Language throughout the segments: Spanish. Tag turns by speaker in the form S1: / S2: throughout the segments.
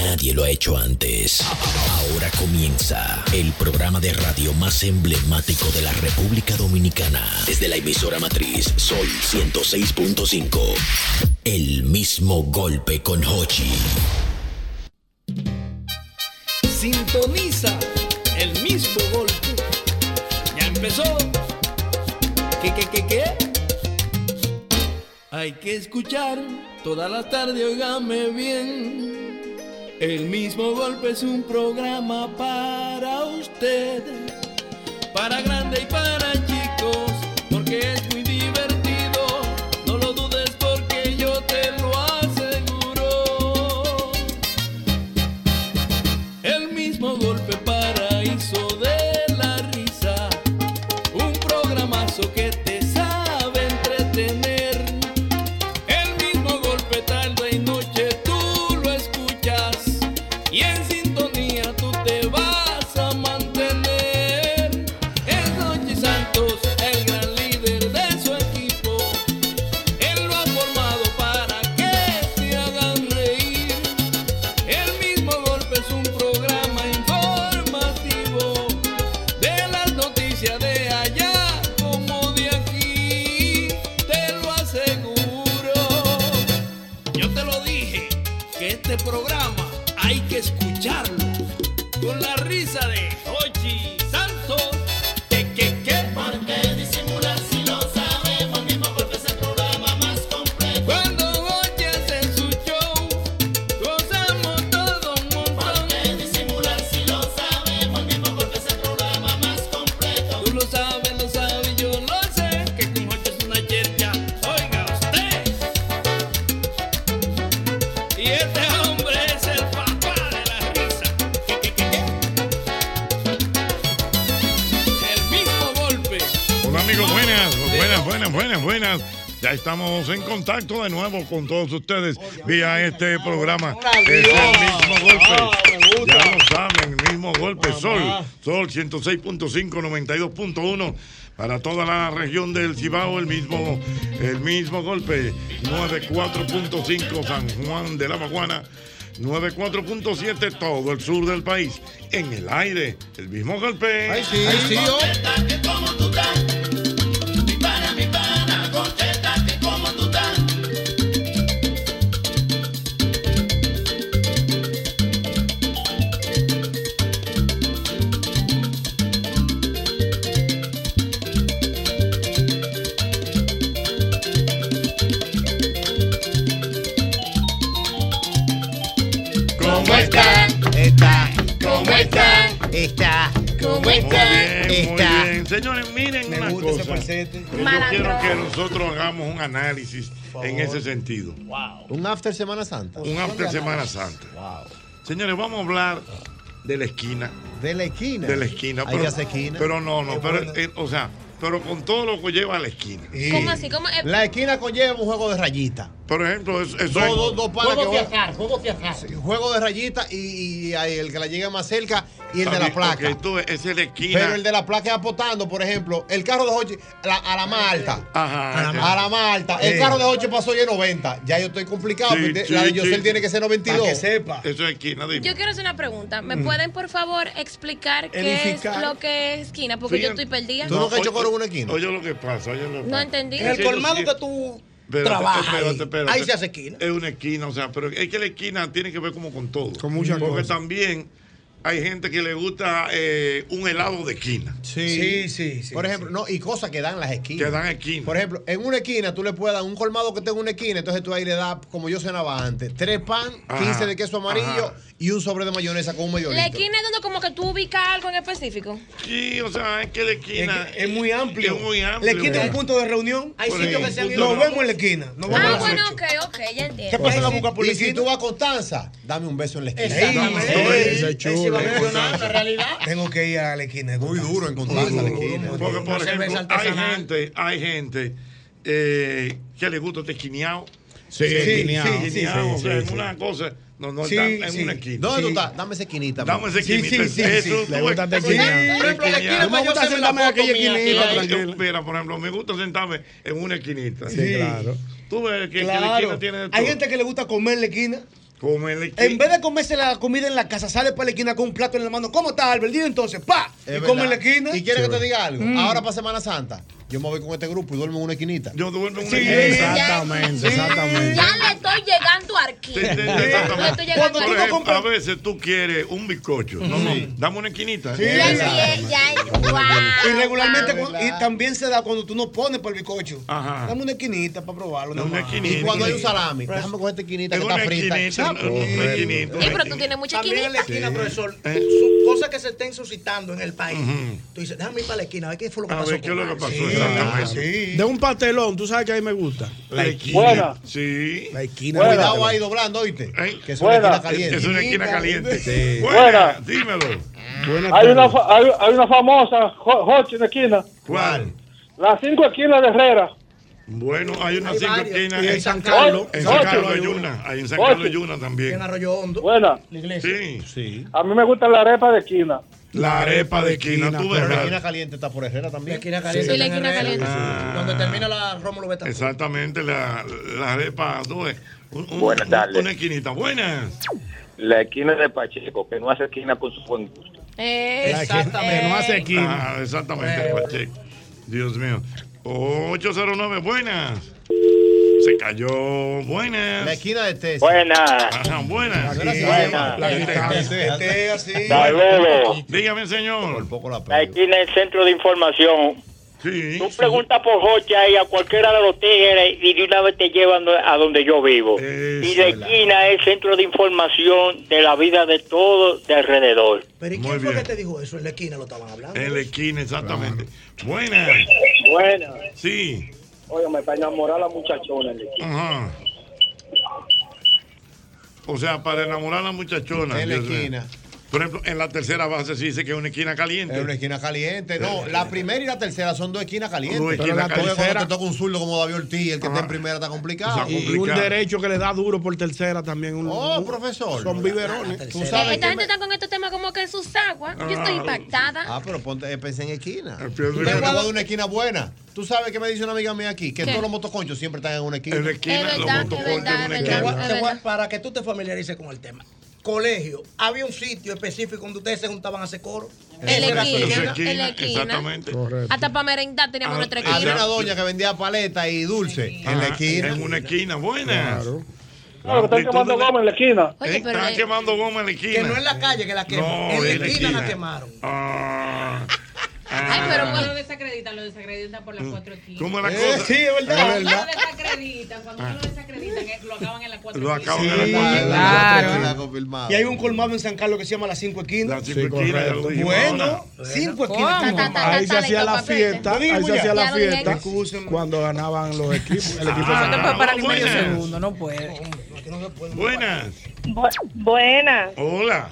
S1: Nadie lo ha hecho antes. Ahora comienza el programa de radio más emblemático de la República Dominicana. Desde la emisora matriz Sol 106.5. El mismo golpe con Hochi.
S2: Sintoniza el mismo golpe. Ya empezó. ¿Qué, qué, qué, qué? Hay que escuchar toda la tarde, óigame bien. El mismo golpe es un programa para usted, para grande y para chicos, porque es muy divertido. No lo dudes porque yo te lo aseguro. El mismo golpe paraíso de la risa, un programazo que te sabe entretener. El mismo golpe tarde y noche tú lo escuchas y en sintonía tú te vas a mantener. Es Noche Santos, el gran líder de su equipo. Él lo ha formado para que te hagan reír. El mismo golpe es un programa informativo de las noticias de allá como de aquí. Te lo aseguro. Yo te lo dije que este programa hay que escucharlo con la risa de Hochi Santos. Que, que, que. ¿Por qué disimular si lo sabemos? Mismo golpe es el programa más completo. Cuando Hochi hace su show, gozamos todo un montón. ¿Por qué disimular si lo sabemos? Mismo golpe es el programa más completo. Tú lo sabes, lo sabes, yo lo sé. Que con Hochi es una yerja. Oiga usted. Y este hombre es el papá de la risa. El mismo golpe.
S3: Hola amigos, buenas, buenas, buenas, buenas, buenas. Ya estamos en contacto de nuevo con todos ustedes vía este programa. Es el mismo
S4: Ah,
S3: golpe. Ya lo saben, el mismo golpe. Sol, Sol 106.5, 92.1 para toda la región del Cibao, el mismo, el mismo golpe. 94.5 San Juan de la Maguana. 94.7 todo el sur del país. En el aire, el mismo golpe. Ay, sí, oh.
S2: como tú estás. Mi pana, mi pana, conténtate como tú estás.
S5: ¿Cómo están? Está. ¿Cómo están? Está. ¿Cómo están?
S3: Muy bien, muy
S5: Está.
S3: bien. Señores, miren una cosa. que Yo quiero que nosotros hagamos un análisis en ese sentido.
S6: Un after Semana Santa.
S3: Un after Semana Santa. Señores, vamos a hablar de la esquina.
S6: De la esquina.
S3: De la esquina.
S6: Hay que hacer esquina.
S3: Pero no, no,
S6: Qué
S3: pero,
S6: bueno.
S3: eh, o sea, pero con todo lo que lleva a la esquina.
S7: ¿Cómo así? ¿Cómo? Eh,
S6: La esquina conlleva un juego de rayita.
S3: Por ejemplo, es, eso es-
S6: Dos, dos, dos panas que
S8: Juego de
S6: juegan-
S8: azar, juego de azar.
S6: Juego de rayita y, y ahí el que la llegue más cerca y el de la
S3: Ok,
S6: placa.
S3: tú, ese es la esquina.
S6: Pero el de la placa es apostando, por ejemplo, el carro de Hochi la- a la Malta.
S3: Ajá.
S6: A la Malta.
S9: Sí.
S6: El carro de Hochi pasó ya en 90. Ya yo estoy complicado.
S3: Sí,
S6: porque
S3: sí,
S6: la de
S3: sí.
S6: Yosel tiene que ser 92.
S9: que sepa.
S3: Eso es esquina. dime.
S7: Yo quiero hacer una pregunta. ¿Me
S6: Mm.
S3: Ujú.
S7: pueden, por favor, explicar qué es
S9: Edificar.
S7: lo que es esquina? Porque yo
S3: Fíjate.
S7: estoy perdida.
S6: ¿Tú nunca has hecho
S3: oye,
S6: coro en una esquina?
S3: Oye lo que pasa, oye lo que
S7: No
S3: pasa.
S7: entendí.
S3: Es
S7: En el
S3: que
S8: El
S3: yo
S8: colmado
S3: sí-
S8: que tú
S3: Espérate,
S8: trabajas.
S3: espérate,
S8: ahí.
S3: espérate.
S8: Ahí se hace esquina.
S3: Es una esquina, o sea, pero es que la esquina tiene que ver como con todo.
S9: Con muchas
S3: Porque
S9: cosas.
S3: también hay gente que le gusta eh, un helado de esquina.
S9: Sí, sí, sí.
S6: Por ejemplo, no, y cosas que dan las esquinas.
S3: Que dan esquina.
S6: Por ejemplo, en una esquina tú le puedes dar un colmado que tenga una esquina, entonces tú ahí le das, como yo cenaba antes, tres pan,
S3: Ajá,
S6: 15 de queso amarillo
S3: ajá.
S6: y un sobre de mayonesa con un medio
S7: La
S6: litro.
S7: esquina es donde como que tú ubicas algo en específico.
S3: Sí, o sea, es que la esquina.
S9: es, es muy amplio.
S3: Es muy amplio.
S9: Le quita un punto de reunión.
S8: Hay
S3: Por
S8: sitios
S3: ahí.
S8: que se han
S3: No,
S9: Nos
S8: ido.
S3: no.
S9: vemos en la esquina. Nos vemos
S7: Ah,
S9: en la
S7: bueno,
S9: esquina.
S7: ok, ok, ya
S9: ¿Qué
S7: entiendo.
S9: pasa en la busca por la
S6: Pues, Y si
S9: esquina?
S6: tú vas a Constanza, dame un beso en la esquina.
S9: Ey,
S6: Dame un beso.
S9: ey,
S3: Ese
S9: ey,
S6: chulo.
S9: ese va a
S6: Ey,
S9: ser una-
S8: En realidad,
S9: Tengo que ir a la esquina.
S6: Muy duro en Constanza la esquina.
S3: Porque, por
S8: cerveza
S3: ejemplo, hay
S8: artesanal.
S3: gente, hay gente eh, que le gusta este esquineado.
S9: Sí, sí, sí, sí.
S3: Esquineado, o sea, en una cosa. No, no,
S9: Sí,
S3: está en
S9: sí.
S3: una esquina.
S6: ¿Dónde tú
S9: Sí.
S6: estás? Dame esa esquinita.
S3: Dame
S6: man.
S3: ese
S9: Sí,
S3: esquinita.
S9: sí, sí,
S3: Eso
S9: sí.
S3: tú
S9: Le gusta esta
S3: esquineas.
S9: esquina.
S8: por ejemplo, la esquina
S3: Esquineado.
S8: para yo
S9: gusta
S8: hacerme la
S9: sentarme en
S8: foto
S9: aquella
S8: mía aquí.
S9: esquinita,
S8: ahí.
S3: Yo, mira, eh, por ejemplo, me gusta sentarme en una esquinita.
S9: Sí, claro.
S3: Tú ves que, que la
S9: Claro.
S3: esquina tiene de todo.
S9: Hay gente que le gusta comer en la esquina.
S3: Cómele.
S8: En vez de comerse la comida en la casa, sale para la esquina con un plato en la mano. ¿Cómo está, Albert? Dile entonces, pa.
S6: Es
S8: y
S6: verdad.
S8: come en la esquina.
S6: Y quiero que te diga algo.
S8: Mm.
S6: Ahora para Semana Santa, yo me voy con este grupo y duermo en una esquinita.
S3: Yo duermo en
S8: una
S6: esquinita.
S4: Exactamente, exactamente.
S7: Ya le estoy llegando aquí.
S3: Sí, sí, sí,
S7: Le estoy
S3: exactamente.
S7: llegando
S3: Por
S7: aquí.
S3: ejemplo, a veces tú quieres un bizcocho. No, no, dame una esquinita.
S8: Sí.
S4: Ya, sí, ya, guau.
S8: Y regularmente,
S6: wow.
S8: cu- y también se da cuando tú no pones para el bizcocho.
S3: Ajá.
S8: Dame una esquinita para probarlo.
S3: Dame
S8: nada
S3: una
S8: más.
S3: esquinita.
S6: Y cuando hay un salami, déjame coger esta esquinita
S3: En
S6: que
S3: una
S6: está frita.
S3: esquinita.
S6: Chapo.
S3: Una esquinita.
S7: Sí, pero tú tienes mucha
S10: También en la
S7: quinita.
S10: esquina, profesor, su- cosas que se estén suscitando en el país. Tú dices, déjame ir para la esquina, a ver qué fue lo que
S3: A
S10: pasó.
S3: ver qué es
S10: con
S3: lo que pasó.
S8: Sí,
S3: Exactamente.
S8: sí.
S4: De un pastelón, tú sabes que a mí me gusta.
S3: La esquina.
S11: Buena.
S3: Sí.
S4: La esquina.
S6: Cuidado ahí doblando, ¿oíste?
S3: Eh.
S6: Que es una
S11: Buena.
S6: esquina caliente.
S3: Es una esquina caliente.
S4: Sí.
S3: Buena. Dímelo.
S4: Buena
S11: Hay
S4: tarde.
S11: una, fa- hay, hay una famosa jo- Jochi en la esquina.
S3: ¿Cuál?
S11: Las cinco esquinas de Herrera.
S3: Bueno, hay unas
S10: Hay
S3: cinco
S10: varios.
S3: esquinas.
S4: Y en
S3: En
S4: San
S3: San
S4: Carlos.
S11: Oye,
S3: en
S11: oye,
S3: San Carlos hay
S11: oye.
S3: una. Hay en San Carlos hay
S11: Oye.
S3: una
S10: En
S3: también.
S10: Arroyo Hondo.
S11: Buena.
S10: La iglesia.
S3: Sí.
S4: Sí.
S11: A mí me gusta la arepa de esquina.
S3: La arepa de esquina. Tú
S6: Pero la esquina
S3: verás.
S6: caliente está por Herrera
S10: La
S6: también.
S10: esquina caliente.
S7: Sí, la
S10: en
S7: esquina
S10: Herrera,
S7: caliente.
S3: Ah.
S10: Donde termina la Rómulo Betancourt.
S3: Exactamente. La, la arepa. Tú ves. Un- un-
S5: Buenas
S3: un-
S5: tardes.
S3: Una esquinita. Buenas.
S5: La esquina de Pacheco, que no hace esquina con su buen gusto.
S7: Eh,
S10: Exactamente.
S4: Que no hace esquina.
S3: Ah, exactamente,
S10: Eh.
S3: Pacheco. Dios mío. 809, buenas. Se cayó,
S6: La
S3: buenas.
S6: esquina de Tessa.
S5: Buena,
S3: Ajá, buenas.
S6: Era así,
S5: Buena.
S6: la esquina
S9: Ah,
S6: de Tessa.
S8: Este, así.
S5: saludos.
S3: Dígame,
S6: Por
S3: señor.
S6: poco la
S5: La
S6: pego.
S5: esquina del centro de información.
S3: Sí.
S5: Tú preguntas por Jocha y a cualquiera de los tigres y de una vez te llevan a donde yo vivo.
S3: Eso
S5: y la
S3: es la-
S5: esquina es centro de información de la vida de todo de alrededor.
S10: Pero ¿y
S3: Muy
S10: quién fue
S3: bien.
S10: que te dijo eso? En la esquina lo estaban hablando.
S3: En la esquina, exactamente. Buenas.
S5: Buena.
S3: Sí.
S5: Óyeme, para enamorar a la muchachona.
S3: Ajá. O sea, para enamorar a la muchachona.
S6: En la
S3: Dios mío.
S6: esquina.
S3: Por ejemplo, en la tercera base se dice que es una esquina caliente. Eh,
S6: Es una esquina caliente. No, la primera y la tercera son dos esquinas calientes.
S3: Dos esquinas
S6: Pero la
S3: calientes.
S6: Porque cuando te toca un zurdo como David Ortiz, el que está en primera está complicado.
S3: Exacto.
S4: Y un
S3: complicado.
S4: derecho que le da duro por tercera también. un-
S6: Oh,
S4: un-
S6: profesor.
S4: Son
S10: La
S4: biberones.
S10: tercera.
S6: Tú
S7: eh,
S6: sabes
S7: Esta
S6: que
S7: gente
S6: me-
S7: está con estos temas como que en sus aguas. Yo estoy impactada.
S6: Ah, pero ponte, eh, pensé en esquina.
S3: Eh,
S6: Pero
S3: pienso
S6: te
S3: en-
S6: voy a dar una esquina buena. Tú sabes que me dice una amiga mía aquí, que
S7: ¿Qué?
S6: todos los motoconchos siempre están en una esquina.
S3: En la
S7: Es
S3: esquina,
S7: verdad,
S3: los
S7: es
S3: motoconchos
S7: verdad,
S3: en una
S7: es
S10: Te voy
S3: esquina.
S10: a-
S7: Es
S10: te voy a-
S7: verdad.
S10: para que tú te familiarices con el tema. Colegio, había un sitio específico donde ustedes se juntaban a hacer coro.
S7: En la
S10: Esa era su
S7: esquina.
S3: Esa
S10: esquina.
S3: esquina,
S7: en la esquina.
S3: Exactamente.
S7: Hasta para merendar teníamos
S3: Ah,
S7: nuestra
S3: ah,
S6: Había
S7: esquina.
S6: una doña que vendía paletas y dulce en la
S3: Ajá,
S6: esquina.
S3: En una esquina, buenas.
S4: Claro.
S3: Claro,
S11: Claro, que están quemando goma en la esquina.
S7: Oye, pero
S3: Están
S7: eh,
S3: quemando goma en la esquina.
S10: Que no en la calle que la quemaron.
S3: No,
S10: en la esquina la quemaron.
S3: Ah,
S7: Ay, pero
S3: ah. Mm.
S7: bueno,
S12: desacreditan, lo desacreditan por las cuatro esquinas.
S3: ¿Cómo es la
S8: Eh,
S3: cosa?
S8: sí, es verdad.
S12: Lo desacreditan, cuando uno lo desacreditan, eh, lo acaban en las cuatro
S3: Lo
S12: esquinas.
S3: acaban de
S8: Sí.
S3: la
S6: Claro.
S8: Y hay un colmado en San Carlos que se llama Las Cinco Esquinas.
S3: Las cinco esquinas, ya lo dijimos ahora.
S8: Bueno, Cinco Esquinas.
S7: ¿Cómo?
S8: pues, está el colmado.
S4: Ahí se hacía la
S7: papel.
S4: fiesta. Ahí se hacía la
S7: Ya lo dije.
S4: fiesta.
S8: Excusen.
S4: Cuando ganaban los equipos. El equipo
S3: Ah,
S4: ganaba.
S3: para ni medio segundo,
S12: no puede.
S3: Buenas.
S12: Buenas.
S3: Hola.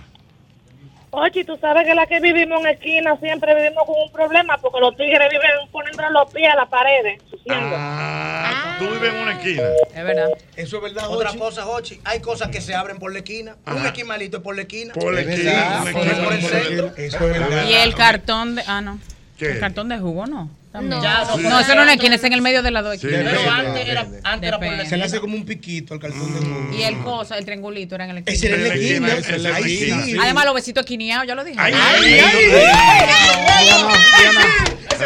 S12: Ochi, tú sabes que la que vivimos en esquina siempre vivimos con un problema porque los tigres viven poniendo los pies a las paredes.
S3: Ah, tú vives en una esquina.
S12: Es verdad.
S8: Eso es verdad,
S10: Otra
S8: Jochi.
S10: cosa, Jochi, hay cosas que se abren por la esquina. Un
S3: Ajá.
S10: esquimalito es por la esquina.
S3: Por la
S6: Es
S3: esquina.
S6: verdad,
S3: una
S10: por el-
S3: esquina,
S10: por el
S3: por la
S10: centro.
S3: esquina.
S8: Eso es verdad.
S12: Y el cartón de. Ah, no.
S3: ¿Qué?
S12: El cartón de jugo, no. También.
S7: No.
S10: Ya,
S3: Sí.
S12: No, eso no es una esquina, es en el medio de las dos
S3: Sí.
S12: esquinas.
S10: Pero
S6: Depende,
S10: antes era,
S6: depende.
S10: antes era por la
S12: Depende.
S8: Se le
S10: esquina.
S8: hace como un piquito al calzón de mundo.
S12: Y el cosa, el triangulito era en el
S8: Ese
S12: esquina.
S8: era en la
S3: Esa es la
S8: esquina.
S3: esquina,
S8: Ahí
S3: esa es la
S8: sí.
S3: esquina.
S12: Además, los besitos esquineados, ya lo dije.
S3: Ay,
S4: Ay, ay, ay.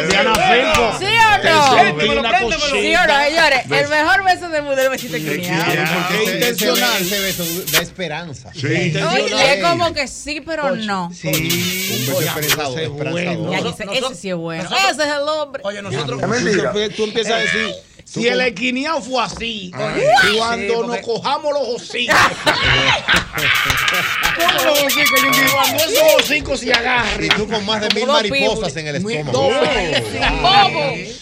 S4: Diana Filpo.
S12: ¿Sí o no?
S4: Sí,
S12: Señoras, señores, el mejor beso del mundo es el besito esquineado.
S6: Porque
S3: Ese-
S6: es intencional. Ese beso da esperanza.
S3: Sí.
S12: Oye, es como que sí, pero no.
S6: Un beso esperanzado,
S12: Ya
S6: esperanzador.
S12: dice,
S10: Nosotros-
S12: ese sí es bueno.
S10: nosotros-
S12: ese es el hombre.
S10: Oye, nosotros.
S4: Tú, tú empiezas a decir, si el esquineado fue así,
S6: Ah.
S4: cuando
S10: Sí,
S4: nos
S10: porque-
S4: cojamos los hocicos.
S12: Ah,
S4: ¿Cómo los hocicos? Yo digo, Cuando esos hocicos se agarren.
S6: Y tú con más de mil
S12: dos
S6: mariposas en el estómago.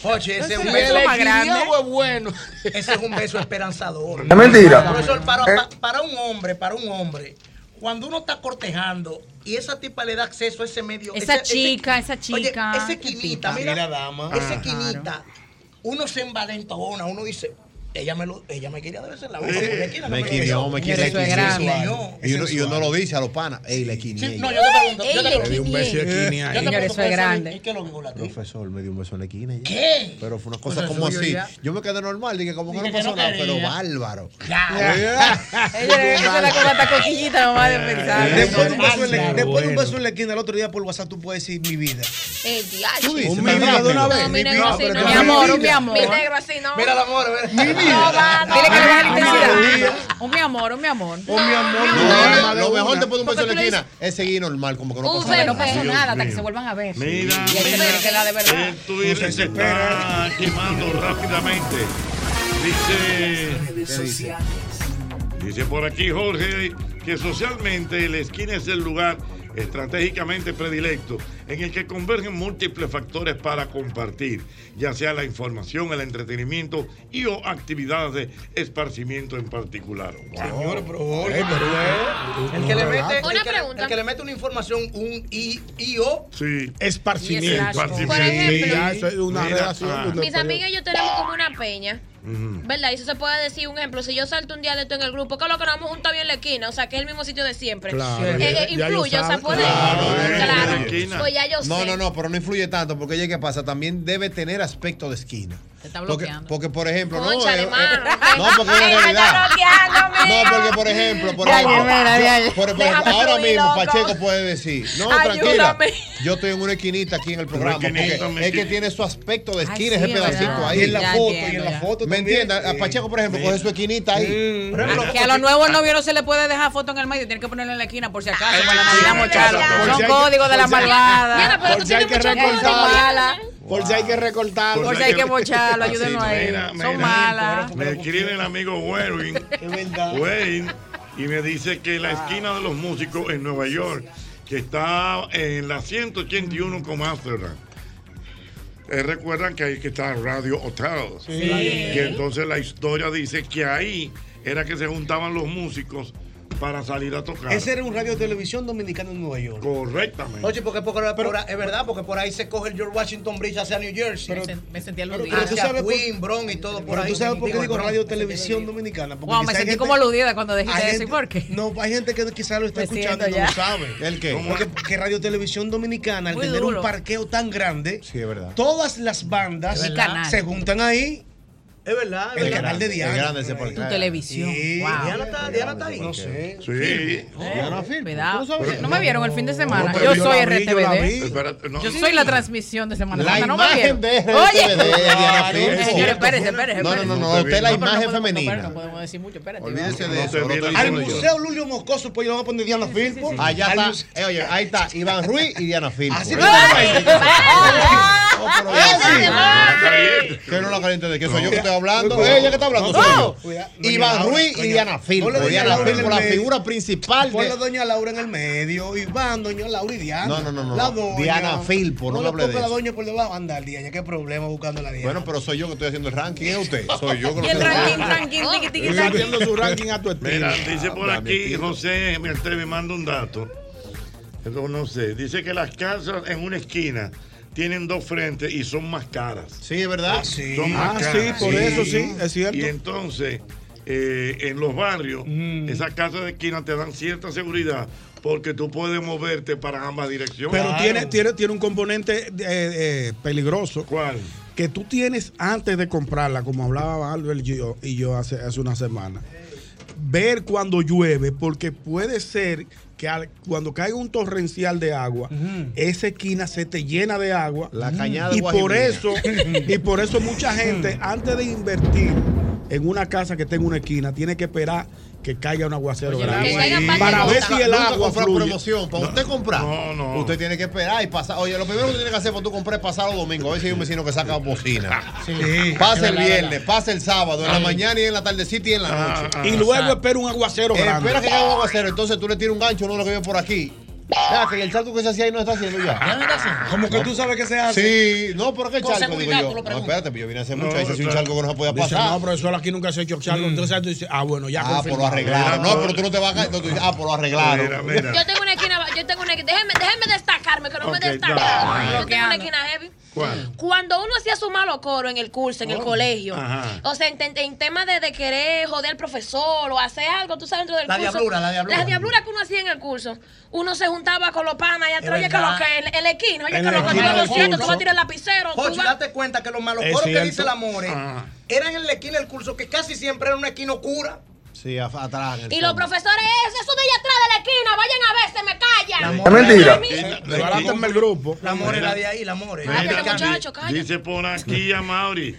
S10: Jochi, ese es un
S12: Eso es
S10: beso.
S12: lo más grande.
S10: Ese es un beso esperanzador.
S8: Es mentira.
S10: Profesor, para,
S6: Eh.
S10: pa- para un hombre, para un hombre, cuando uno está cortejando y esa tipa le da acceso a ese medio.
S12: Esa
S10: ese- ese-
S12: chica, esa chica,
S10: Oye, esa
S12: qué
S10: quinita,
S8: tipa.
S10: mira.
S8: Mira, dama.
S10: Esa quinita, uno se envalentona, uno dice, Ella me, lo, ella me quería de vez en la
S6: Sí.
S10: boca. Me quería,
S6: Me
S10: lo
S6: quinió,
S10: hizo.
S6: me quinió.
S10: Eso es grande.
S6: Y uno, y uno lo dice a los panas. Ey, le quinié.
S10: Sí, no, yo te pregunto. yo te
S6: Le di
S10: pregunto.
S6: un beso de quinié ahí.
S10: Yo te pregunto,
S12: eso es grande.
S10: ¿y qué lo vinculó a ti?
S6: Profesor, me dio un beso en la esquina. ya.
S10: ¿Qué?
S6: Pero fue una cosa
S10: Pues
S6: como
S10: eso yo
S6: así.
S10: ya.
S6: Yo me quedé normal, dije como que
S10: Dije
S6: no
S10: que
S6: pasó
S10: no
S6: nada, pero
S10: quería.
S6: bárbaro.
S12: Ella esa es la cosa está coquillita, mamá, de pensar.
S9: Después de un beso en la- después de un beso en la esquina, el otro día por WhatsApp tú puedes decir mi vida.
S7: El diacho.
S9: Tú dices, Un mi negro de una vez.
S7: No, mi
S9: Mi
S7: negro
S9: vida,
S7: así
S9: pero
S7: no.
S9: tú Mi amor,
S7: Mi
S9: un mi amor.
S7: negro así no.
S9: Mira el
S10: amor,
S9: Mi vida.
S12: No, va, dile que le baje la
S6: Mi vida.
S12: intensidad. Un mi amor, un mi amor.
S6: Un mi amor,
S12: no,
S6: no,
S12: no,
S6: Lo
S12: no,
S6: mejor
S12: no.
S6: después de un beso en la
S12: Porque tú le
S6: esquina es seguir normal, como que no
S12: Porque
S6: pasó nada.
S12: no pasó
S6: Dios
S12: nada hasta
S6: mío.
S12: que se vuelvan a ver.
S3: Mira,
S12: Y hay que
S3: mira.
S12: vértela de verdad.
S3: Esto es- se ah, está quemando rápidamente. Dice, dice por aquí Jorge que socialmente la esquina es el lugar estratégicamente predilecto en el que convergen múltiples factores para compartir, ya sea la información, el entretenimiento y o actividades de esparcimiento en particular. Señor,
S10: El que, le mete, el que le- el que le mete una información, un I, I o
S3: Sí.
S10: Esparcimiento.
S3: Esparcimiento. ah.
S10: Por ejemplo.
S3: Sí,
S10: ya, eso es una relación de una
S7: Mis amigas y yo tenemos como una peña. ¿Verdad? Y eso se puede decir un ejemplo. Si yo salto un día de esto en el grupo, que lo que nos vamos juntos bien en la esquina, o sea, que es el mismo sitio de siempre.
S6: Claro,
S7: Eh,
S6: ya-
S7: eh,
S6: ya yo
S7: influye, o sea,
S6: sabe.
S7: puede.
S6: Claro,
S7: Claro.
S6: eh, esquina.
S7: Pues ya yo
S6: No,
S7: sé.
S6: no, no, pero no influye tanto, porque ella, ¿qué pasa? También debe tener aspecto de esquina.
S12: Te está
S6: Porque,
S12: bloqueando.
S6: porque, por ejemplo, no,
S12: Cónchale,
S6: eh,
S12: mano.
S6: eh, no, porque es
S12: Ella
S6: una
S12: está
S6: realidad.
S12: bloqueándome.
S6: No, porque por ejemplo, por
S12: Ya,
S6: ejemplo,
S12: ya, mira,
S6: yo-
S12: ya, ya.
S6: por- por ejemplo,
S12: Déjame
S6: ahora
S12: fluir,
S6: mismo
S12: loco.
S6: Pacheco puede decir, no,
S12: Ayúdame.
S6: tranquila, yo estoy en una esquinita aquí en el programa,
S3: Una
S6: porque
S3: esquinita, mi
S6: es que
S3: esquina.
S6: tiene su aspecto de esquina,
S9: sí,
S6: ese
S9: es verdad.
S6: pedacito ahí.
S9: Y en la Ya foto, y en entiendo, la ya. foto
S6: ¿Me
S9: también.
S6: entiendes? A Pacheco, por ejemplo, coge su esquinita ahí.
S12: Que a los nuevos novios no se les puede dejar foto en el medio, tienen que ponerlo en la esquina por si acaso, para la Navidad mochada. Son códigos de la malvada.
S8: Por si hay que recortarlo. Por si hay que recortarlo.
S12: Por si hay que mocharlo, ayúdenos ahí. Son malas.
S3: Me escribe el amigo Werwin. Wayne, y me dice que la esquina de los músicos en Nueva York, que está en la 181 con Amsterdam. Eh, recuerdan que ahí que está Radio Hotel.
S4: Sí.
S3: Que entonces la historia dice que ahí era que se juntaban los músicos para salir a tocar.
S9: Ese era un radio televisión dominicano en Nueva York.
S3: Correctamente.
S10: Oye, porque, porque por- es verdad, porque por ahí se coge el George Washington Bridge hacia New Jersey.
S12: me sentía
S9: Pero tú sabes por-
S10: Queen, Bron y todo por
S9: Pero
S10: ahí.
S9: tú sabes por qué digo
S10: Bron.
S9: radio televisión dominicana. Porque
S12: Wow, me
S9: quizá hay
S12: sentí
S9: gente-
S12: como aludida cuando dijiste
S9: hay
S12: eso, ¿y
S9: gente-
S12: por qué?
S9: No, hay gente que quizás lo está
S12: Me
S9: escuchando y
S12: siento
S9: no lo
S12: ya.
S9: sabe.
S6: ¿El qué?
S9: Porque, porque radio televisión dominicana, al
S12: Muy
S9: tener
S12: duro.
S9: un parqueo tan grande,
S6: Sí, es verdad.
S9: todas las bandas
S6: Es verdad.
S9: se juntan ahí.
S10: Es verdad,
S9: El canal de Diana.
S6: Es grande ese portal.
S12: televisión.
S9: Wow.
S10: Diana está, Diana está ahí. No sé.
S3: Sí.
S12: Cuidado. No me vieron el fin de semana.
S3: No, pero
S12: Oh. Yo
S3: yo
S12: soy
S3: la vi, yo la vi.
S12: RTVD.
S3: Espérate, no.
S12: Yo soy la transmisión de Semana
S6: La
S12: Santa. No me
S6: imagen
S12: vieron.
S6: de RTVD, Diana Frisco.
S12: Señor, espérese, espérese.
S6: No, no, no, no,
S12: espérese.
S6: usted es la
S12: No, pero no
S6: imagen
S12: podemos-
S6: femenina.
S12: No podemos decir mucho, espérate.
S6: Olvídese
S12: vamos.
S6: de eso. no te
S9: Al
S6: digo yo.
S9: Museo Lulio Moscoso, pues yo le voy a poner Diana Filpo.
S6: Allá
S9: Al
S6: está,
S9: museo-
S6: eh, oye, ahí está Iván Ruiz y Diana Filpo.
S9: Así
S6: Ey,
S9: no la caliente.
S6: Oh, pero
S9: Ese
S6: ya sí.
S9: no
S6: la caliente. Que no la caliente de que soy yo que estoy hablando.
S9: No.
S6: Ella que está hablando
S9: No.
S6: soy yo.
S9: Cuidado, doña
S6: Iván
S9: Laura,
S6: Ruiz y
S9: doña-
S6: Diana Filpo.
S9: Ponle doña
S6: Diana
S9: Laura en
S6: Filpo,
S9: el
S6: la
S9: medio.
S6: figura principal
S9: Ponle a
S6: de.
S9: doña Laura en el medio. Iván, doña Laura y Diana.
S6: No, no, no, no,
S9: La
S6: no.
S9: doña.
S6: Diana Filpo, no me
S9: le
S6: hable de
S9: ponga la
S6: eso.
S9: doña por debajo. Anda, Diana, qué problema buscando la Diana.
S6: Bueno, pero soy yo que estoy haciendo el ranking, ¿es usted? Soy yo que lo
S12: Y el
S6: estoy
S12: ranking,
S6: haciendo.
S12: ranking, tiqui, tiqui,
S6: Está
S12: tiqui.
S6: haciendo su ranking a tu estilo.
S3: Mira, dice por
S6: Ah,
S3: aquí
S6: mi tío.
S3: José Mercedes me manda un dato. Eso no sé. Dice que las casas en una esquina tienen dos frentes y son más caras.
S6: Sí, es verdad.
S3: Son más
S4: Ah,
S3: caras.
S4: sí, por eso sí, es cierto.
S3: Y entonces, eh, en los barrios,
S4: Mm.
S3: esas casas de esquina te dan cierta seguridad porque tú puedes moverte para ambas direcciones.
S4: Pero tiene, tiene, tiene un componente eh, eh, peligroso.
S3: ¿Cuál?
S4: Que tú tienes antes de comprarla, como hablaba Albert y yo, y yo hace, hace una semana, ver cuando llueve, porque puede ser que al- cuando caiga un torrencial de agua, esa esquina se te llena de agua.
S6: La cañada de
S4: y por
S6: Guajimilla.
S4: eso Y por eso mucha gente, antes de invertir en una casa que tenga una esquina, tiene que esperar que caiga un aguacero
S6: Oye,
S4: grande.
S6: que caigan varias
S4: Para ver
S6: gotas.
S4: si el
S6: Nunca
S4: agua
S6: comprar
S4: fluye.
S6: promoción, para usted comprar.
S4: No, no.
S6: Usted tiene que esperar y pasar. Oye, lo primero que usted tiene que hacer cuando tú compras es pasar los domingos. A ver si hay un vecino que saca bocina. Pasa el
S4: Es verdad,
S6: viernes, pasa el sábado, en la
S4: Ay. Ah,
S6: mañana y en la tardecita y en la noche.
S4: Y luego espera un aguacero
S6: Eh,
S4: grande.
S6: espera que haga un aguacero, entonces tú le tiras un gancho, uno de los que vive por aquí. Vea, que el charco que se hacía ahí no está haciendo ya.
S9: Como que tú sabes que se hace.
S6: Sí, no, pero que el
S9: Con
S6: charco, digo
S9: seguridad,
S6: yo.
S9: tú lo
S6: No,
S9: preguntas.
S6: espérate, pues yo vine hace
S4: No,
S6: mucho, ahí se hizo un
S4: claro.
S6: charco que no se podía
S4: Dice,
S6: pasar. Mm.
S4: no, profesor, aquí nunca se ha hecho charco. Entonces tú dices, ah, bueno, ya
S6: ah, por lo
S4: confirmado.
S6: arreglaron. No, pero tú no te vas a caer. No, tú dices, ah, por lo arreglaron.
S4: Mira, mira.
S7: Yo tengo una esquina, yo tengo una esquina. Déjenme, déjenme destacarme, que no
S6: Ok,
S7: me destaco.
S6: dale.
S7: Yo tengo una esquina heavy.
S3: ¿Cuál?
S7: Cuando uno hacía su malo coro en el curso, en el
S3: Oh,
S7: colegio,
S3: ajá.
S7: o sea, en, en- en tema de, de querer joder al profesor o hacer algo, tú sabes, dentro del
S10: La
S7: curso.
S10: diablura, la diablura.
S7: La diablura que uno hacía en el curso. Uno se juntaba con los panas y atrás,
S10: Es
S7: oye, que lo
S10: verdad.
S7: que en, en la esquina, oye,
S10: En
S7: que
S10: la
S7: lo que
S10: esquina
S7: yo lo
S10: del
S7: siento, tú
S10: curso.
S7: vas a tirar el lapicero, tú
S10: Jochi,
S7: vas.
S10: date cuenta que los malos
S6: Es
S10: coros que
S6: cierto.
S10: dice eh. la More
S6: Ah.
S10: eran en la esquina del curso, que casi siempre era una esquina oscura.
S6: Sí, af- atrás. en el
S7: Y los
S6: fondo.
S7: profesores, ese es su día atrás de la esquina, vayan a ver, se me callan.
S6: Es mentira.
S4: Desbarátenme el grupo.
S10: La More era de ahí, eh. la More.
S3: Mira,
S7: pero muchacho, calla.
S3: dice por aquí a Mauri.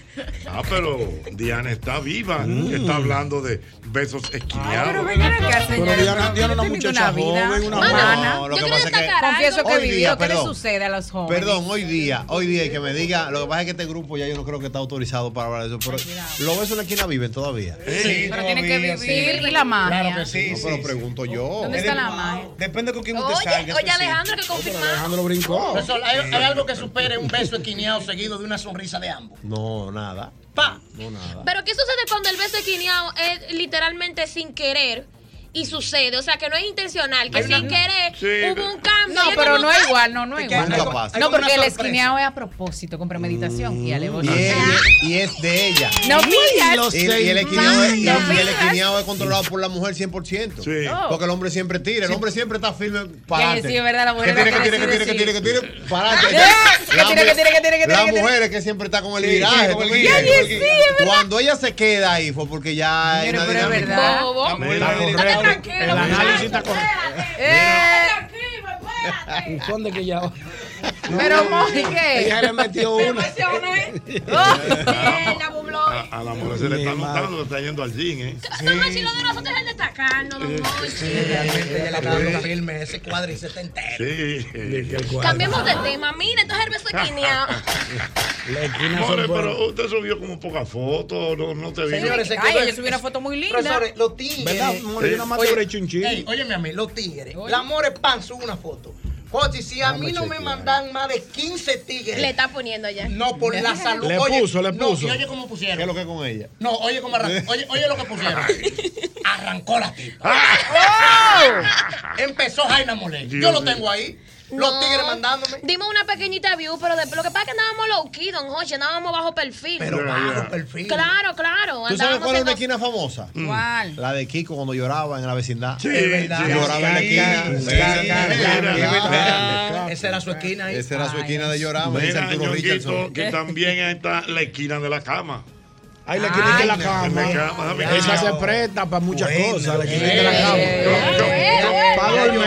S3: Ah, pero Diana está viva. Está hablando de besos esquineados.
S12: pero vengan acá, señores, Pero Diana- pero Diana yo una tengo muchacha una vida. joven, una Mana,
S6: No, lo que pasa es que
S12: Confieso que he
S6: hoy día,
S12: vivido. ¿Qué le
S6: perdón,
S12: sucede a los jóvenes?
S6: Perdón, hoy día, hoy día, y que me diga, lo que pasa es que este grupo ya yo no creo que está autorizado para hablar de eso, pero los besos en la esquina viven todavía.
S12: Pero tiene que
S9: todavía,
S12: vivir
S9: sí.
S12: y la magia.
S9: Claro que sí.
S6: No,
S9: sí,
S6: pero
S9: sí.
S6: pregunto yo.
S12: ¿Dónde está la magia?
S9: Depende con quién usted
S7: Oye,
S9: salga. eso
S7: oye,
S9: sí.
S7: Alejandro, que confirmaba.
S4: Alejandro brincó.
S10: Profesor, ¿hay,
S9: eh,
S10: hay algo que supere un beso esquineado seguido de una sonrisa de ambos.
S6: No, nada.
S10: Pa.
S6: No, nada.
S7: Pero ¿qué sucede cuando el beso esquineado es literalmente sin querer? Y sucede, o sea que no es intencional, que
S12: Hay una-
S7: sin querer
S12: Sí,
S7: hubo
S12: pero-
S7: un cambio.
S12: No,
S7: y
S12: pero
S7: como,
S12: no es
S7: ¡ah!
S12: igual, no, no es
S7: Es que
S12: igual.
S7: hay como- hay
S12: No,
S7: como
S12: porque el
S7: una
S12: esquineado es a propósito, con premeditación y
S6: Y
S12: alevosía.
S6: es, y es de ella.
S12: No pillas.
S6: Y, y el esquineado es, y
S12: No
S6: el
S12: pillas.
S6: esquineado es controlado por la mujer 100%.
S12: Oh.
S6: Porque el hombre siempre tira. El hombre siempre está firme para adelante.
S12: sí, es verdad, la mujer
S6: Que tire,
S12: es la
S6: que
S12: que
S6: tire, que tire, que
S12: decide,
S6: tire, que tire, para adelante.
S12: Yes, que
S6: La
S12: tire, que tire,
S6: mujer-
S12: que tire, que tire,
S6: La
S12: que tire.
S6: mujer es que siempre está con el
S12: Sí,
S6: viraje.
S12: sí,
S6: tú
S12: con el
S6: ves.
S12: viraje. Yes, yes, sí, es verdad.
S6: Cuando ella se queda ahí fue porque ya hay una
S12: Pero es
S6: dinámica.
S12: verdad.
S7: Bobo.
S6: La mujer
S8: Dale,
S6: está
S8: dale,
S6: correcta.
S8: El análisis está correcto.
S13: Son de que ya.
S12: Pero, Moji, ¿qué?
S13: Ella le metió
S12: Me
S13: una.
S12: emocioné.
S3: A, a la mujer se le está notando, le está yendo al gym, ¿eh?
S7: Mochi, lo de nosotros es destacarnos,
S4: Eh,
S7: don
S10: Sí, realmente ella le
S7: Mochi.
S10: está dando firme ese cuádriceps entero.
S3: Sí.
S4: eh.
S7: Cambiemos de tema. Mira, entonces el beso esquineado.
S3: More, pero usted subió como pocas fotos, no, no te vi. ¿eh?
S10: Señores, se
S12: Ay,
S10: quedó-
S12: ella subió una foto muy linda.
S10: Profesores, los tigres.
S3: ¿Verdad, amor? Yo nada más te
S10: Oye,
S3: habré hecho un chiste.
S10: ey, óyeme a mí, los tigres. La More Pan sube una foto. Jochi, si a
S4: Vamos
S10: mí
S4: a
S10: no me
S4: chequear.
S10: mandan más de 15 tigres.
S7: Le está poniendo ya.
S10: No, por la salud.
S4: Le
S10: Oye,
S4: puso, le
S10: no,
S4: puso.
S10: y oye cómo pusieron.
S6: ¿Qué es lo que con ella?
S10: No, oye cómo arran- oye, oye lo que pusieron. Arrancó la tipa.
S4: Ah.
S10: ¡Oh! Empezó Jaina Molé. Yo
S3: Dios
S10: lo
S3: mío.
S10: tengo ahí. Los
S7: No.
S10: tigres mandándome.
S7: Dimos una pequeñita view, pero después lo que pasa es que andábamos low key, don Jorge, andábamos bajo perfil.
S6: Pero bajo
S10: perfil.
S7: Claro, claro.
S6: ¿Tú sabes
S7: Andábamos
S6: cuál es una
S7: siendo-
S6: esquina famosa?
S4: Mm.
S7: ¿Cuál?
S6: La de Kiko cuando lloraba en la vecindad.
S10: Sí, Es verdad. sí.
S6: Lloraba en la esquina.
S10: Sí,
S6: Sí,
S10: sí,
S6: es
S10: sí,
S6: verdad.
S10: sí,
S6: Es verdad.
S10: Esa era su esquina ahí.
S6: Esa era su esquina de llorar. me dice
S3: Mira,
S6: Arturo
S3: Ñonguito,
S6: Richardson.
S3: que también está la esquina de la cama.
S4: Ahí la esquina de la
S3: Me
S4: cama.
S3: cama, me
S4: Esa
S3: cama.
S4: se presta para muchas cosas. La esquina de la
S9: Bueno,
S4: cama. Para
S9: bueno.
S4: dormir,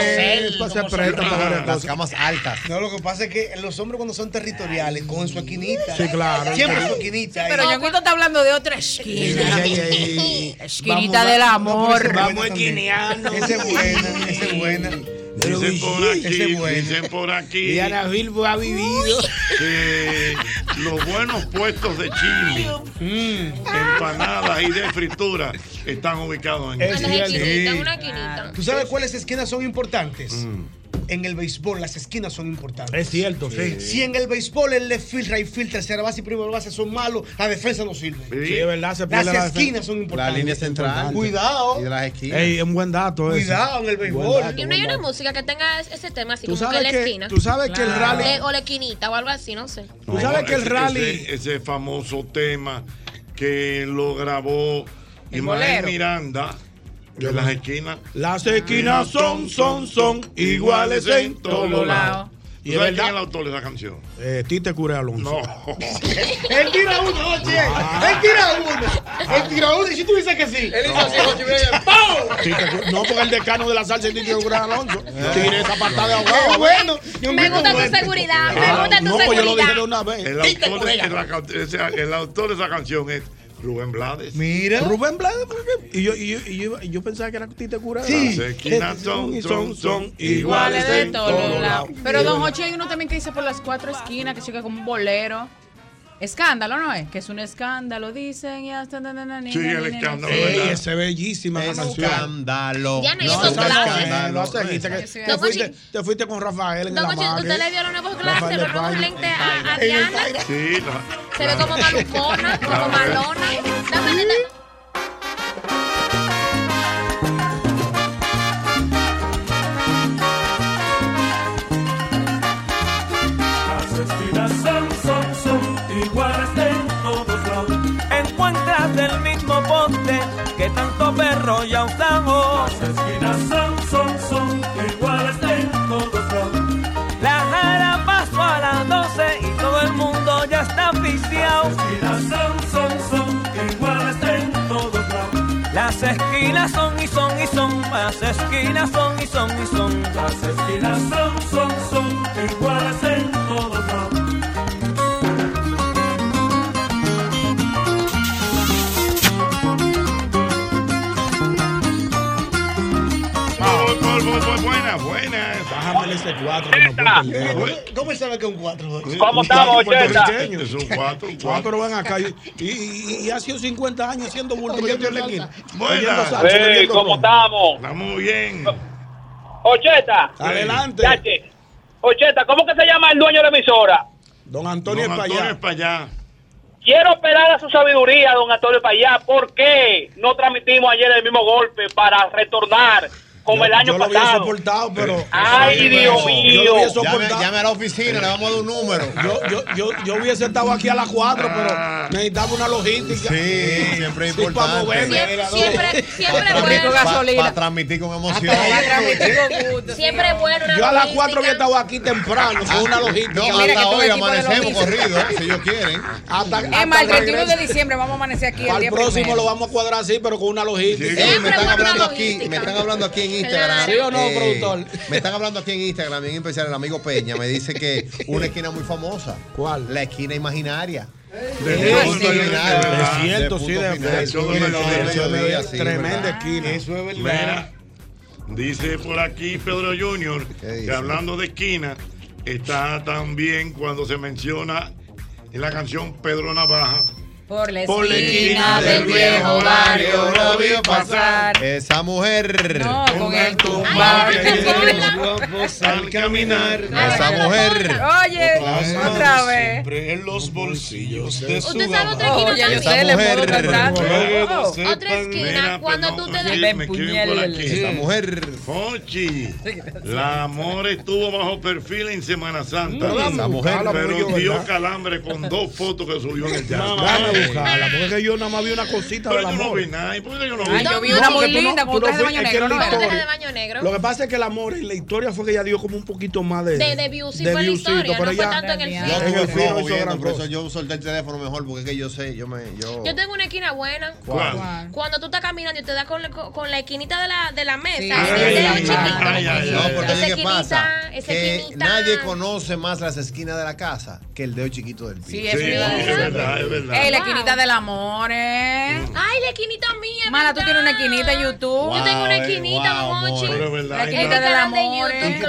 S9: Yo
S4: pa'
S9: sé
S4: se presta
S9: cómo
S4: para
S9: son.
S4: varias
S9: Las
S4: cosas.
S6: camas altas.
S9: No, lo que pasa es que los hombres cuando son territoriales, con su esquinita.
S4: Sí, claro.
S9: Siempre su esquinita. ahí.
S12: Pero Ñonguito está hablando de otra esquina.
S9: Ay, ay, ay.
S12: Esquinita
S9: Vamos,
S12: del
S9: va-
S12: amor.
S9: no, pero esa es buena
S12: Vamos
S9: también.
S12: esquineando.
S9: Esa es buena, esa es buena.
S3: Dicen por
S9: Ese
S3: aquí,
S9: es bueno.
S3: dicen por aquí.
S4: Diana Bilbo ha vivido.
S3: que los buenos puestos de chili,
S4: Mm.
S3: empanadas y de fritura están ubicados en
S9: Es
S3: Chile.
S9: cierto.
S7: Esquinita, una esquinita.
S9: ¿Tú sabes cuáles esquinas son importantes? En el béisbol las esquinas son importantes.
S4: Mm. Es cierto, sí.
S9: Si en el béisbol el left field, right field, tercera base y primera base son malos, la defensa no sirve.
S4: Sí, es verdad, se
S9: Las
S4: pierde la
S9: esquinas son importantes.
S6: La línea central.
S9: Cuidado.
S6: Y de las esquinas.
S4: Ey, es un buen dato ese.
S9: Cuidado en el
S4: Buen
S9: béisbol.
S4: dato,
S7: Y no
S4: buen
S7: hay una
S4: dato.
S7: música que tenga es- ese tema, así
S4: Tú
S7: como que
S4: sabes
S7: la
S4: que-
S7: esquina.
S4: tú sabes que el Claro. rally-
S7: Eh, O la esquinita o algo así, no sé.
S4: Tú sabes que el
S3: Ese-
S4: rally-
S3: Ese, ese famoso tema que lo grabó
S4: El
S3: Ismael
S4: bolero.
S3: Miranda. De las esquinas.
S4: Las esquinas son, son, son iguales en todos lados. Y
S3: ¿Y
S4: es
S3: es quién es
S4: verdad.
S3: el autor de esa canción?
S4: Eh, Tite Cure Alonso.
S9: Él tira uno, oye. Él tira uno. Él tira uno. Y si tú dices que sí. Él
S10: hizo así, Jochi, mira,
S4: Tite Cu- no, porque el decano de la salsa es Tite Cure Alonso. Tire esa patada de ahogado.
S9: Ah. Qué bueno.
S7: Me gusta tu seguridad, me Ah, gusta tu
S4: no, pues yo lo dije de
S7: seguridad.
S4: una vez.
S3: El autor, de, el, ese- el autor de esa canción es Rubén Blades.
S9: Mira.
S4: Rubén Blades, ¿por qué? y yo, y yo, y yo, y yo pensaba que era Tite Eh, Cure
S3: Sí.
S4: Alonso.
S3: Las esquinas son, son, son
S12: Iguales de todos lados. Pero
S4: Sí,
S12: Don
S4: bueno.
S12: Hochi hay uno también que dice por las cuatro esquinas, que chica como un bolero. Escándalo, ¿no es? Que es un escándalo, dicen. Y hasta, na, na, na, ni,
S4: Sí,
S12: na,
S4: el
S12: ni, na,
S4: escándalo,
S12: ni.
S4: ¿verdad? Esa es bellísima la canción.
S6: Escándalo.
S7: Ya no
S4: No,
S7: hizo
S4: eso es
S7: clases.
S4: escándalo, eso es que-
S12: Sí,
S4: Te
S7: Don
S4: fuiste, te fuiste con Rafael en
S7: Don
S4: la
S7: Mochi,
S4: madre.
S7: usted le vio los nuevos
S4: Rafael
S7: clases, los
S4: de
S7: nuevos
S4: España.
S7: lentes a, a
S4: En el
S7: Diana.
S3: Sí, la-
S7: Se ve como malucona, como malona. Dame, dame, dame.
S14: Las esquinas son, son
S2: esquinas son y son y son. Las esquinas son, son, son iguales en todos lados.
S3: Voy, voy, voy, voy, Buenas, buenas. Bájame ese 4 que me
S8: ¿Cómo él sabe que es un 4?
S4: Un cuatro puertorriqueño.
S3: Es un cuatro, un
S4: Ah, pero ven acá. Y, y- y- y ha sido 50 años haciendo bulto oyendo en la esquina. Oyendo
S3: Buenas.
S4: salsa, oyendo
S3: ¿cómo
S4: rock.
S3: estamos? Estamos muy bien.
S5: Ocheta.
S4: Adelante.
S5: Chache. Ocheta, ¿cómo que se llama el dueño de la emisora?
S4: Don Antonio
S5: Don Antonio
S4: es para allá.
S5: Quiero apelar a su sabiduría, don Antonio Payá, ¿por qué no transmitimos ayer el mismo golpe para retornar como el año
S4: Yo lo había
S5: pasado?
S4: soportado, pero.
S5: Ay, Dios
S4: Yo
S5: mío.
S4: lo había
S6: Llame-
S4: soportado.
S6: llame a la oficina, le vamos a dar un número.
S4: Yo, yo, yo, yo hubiese estado aquí a las 4, pero necesitaba una logística.
S6: Sí, siempre es
S4: Sí,
S6: importante.
S4: para moverme.
S6: Siempre-
S7: Siempre, siempre
S6: Para
S7: bueno.
S6: transmitir- Para transmitir con emoción.
S7: Siempre bueno. una
S4: Yo a las
S7: logística.
S4: 4 había estado aquí temprano, con una logística.
S6: No, hasta Mira que todo hoy el equipo de amanecemos logística. corrido,
S9: ¿eh?
S6: si ellos quieren.
S4: Hasta, hasta
S12: Es más, el 21 de
S4: regreso.
S12: diciembre vamos a amanecer aquí el
S4: Al
S12: día
S4: próximo
S12: primero.
S4: lo vamos a cuadrar así, pero con una logística.
S6: Sí, me están hablando aquí, me están hablando aquí en Instagram.
S4: ¿Sí o no,
S6: eh,
S4: productor?
S6: Me están hablando aquí en Instagram, bien especial el amigo Peña, me dice que una esquina muy famosa. ¿Cuál? La esquina imaginaria.
S4: De
S6: Punto
S4: Punto
S6: Final.
S4: Final.
S6: De
S4: Es cierto,
S6: Punto
S4: sí, de-
S6: Final.
S4: de-
S6: Eso
S4: de-
S6: es
S4: de-
S6: verdad,
S4: de-
S6: eso es
S4: de-
S6: verdad, sí,
S4: tremenda
S6: verdad.
S4: esquina. Eso es
S3: Mira, dice por aquí Pedro Junior que hablando de esquina, está también cuando se menciona en la canción Pedro Navaja.
S12: Por la
S3: Por la
S12: esquina
S3: esquina
S12: del
S3: del
S12: viejo
S3: viejo
S12: barrio
S3: barrio
S12: lo vi pasar.
S6: Esa mujer.
S12: No, con el
S6: tumbar
S12: que tienen los
S4: guapos al caminar.
S6: Esa mujer.
S12: Oye, otra vez.
S4: Siempre en los bolsillos de
S7: Usted sabe otra esquina
S12: Oye,
S7: también.
S12: yo sé, le puedo cantar.
S4: Luego
S12: Oh.
S7: Otra esquina, cuando tú te
S3: Sí,
S7: des-
S3: me escriben por aquí.
S6: Esa mujer.
S3: Fochi. La amor estuvo bajo perfil en Semana Santa.
S4: Mm, esa mujer.
S3: Pero
S4: Yo,
S3: dio
S4: ¿verdad?
S3: calambre con dos fotos que subió en el chat.
S4: Vamos a buscarla, porque es que yo nada más vi una cosita
S3: Pero
S4: del
S3: yo no
S4: amor.
S3: vi nada, ¿y por qué yo no vi?
S4: Ay, yo vi una muy linda, con traje de baño negro, ¿no?
S7: Con traje de baño negro.
S4: Lo que pasa es que el amor en la historia fue que ella dio como un poquito más de.
S7: De- de viewcito en la
S4: viewcito,
S7: historia,
S4: pero
S7: no fue
S4: ella-
S7: tanto en el feed.
S6: Yo
S4: En
S6: tuve
S4: el feed no
S6: flojo
S4: hizo
S6: viendo,
S4: gran
S6: por eso
S4: cosa.
S6: yo solté el teléfono mejor, porque es que yo sé, yo me. Yo...
S7: Yo tengo una esquina buena.
S6: ¿Cuál?
S7: Cuando tú estás caminando y te das con, la- con la esquinita de la, de la mesa, el
S6: Ay,
S7: dedo
S6: ay,
S7: chiquito.
S6: ay, ay, No, porque
S7: Esa
S6: oye, ¿qué
S7: esquinita,
S6: pasa?
S7: esa
S6: Que
S7: esquinita.
S6: nadie conoce más las esquinas de la casa que el dedo chiquito del pie.
S12: Sí, eso Sí, iba a
S3: es decir. verdad, es verdad.
S12: Ey, Eh, la esquinita del amor, ¿eh?
S4: Mm.
S7: Ay, la esquinita mía.
S12: Mala, tú tienes una esquinita en YouTube.
S7: Yo tengo una esquinita, Mochi.
S12: La esquinita del amor. ¿eh?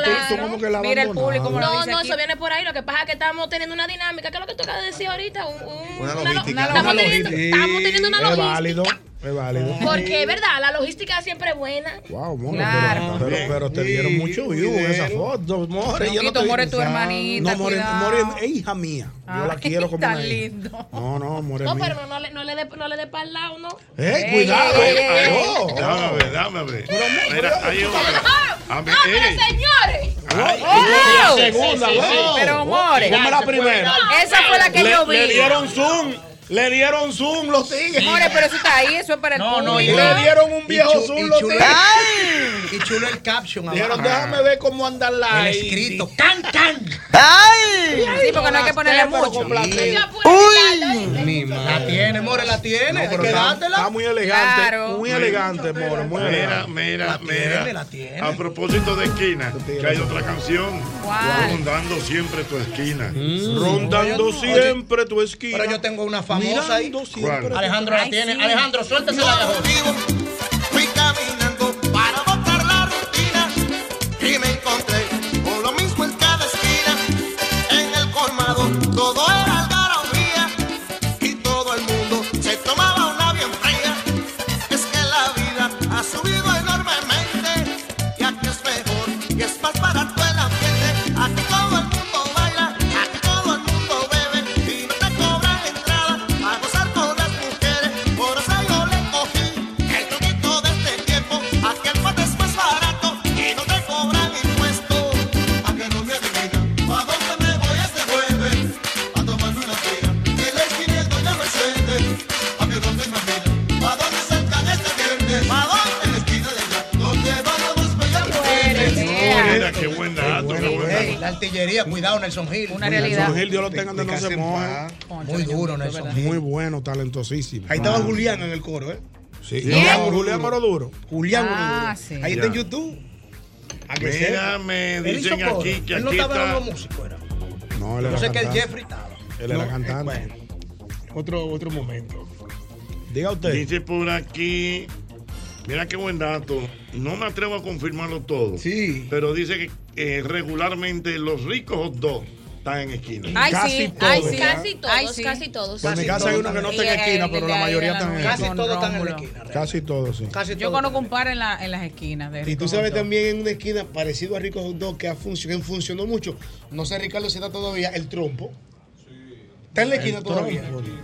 S12: Mira el público como lo
S7: No,
S12: dice
S7: no,
S12: aquí.
S7: eso viene por ahí. Lo que pasa es que estamos teniendo una dinámica. ¿Qué es lo que tú acabas de decir ahorita? Un- un-
S4: Una
S7: una lo-
S4: logística.
S7: Estamos teniendo, estamos teniendo una
S4: Es
S7: logística.
S4: válido, es válido.
S7: Porque es verdad, la logística siempre es buena.
S4: Wow, mono,
S12: Claro.
S4: pero, pero, pero te dieron mucho view en esa foto. More, yo no
S12: Moquito,
S4: te-
S12: More es tu hermanita,
S4: No, More,
S12: cuidado.
S4: More es hija mía. Yo la
S12: Ay,
S4: quiero como
S12: tan
S4: una hija. No, no, More es
S7: No, pero
S4: mía.
S7: no, no le, no le dé no le dé para el lado, ¿no? Eh,
S4: ¡Ey, cuidado! eh,
S3: Ay,
S4: ey,
S3: ay,
S4: ey,
S3: ay,
S4: ey.
S3: Dame a ver, dame a ver. Mira, hay un. A mí-
S7: ¡Ah,
S3: ey,
S7: pero señores!
S3: ay,
S12: ¡Oh!
S3: la segunda,
S12: Sí, sí,
S3: wow.
S12: sí. Pero, More.
S4: Dame la primera.
S12: Esa fue la que
S4: Le-
S12: yo vi.
S4: Le dieron zoom. Le dieron zoom los tigres.
S12: More, pero eso está ahí, eso es para el
S10: No, no,
S12: público.
S10: y
S4: Le dieron un viejo
S10: Y chu-
S4: zoom
S10: y
S4: los
S10: chulo-
S4: tigres.
S10: Y chulo el caption.
S4: Dijeron,
S10: abajo.
S4: déjame ver cómo anda la.
S10: El escrito. ¡Can, can!
S4: ¡Ay!
S12: Sí, porque no hay que ponerle mucho.
S10: ¡Uy! La tiene, More, la tiene. Hay que
S4: está,
S10: dártela.
S4: está muy elegante.
S10: Claro.
S4: Muy elegante, More. Muy
S3: Mira,
S4: elegante.
S3: mira, mira. A propósito de esquina, que hay otra canción.
S10: ¿Cuál?
S3: Rondando siempre tu esquina.
S4: Rondando siempre tu esquina.
S10: Mm. Pero yo tengo una famosa ahí.
S3: siempre tu-
S10: Alejandro la
S3: Ay,
S10: tiene.
S3: sí.
S10: Alejandro, suéltese la
S15: Fui caminando para botar la rutina y me encontré con lo mismo en cada esquina. En el colmado todo era algarabía y todo el mundo se tomaba una bien fría. Es que la vida ha subido enormemente y aquí es mejor y es más barato el ambiente. Aquí todo el mundo baila, aquí todo el mundo bebe y no te cobran entrada a gozar con las mujeres. Por eso yo le cogí el truquito de este tiempo, aquel cuate es más barato y no te cobran impuestos. A que no me adivinan, ¿a dónde me voy este jueves? A tomarme una pena, que la esquina es doña Mercedes. A que no me imaginan, ¿a dónde saltan este viernes? ¿A dónde? En la esquina de allá, donde van a más bellas mujeres.
S3: Mira, qué buen dato, qué buen dato.
S10: La artillería, cuidado, Nelson Gil.
S4: Una realidad. Nelson Gil, Dios lo tenga donde no se moja.
S10: Muy duro, Nelson Gil.
S4: Muy bueno, talentosísimo.
S16: Ahí estaba Julián en el coro, ¿eh?
S4: Sí.
S8: ¿Quién?
S4: Julián, Julián Moro Duro.
S8: Julián
S12: Ah,
S8: Moro Duro.
S12: sí.
S8: Ahí está en
S3: Ya.
S8: YouTube. A que
S3: Mira,
S8: sepa.
S3: me
S8: Él
S3: dicen
S8: hizo
S3: aquí
S8: coro.
S3: que
S8: Él no
S3: aquí
S8: estaba
S3: está.
S8: hablando músico, era.
S4: No, él
S8: Yo
S4: era
S8: sé que el
S4: cantante.
S8: Jeffrey estaba.
S4: Él era
S8: No, eh,
S4: cantante.
S8: bueno. Otro, otro momento.
S4: Diga usted.
S3: Dice por aquí. Mira qué buen dato. No me atrevo a confirmarlo todo. Sí. Pero dice que eh, regularmente los ricos hot dogs están en esquina.
S7: Ay, sí, ay, sí.
S3: ¿verdad?
S7: Casi todos, casi todos.
S4: Pues en mi casa hay uno que no está en esquina, pero la mayoría están en
S8: Casi
S4: esquina.
S8: todos están en la
S12: esquina.
S4: Casi todos, sí.
S12: Yo conozco un par en, la, en las esquinas. De
S8: Y tú
S12: Rico
S8: sabes
S12: Hot Dog.
S8: también en una esquina parecido a Rico Hot Dog que ha funcionado, funcionó mucho. No sé, Ricardo, si está todavía el trompo. Está en la esquina todavía.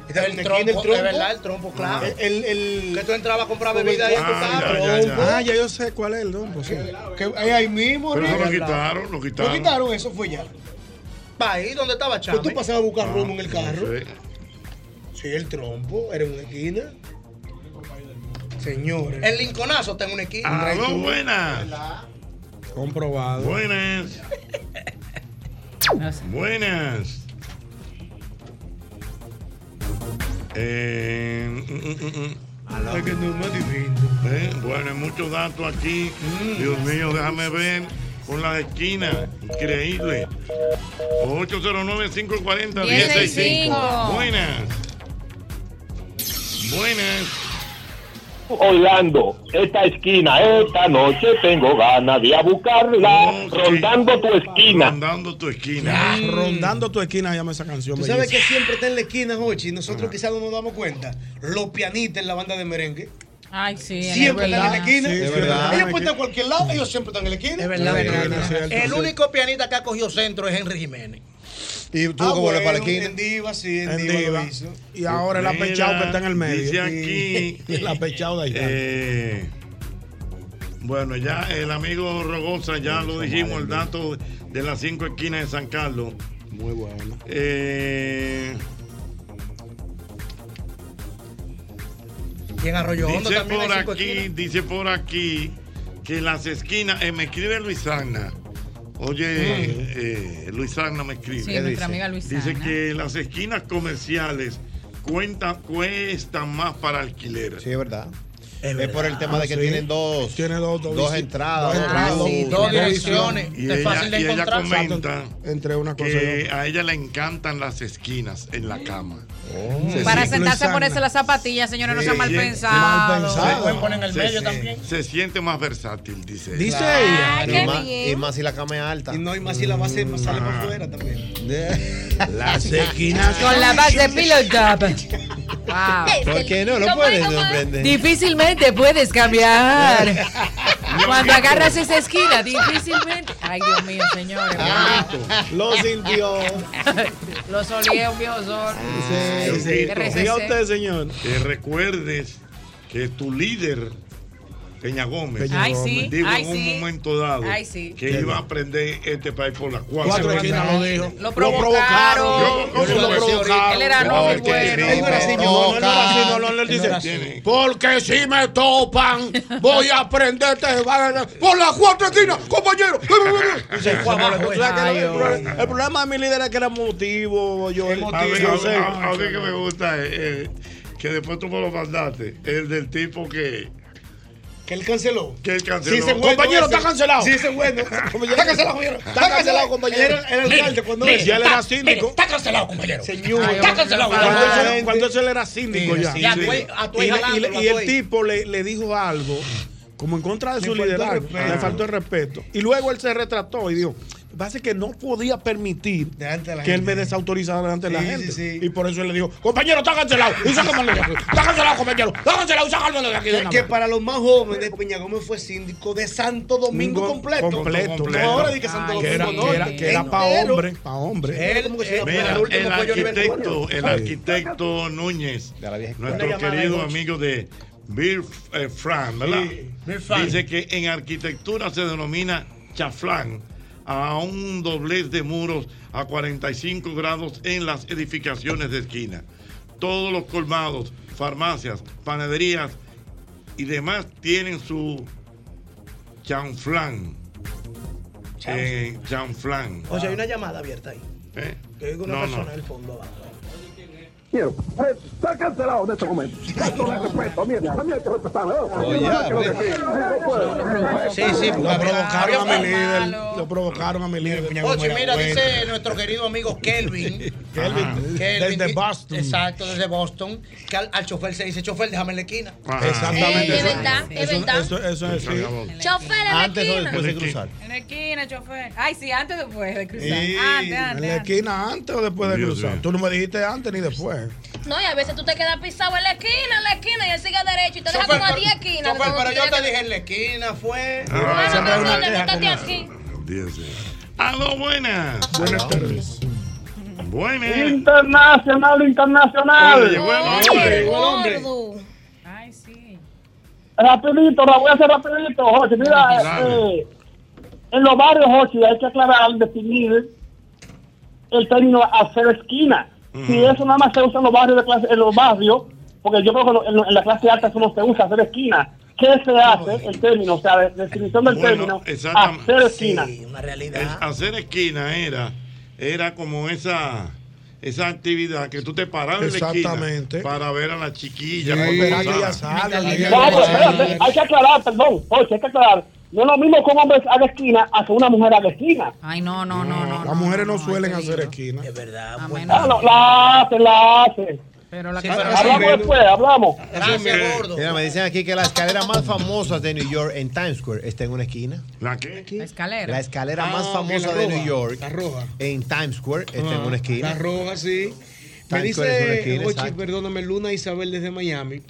S8: Está en
S10: El
S8: la esquina
S10: trompo, es verdad, el trompo, claro.
S8: El, el-
S10: Que tú entrabas a comprar
S8: Como
S10: bebida y
S8: el
S10: a tu
S8: trompo.
S10: carro.
S3: ya, ya.
S8: Trompo.
S4: Ah, ya yo sé cuál es el
S8: Pues
S4: trompo, sí.
S8: Que ahí, ahí mismo.
S3: Pero eso lo
S8: Ricardo.
S3: quitaron, lo quitaron.
S8: Lo quitaron, eso fue ya.
S10: Pa' ahí donde estaba Chame.
S8: Pues tú pasabas a buscar rumbo en el carro.
S3: Ah, Sí.
S8: Sí, el trompo era en una esquina. Señores.
S10: El linconazo está en una esquina.
S3: Aló, buenas.
S4: Comprobado.
S3: Buenas. Buenas. Eh,
S8: Es que no me adivino.
S3: Eh, bueno, hay muchos datos aquí.
S8: Mm.
S3: Dios mío, déjame ver con las esquinas. Increíble. 809-540-1065. Buenas. Buenas.
S17: Orlando, esta esquina, esta noche tengo ganas de a buscarla, rondando tu esquina.
S3: Mm, Rondando tu esquina.
S4: Rondando tu esquina llama esa canción.
S8: Tú sabes que
S4: bellísima.
S8: siempre está en la esquina, Jochi, y
S3: Ah.
S8: nosotros quizás no nos damos cuenta. Los pianistas en la banda de merengue.
S12: Ay, sí.
S8: Siempre están en
S12: es
S8: la
S12: verdad.
S8: esquina.
S4: Sí, es verdad.
S8: Ellos pueden estar en cualquier lado, ellos siempre están en la esquina. Es
S10: verdad,
S4: es verdad, es cierto,
S10: El
S4: sí.
S10: único pianista que ha cogido centro es Henry Jiménez.
S4: Y tú
S8: Ah,
S4: que vuelves para la
S8: bueno,
S4: esquina.
S8: En diva, sí, en,
S4: En
S8: diva, lo
S4: Diva.
S8: hizo.
S4: Y ahora el apechado que está en el medio.
S3: Dice aquí.
S4: Y el apechado de allá.
S3: Eh, bueno, ya el amigo Rogosa, ya lo dijimos, el dato de las cinco esquinas de San Carlos.
S4: Muy bueno.
S3: Eh,
S10: Y en Arroyo Hondo
S3: dice
S10: también hay
S3: por
S10: cinco
S3: aquí, dice por aquí que las esquinas, eh, me escribe Luisana. Oye, eh, Luisana me escribe.
S12: Sí, nuestra amiga Luisana.
S3: Dice que las esquinas comerciales cuentan, cuestan más para alquiler.
S6: Sí, es verdad. Ah, Es, por el tema de que tienen dos,
S4: Ah, dos,
S6: dos
S4: bici-
S6: entradas,
S4: dos entradas, sí, dos direcciones,
S3: Y
S4: es
S3: ella,
S4: fácil de
S3: y ella
S4: encontrar.
S3: comenta
S4: Entre una cosa y
S3: que
S4: otra.
S3: a ella le encantan las esquinas en la cama. Se
S12: Mm. Para
S3: siente-
S12: sentarse a
S3: Luisana.
S12: ponerse las zapatillas, señores, no
S3: Sí,
S12: sean mal
S3: sí,
S12: pensados.
S3: Se sien- Se siente más versátil, dice
S6: Dice
S3: ella.
S6: ella.
S12: Ay,
S6: y,
S12: qué
S6: más,
S12: bien.
S6: y más si la cama es alta. Y
S8: no, y más si la base sale para afuera también.
S6: Las esquinas.
S14: Con la base de Pillow Job.
S6: ¿Por qué no? Lo pueden sorprender.
S14: Difícilmente puedes cambiar. Cuando agarras esa esquina, difícilmente. Ay, Dios mío, señores.
S12: Ah.
S4: Lo sintió.
S12: Los olieos, viejos son.
S4: Sí, sí.
S12: RCC.
S4: Diga usted, señor.
S3: Que recuerdes que tu líder, Peña Gómez,
S12: Peña Ay, Gómez. sí,
S3: dijo
S12: ay,
S3: en un
S12: sí.
S3: momento dado
S12: Ay, sí.
S3: que iba a aprender este país por las cuatro,
S4: Cuatro esquinas lo dijo.
S12: Lo provocaron.
S3: Yo- yo-
S4: Lo
S3: yo-
S4: provocaron.
S12: Él era
S4: No,
S12: muy
S4: es que
S12: bueno.
S4: sí,
S12: Él no era así,
S4: me
S12: mi amor, él no era
S4: tocan.
S12: así, no,
S4: Él dice, Porque si me topan, voy a aprender te van a- por las cuatro esquinas, compañero. Y se fue abajo. Tú sabes que el- el, el problema de mi líder es que era emotivo. Yo
S3: A mí,
S4: no
S3: a-
S4: sé.
S3: a- a mí que me gusta eh, eh, que después tú me lo mandaste, el del tipo que
S8: Que él canceló.
S3: que él canceló.
S8: Sí, ese bueno ese. Sí, ese bueno. Está cancelado, compañero.
S4: Está cancelado, compañero.
S8: Era era el alcalde cuando
S4: Mire,
S8: es.
S4: ya él era
S8: Está-
S4: síndico.
S8: mire, Está cancelado, compañero. Señor.
S4: Ay,
S8: Está cancelado,
S4: Cuando,
S8: compañero.
S4: él, cuando él era síndico
S8: Sí,
S4: ya.
S8: sí, Y a tu- sí. a tu
S4: Y le-
S8: hija
S4: y le-
S8: Lando,
S4: y
S8: a tu
S4: el
S8: hija.
S4: tipo le, le dijo algo como en contra de
S8: Le
S4: su
S8: faltó el
S4: liderazgo.
S8: respeto.
S4: Le faltó el respeto. Y luego él se retrató y dijo, lo que pasa es que no podía permitir
S8: de la
S4: que él
S8: gente.
S4: me desautorizara delante de la
S8: Sí, sí,
S4: gente. Y por eso él le dijo, compañero, está cancelado. Y sácamelo de aquí. Está cancelado, compañero. Está cancelado y sácamelo de aquí. de
S8: Que,
S4: una
S8: que
S4: vez".
S8: para los más jóvenes, Peña Gómez fue síndico de Santo Domingo
S4: Ningún-
S8: completo.
S4: Completo.
S8: No, ahora di que Santo
S4: Que era-
S8: Domingo
S4: que era-
S8: Norte.
S4: Que era para
S8: Entero.
S4: hombre. eh, Para hombre.
S8: Él- como que se llama,
S3: Mira,
S8: el último
S3: el
S8: pollo nivel
S3: arquitecto,
S8: cuatro.
S3: el arquitecto Núñez, nuestro
S8: Una llamada
S3: querido
S8: de Gochi.
S3: amigo de Bill eh, Fran, ¿verdad?
S8: Sí, Bill Fran.
S3: Dice que en arquitectura se denomina chaflán a un doblez de muros a 45 grados en las edificaciones de esquina. Todos los colmados, farmacias, panaderías y demás tienen su chanflán. Eh, chanflán.
S10: O sea, hay una llamada abierta ahí.
S3: ¿Eh?
S10: Yo digo una
S3: No, no.
S10: persona del fondo abajo.
S18: quiero. Eh, Está cancelado en este momento. Esto no es respeto, mierda. A mí hay que respetarme. ¿no?
S6: Oye,
S18: Yo creo que sí. No puedo.
S4: Sí, sí, lo provocaron a mi líder. Lo provocaron a mi líder.
S10: Oye, mira, dice nuestro querido amigo Kelvin.
S4: Ajá. Desde Boston.
S10: Exacto, desde Boston. Que al, al chofer se dice, chofer, déjame en la esquina.
S4: Ajá. Eh, Exactamente.
S7: Ey, es
S4: eso-
S7: verdad, es
S4: eso-
S7: verdad.
S4: Eso eso es así.
S7: Chofer en la esquina.
S4: cruzar.
S12: En la esquina, chofer. Ay, sí, antes o después de cruzar.
S4: Sí,
S12: Antes,
S4: en la
S12: antes.
S4: esquina antes o después de cruzar. Tú no me dijiste antes ni después.
S7: No, y a veces tú te quedas pisado en la esquina, en la esquina, y él sigue derecho y te deja como a 10 esquinas.
S10: Chofer, pero yo te
S7: dije
S10: dije en la esquina, fue.
S3: Ah,
S7: Bueno, pero
S3: una
S7: no,
S3: queja
S7: quítate
S3: con
S7: aquí.
S3: Aló, buenas. Buenas tardes. Buenas.
S19: Internacional, internacional.
S3: Oye, buen hombre. Buen hombre.
S12: Ay, sí.
S19: Rapidito, la voy a hacer rapidito, Jorge. Mira,
S3: Dale.
S19: eh, en los barrios, Jorge, hay que aclarar, definir el término hacer esquina.
S6: Mm.
S3: Mm.
S19: Si eso nada más se usa en los barrios, de clase, en los barrios, porque yo creo que lo- en, lo- en la clase alta eso no se usa, hacer esquina. ¿Qué se hace el término? O sea, de- definición del término,
S3: exactamente.
S19: hacer esquina.
S3: Es- hacer esquina era, era como esa, esa actividad que tú te parabas en la esquina
S4: Exactamente.
S3: para ver a la chiquilla.
S4: Sí,
S3: cuando
S4: esperar que
S3: pasaba.
S4: ella salga, que
S3: Ay,
S4: ella
S19: No, pero
S3: salga.
S19: espérate, hay que aclarar, perdón, Jorge, hay que aclarar. No es lo mismo que un hombre a la esquina hace una mujer a la esquina.
S12: Ay, no, no, no, no.
S4: Las mujeres no suelen hacer esquina. Es
S10: verdad.
S19: Ah, no, la hace, la hace.
S12: Pero la
S19: Ah, hablamos después, hablamos.
S6: Mira, me dicen aquí que la escalera más famosa de New York en Times Square está en una esquina.
S3: ¿La qué?
S12: La escalera.
S6: La escalera
S8: Ah,
S6: más
S8: ok,
S6: famosa
S8: la
S6: de
S8: roja,
S6: New York
S8: la roja.
S6: en Times Square está en
S8: Ah,
S6: una esquina.
S8: La roja, sí. Me
S6: Times Square es una
S8: dice,
S6: esquina,
S8: Ochi,
S6: exacto.
S8: perdóname, Luna Isabel desde Miami.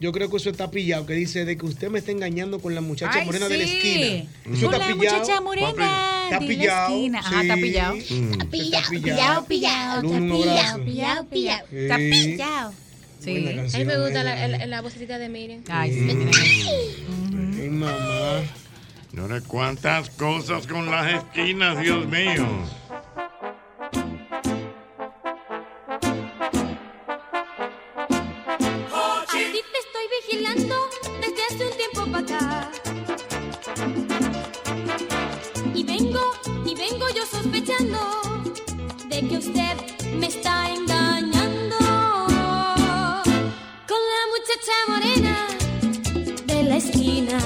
S8: Yo creo que eso está pillado, que dice de que usted me está engañando con la muchacha
S12: Ay,
S8: morena de la
S12: sí.
S8: esquina.
S12: Mm.
S8: Eso
S12: Con
S8: está
S12: la
S8: pillado.
S12: muchacha morena
S8: Está
S12: de la
S8: pillado,
S12: esquina. Ajá, está
S8: sí. Mm,
S12: pillado.
S8: Está
S12: Pillao, pillao,
S8: Luna, un abrazo.
S7: pillao, pillao.
S8: Sí.
S7: Está pillao.
S8: Buena
S7: A mí
S8: canción,
S7: me gusta
S8: buena
S7: la,
S8: canción.
S7: la, la vocecita de Miren.
S12: Ay,
S3: Ay, mamá. Señores, cuántas cosas con las esquinas, Dios mío.
S20: Sí, te estoy vigilando desde hace un tiempo para acá. Y vengo, y vengo yo sospechando de que usted me está engañando con la muchacha morena de la esquina,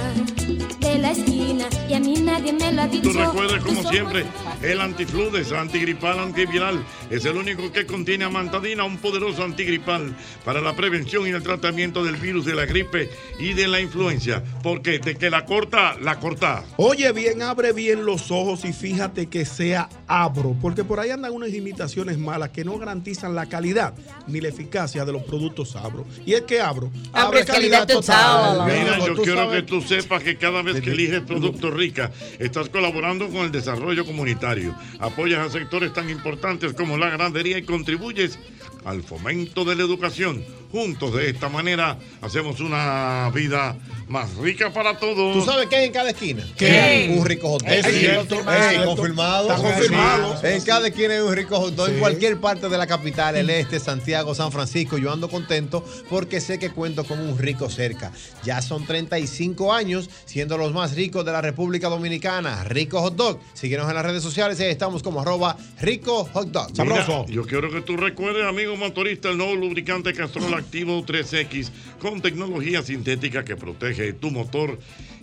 S20: de la esquina. Y a mí nadie me lo ha dicho.
S3: Tú recuerdas,
S20: Tus
S3: como
S20: ojos
S3: siempre, el antifludes, antigripal, antiviral. Es el único que contiene amantadina, un poderoso antigripal para la prevención y el tratamiento del virus de la gripe y de la influenza. Porque de que la corta, la corta.
S4: Oye bien, abre bien los ojos y fíjate que sea abro, porque por ahí andan unas imitaciones malas que no garantizan la calidad ni la eficacia de los productos abro. Y es que abro.
S3: Abre Mira,
S4: Mira,
S3: yo
S4: tú
S3: quiero
S4: sabes-
S3: que tú sepas que cada vez que eliges Producto Rica, estás colaborando con el desarrollo comunitario, apoyas a sectores tan importantes como la ganadería y contribuyes al fomento de la educación. Juntos de esta manera hacemos una vida más rica para todos.
S6: ¿Tú sabes qué hay en cada esquina?
S3: ¿Qué?
S6: Un rico hot dog.
S3: Es cierto,
S6: Sí,
S3: es cierto.
S6: confirmado.
S3: Está confirmado.
S6: En cada esquina hay un rico hot dog. En cualquier parte de la capital, el este, Santiago, San Francisco, yo ando contento porque sé que cuento con un rico cerca. Ya son 35 años siendo los más ricos de la República Dominicana. Rico hot dog. Síguenos en las redes sociales. ahí Estamos como arroba rico hot dog.
S3: Mira, yo quiero que tú recuerdes, amigo motorista, el nuevo lubricante Castrol Activo 3X con tecnología sintética que protege tu motor.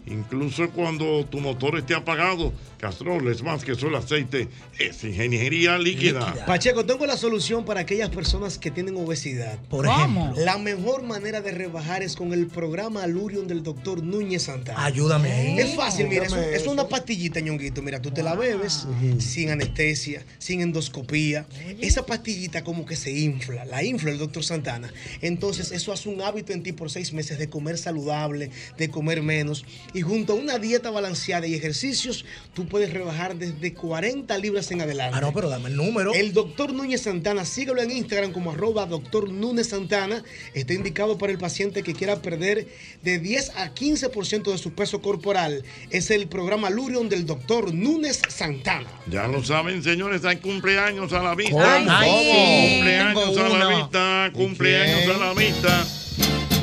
S3: Incluso cuando tu motor esté apagado, Castrol es más que solo aceite, es ingeniería líquida.
S8: Pacheco, tengo la solución para aquellas personas que tienen obesidad. Por
S10: ¿Cómo? ejemplo.
S8: La mejor manera de rebajar es con el programa Alurion del doctor Núñez Santana.
S10: Ayúdame ahí. Ah.
S8: Es fácil, mira, es, un-
S10: Ayúdame
S8: es una pastillita, ñonguito. Mira, tú te la bebes sin anestesia, sin endoscopía. Esa pastillita como que se infla, la infla el doctor Santana. Entonces, eso hace un hábito en ti por seis meses de comer saludable, de comer menos. Y junto a una dieta balanceada y ejercicios, tú puedes rebajar desde 40 libras en adelante.
S10: Ah, no, pero dame el número.
S8: El doctor Núñez Santana, sígalo en Instagram como arroba doctor Núñez Santana. Está indicado para el paciente que quiera perder de 10 a 15% de su peso corporal. Es el programa Lurion del doctor Núñez Santana.
S3: Ya lo saben, señores, hay cumpleaños a la vista.
S8: ¿Cómo? Ay, sí.
S3: Cumpleaños
S8: Tengo
S3: a la
S8: uno.
S3: vista, cumpleaños a la vista.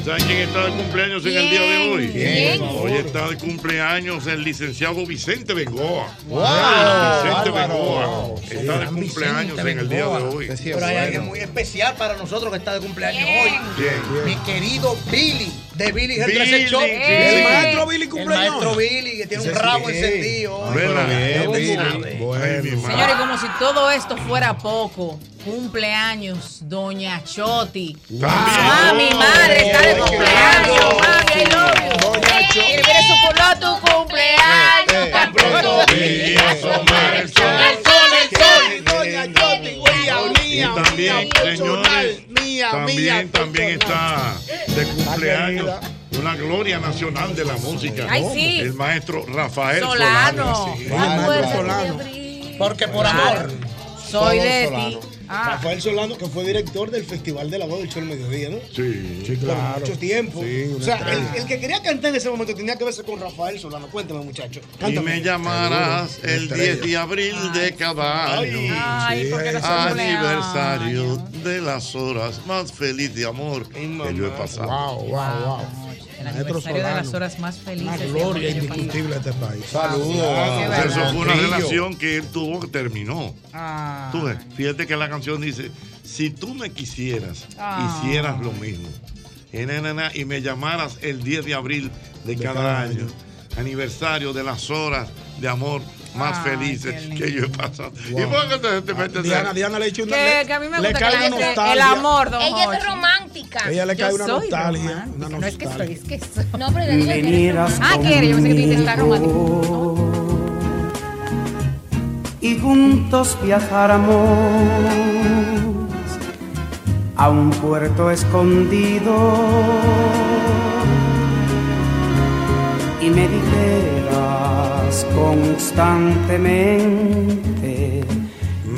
S3: ¿Saben quién está de cumpleaños en el día de hoy?
S21: ¿Quién? ¿Quién?
S3: Hoy está de cumpleaños el licenciado Vicente Bengoa.
S21: ¡Wow!
S3: Vicente Bengoa está de cumpleaños en el día de hoy.
S10: Pero hay alguien muy especial para nosotros que está de cumpleaños hoy.
S3: Bien.
S10: Mi querido Billy, de Billy el
S3: Billy,
S10: 13 Show.
S3: sí. El maestro
S10: Billy cumpleaños. El maestro Billy, que tiene un rabo encendido. hoy.
S3: ¿Verdad?
S12: Señores, como si todo esto fuera poco. Cumpleaños, Doña Choti. Mami, madre, está de cumpleaños. Mami, I love you. Eh, Mira, eso fue tu cumpleaños. tan pronto.
S21: El sol, el sol. Doña Yoti, guía,
S3: Y también, señores, también, también está de cumpleaños una gloria nacional de la música.
S10: Ay, sí.
S3: El maestro Rafael
S10: Solano.
S3: Solano.
S10: Sí. Ah, pues,
S8: Solano.
S10: Porque por amor. Ah.
S8: Soy
S10: de
S8: Solano. Rafael Solano, que fue director del Festival de la Voz del Show del Mediodía, ¿no?
S3: Sí,
S8: Por mucho tiempo.
S3: Sí,
S8: o sea, el, el que quería cantar en ese momento tenía que verse con Rafael Solano. Cuéntame, muchacho.
S3: Y
S8: Cántame.
S3: me llamarás el 10 de abril de cada año.
S8: Ay, porque no son
S3: aniversario de las horas más feliz de amor que yo he pasado.
S4: Wow, wow, wow.
S12: El
S4: Maestro
S12: aniversario de las
S4: Solano.
S12: horas más felices.
S4: Una
S12: de
S4: gloria
S12: Antonio Pan.
S4: indiscutible a este país.
S3: Saludos.
S4: Sí,
S3: Eso fue una
S4: Trillo.
S3: relación que él tuvo que terminó.
S12: Ah.
S3: Tú ves, fíjate que la canción dice, si tú me quisieras,
S12: Ah.
S3: hicieras lo mismo. Y, na, na, na, y me llamaras el 10 de abril de, cada,
S4: cada
S3: año, aniversario de las horas de amor más
S4: Ay,
S3: felices
S4: qué
S3: que yo he pasado. ¿Y por qué te, te metes
S4: Ah, Diana, Diana le echa una.
S7: Que-
S4: le-
S7: que a mí me
S4: le
S7: gusta que
S4: cae
S7: la
S4: una
S7: gente-
S4: nostalgia.
S7: el amor, don Ella es
S12: Jorge.
S7: romántica.
S4: Ella le cae una nostalgia.
S12: romántica,
S4: Una
S12: no es que
S4: nostalgia.
S12: soy, es que soy.
S7: No, pero de verdad que eres
S13: Venirás
S12: Ah, que era, yo pensé que tú dices está romántico.
S13: y juntos viajáramos a un puerto escondido y me dijeras constantemente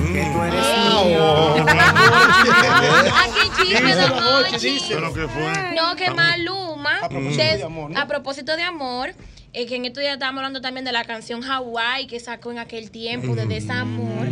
S13: que tú eres mío.
S7: Ah, qué chiste,
S13: Díselo,
S7: don
S13: Jorge,
S7: Hochi.
S13: díselo.
S3: ¿Pero qué fue?
S7: No, que Maluma,
S3: A propósito
S7: des-
S3: de amor, ¿no?
S7: a propósito de amor, eh, que en estos días estábamos hablando también de la canción Hawái que sacó en aquel tiempo de Desamor.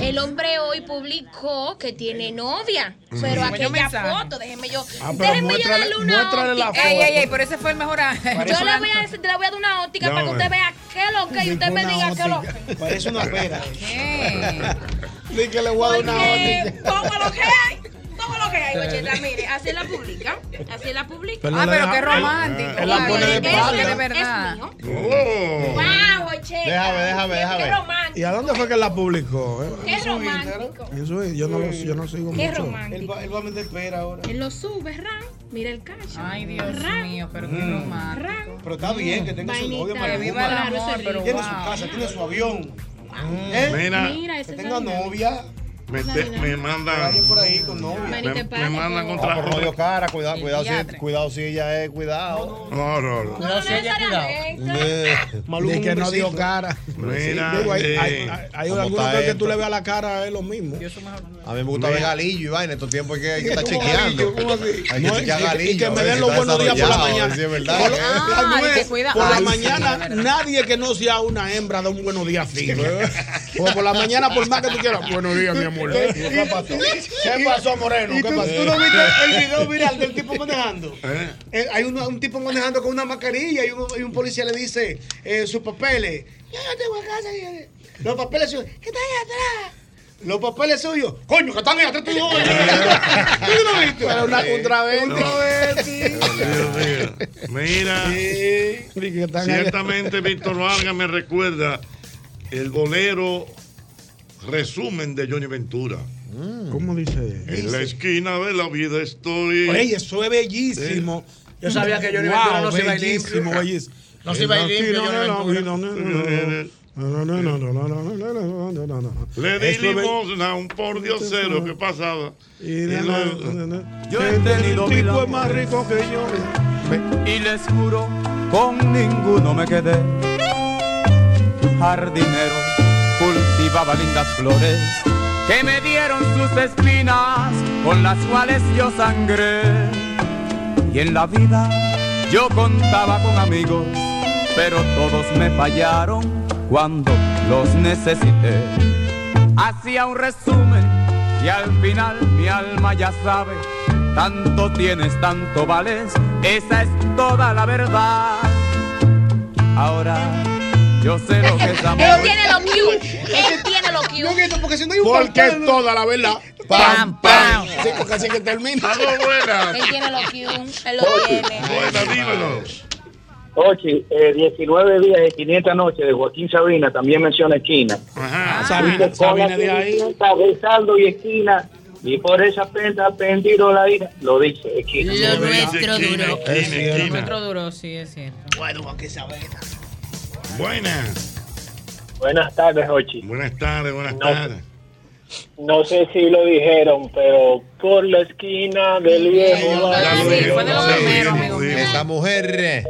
S7: El hombre hoy publicó que tiene novia, pero
S12: Bueno,
S7: aquella
S12: mensaje.
S7: foto, déjeme yo,
S12: Ah, pero
S7: déjeme yo
S12: muéstrale-
S7: darle una
S12: muéstrale la
S7: óptica.
S12: Ey, ey, ey, foto. pero ese fue el mejor
S7: Yo le voy a decir, le voy a dar una óptica
S8: Ya
S7: para que
S8: ves.
S7: usted vea qué es lo que y usted me
S8: Una
S7: diga qué es lo que.
S8: óptica. Parece una pera.
S4: Ni que le voy a dar una
S7: Porque
S4: orden.
S7: todo lo que hay, todo lo que hay, Bacheta, mire, así la publica, así la publica.
S4: Pero Ah, no pero deja- qué romántico.
S12: él la pone de espalda.
S7: de verdad.
S4: Oh.
S7: Wow, Bacheta.
S4: Déjame, déjame,
S7: Qué-
S4: déjame.
S7: Qué romántico.
S4: ¿Y a dónde fue que la publicó?
S7: Qué romántico.
S4: Eso es, yo no, lo- yo no sigo
S7: Qué
S4: mucho.
S7: romántico.
S8: Él va, él va a meter pera ahora.
S7: Él lo sube, ran. Mira el cacho.
S12: Ay, Dios mío, pero qué
S8: Mm.
S12: romántico.
S8: Pero está bien que tenga su
S7: Vainita,
S8: novio
S12: que
S8: para
S12: viva el amor, pero
S8: Tiene su
S12: wow.
S8: casa, tiene su avión.
S3: Mira.
S7: Mira, ese
S8: que
S7: es
S8: tenga
S7: el-
S8: novia.
S3: Me, te- me mandan.
S8: Alguien por ahí con novia.
S3: Me, me mandan
S6: Ah,
S3: contra.
S6: pero no dio cara, cuidado, cuidado, si,
S8: diatre.
S6: cuidado si ella es, cuidado.
S3: No, no, no.
S6: Cuidado si ella
S4: Ni que no dio cara.
S6: Mira,
S4: Sí, digo, hay,
S6: eh,
S4: hay, hay- hay
S6: ¿cómo
S4: algunos
S6: está
S4: que que
S6: esto?
S4: tú le veas la cara es lo mismo.
S6: A mí me gusta ver galillo y vaina, estos tiempos hay que, hay que estar
S4: ¿Cómo
S6: chequeando.
S4: galillo? ¿Cómo así?
S6: Hay que
S4: No,
S6: chequear
S4: y- y
S6: galillo.
S4: que
S6: a
S4: me
S6: ver
S4: den
S6: si
S4: los
S6: eh, está
S4: buenos días por la
S6: desarrollado, a ver
S4: mañana.
S6: si es verdad.
S4: Por,
S12: Ah,
S4: no
S12: y te
S4: es-
S12: cuida-
S4: por la
S12: Ay, sí,
S4: mañana,
S12: es
S4: nadie que no sea una hembra da un buenos días fijo. O por la mañana, por más que tú quieras. Buenos días, mi amor.
S8: ¿Qué pasó? ¿Qué pasó, Moreno? ¿Qué pasó? ¿Tú no viste el video viral del tipo manejando? Eh, hay uno- un tipo manejando con una mascarilla y un, y un policía le dice eh, sus papeles. Yo no tengo casa. yo- Los papeles suyos. ¿Qué están ahí atrás? Los papeles suyos. Coño, que están ahí atrás. ¿Tú no ves? ¿Tú no viste?
S4: Pero una contravez.
S8: Un travesti.
S3: Dios mío. Mira, ciertamente Víctor Vargas me recuerda el bolero resumen de Johnny Ventura.
S4: ¿Cómo dice?
S3: En la esquina de la vida estoy.
S4: Oye, eso es bellísimo.
S3: Yo sabía que Johnny
S4: Wow,
S3: Ventura no se iba a ir
S4: bellísimo,
S3: limpio.
S4: bellísimo.
S3: No se iba a ir limpio,
S4: No,
S3: Johnny
S4: no,
S3: Ventura.
S4: no, no, no, no, no, no, no, no, no, no, no, no, no, no.
S3: Le
S4: Eso
S3: di
S4: es be-
S3: limosna a un por diosero que pasaba.
S4: Y
S3: Y
S4: na, na,
S3: luego-
S4: na, na.
S3: Yo
S4: Que
S3: he tenido
S4: el
S3: mil
S4: tipo es más
S3: amores.
S4: rico que yo.
S13: Y les juro, con ninguno me quedé. Jardinero cultivaba lindas flores que me dieron sus espinas con las cuales yo sangré. Y en la vida yo contaba con amigos, pero todos me fallaron cuando los necesité. Hacía un resumen y al final mi alma ya sabe Tanto tienes, tanto vales, esa es toda la verdad. Ahora yo sé lo que es amor.
S7: Él tiene lo cute. Él tiene lo cute.
S8: Porque si no hay un
S4: Porque
S8: pantano-
S4: es toda la verdad.
S3: Ah,
S7: Pam, pam.
S8: Sí, porque así que termina.
S7: Él tiene lo cute. Él lo tiene.
S22: Ochi, eh, 19 días y 500 noches de Joaquín Sabina, también menciona esquina.
S12: Ah.
S4: Sabina,
S22: Dice,
S4: Sabina
S22: "Con
S4: de
S22: la
S4: ahí".
S22: sirvienta, Besaldo y esquina, y por esa pena pendido la ira, lo dice esquina.
S12: Lo nuestro
S22: esquina,
S12: Ah, duro.
S22: esquina, esquina.
S12: Lo nuestro duro, sí, es cierto.
S8: Bueno, aunque saber.
S3: Buenas.
S22: Buenas tardes, Ochi.
S3: Buenas tardes, buenas
S22: tardes. No sé si lo dijeron, pero por la esquina del viejo. barrio.
S6: Esa mujer.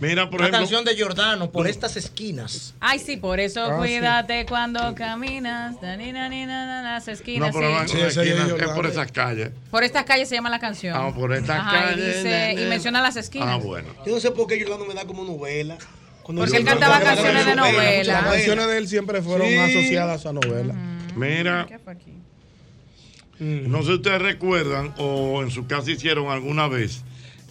S3: Mira,
S22: por
S10: Una canción de Giordano, por estas esquinas.
S12: Ay, sí, por eso
S10: Ah, sí.
S12: cuídate cuando caminas. da, ni, na, ni, na, na, na, las
S3: No,
S12: esquinas.
S3: pero no,
S12: sí.
S3: no, esquina, es por esas calles.
S12: Por estas calles se llama la canción.
S3: Ah, por estas
S12: Ajá, y
S3: calles,
S12: dice-
S3: de- de-
S12: y menciona las esquinas.
S3: Ah, bueno.
S8: Yo no sé por qué Yolanda me da como novela. Cuando
S12: Porque él
S8: Yolanda
S12: cantaba
S8: me da como
S12: canciones de novela.
S8: muchas
S4: Las canciones de él siempre fueron
S3: Sí.
S4: asociadas a novelas.
S3: Mira, no sé si ustedes recuerdan o en su casa hicieron alguna vez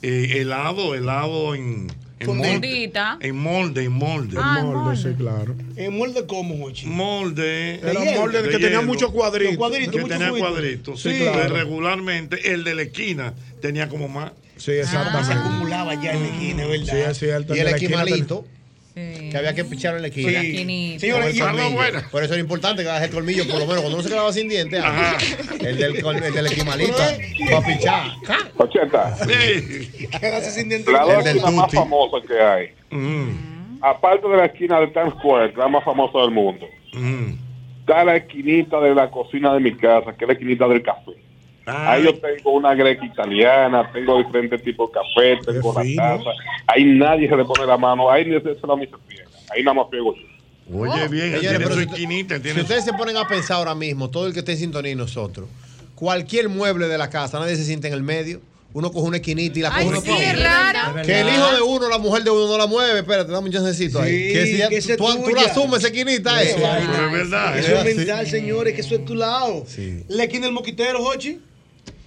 S3: eh, helado, helado en, en molde.
S12: Fundita.
S3: En molde, en molde.
S12: Ah, en molde, sí,
S4: claro.
S8: ¿En molde cómo, Jochi?
S3: Molde.
S4: Era un molde que tenía muchos cuadritos.
S8: Los cuadritos,
S3: que
S8: muchos
S3: tenía
S8: cubitos.
S3: cuadritos.
S4: Sí,
S3: Sí,
S4: claro.
S3: pero regularmente el de la esquina tenía como más. Ah.
S4: Sí, exactamente.
S8: Se acumulaba ya en la esquina, ¿verdad?
S4: Sí, es cierto.
S6: Y el
S4: De la esquina
S6: esquimalito. Que había que pichar en la esquina.
S4: Sí.
S6: Con el
S4: Señores, y-
S6: colmillo.
S4: Algo bueno.
S6: Por eso era importante que hagas el colmillo, por lo menos cuando uno se quedaba sin dientes, ah, el del, col- el del esquimalito, para pichar.
S23: 80.
S8: Quedarse sin dientes.
S23: La dos esquinas más famosa que hay. Aparte de la esquina del Times Square, la más famosa del mundo, está la esquinita de la cocina de mi casa, que es la esquinita del café.
S8: Ah.
S23: Ahí yo tengo una greca italiana, tengo diferentes tipos de café, tengo la taza. Ahí nadie se le pone la mano, ahí ni se se la ni se friega. Ahí nada más pego yo.
S3: Oye, bien,
S6: Señores,
S3: tiene
S6: pero
S3: su
S6: si-
S3: esquinita.
S6: Si
S3: Tiene
S6: ustedes se ponen a pensar ahora mismo, todo el que esté en sintonía y nosotros, cualquier mueble de la casa, nadie se siente en el medio. Uno coge una esquinita y la coge
S12: Ay,
S6: uno
S12: sí,
S6: pa' uno.
S12: es rara.
S6: Que el hijo de uno, la mujer de uno no la mueve. Espérate, dame un chancecito ahí.
S8: Sí,
S6: Que si ya
S8: que esa es
S6: tú, tú la
S8: tuya.
S6: asumes, esa esquinita. eh.
S8: Eso es
S6: así.
S8: mental, señores, que eso es tu lado. La esquina del moquitero, Jochi,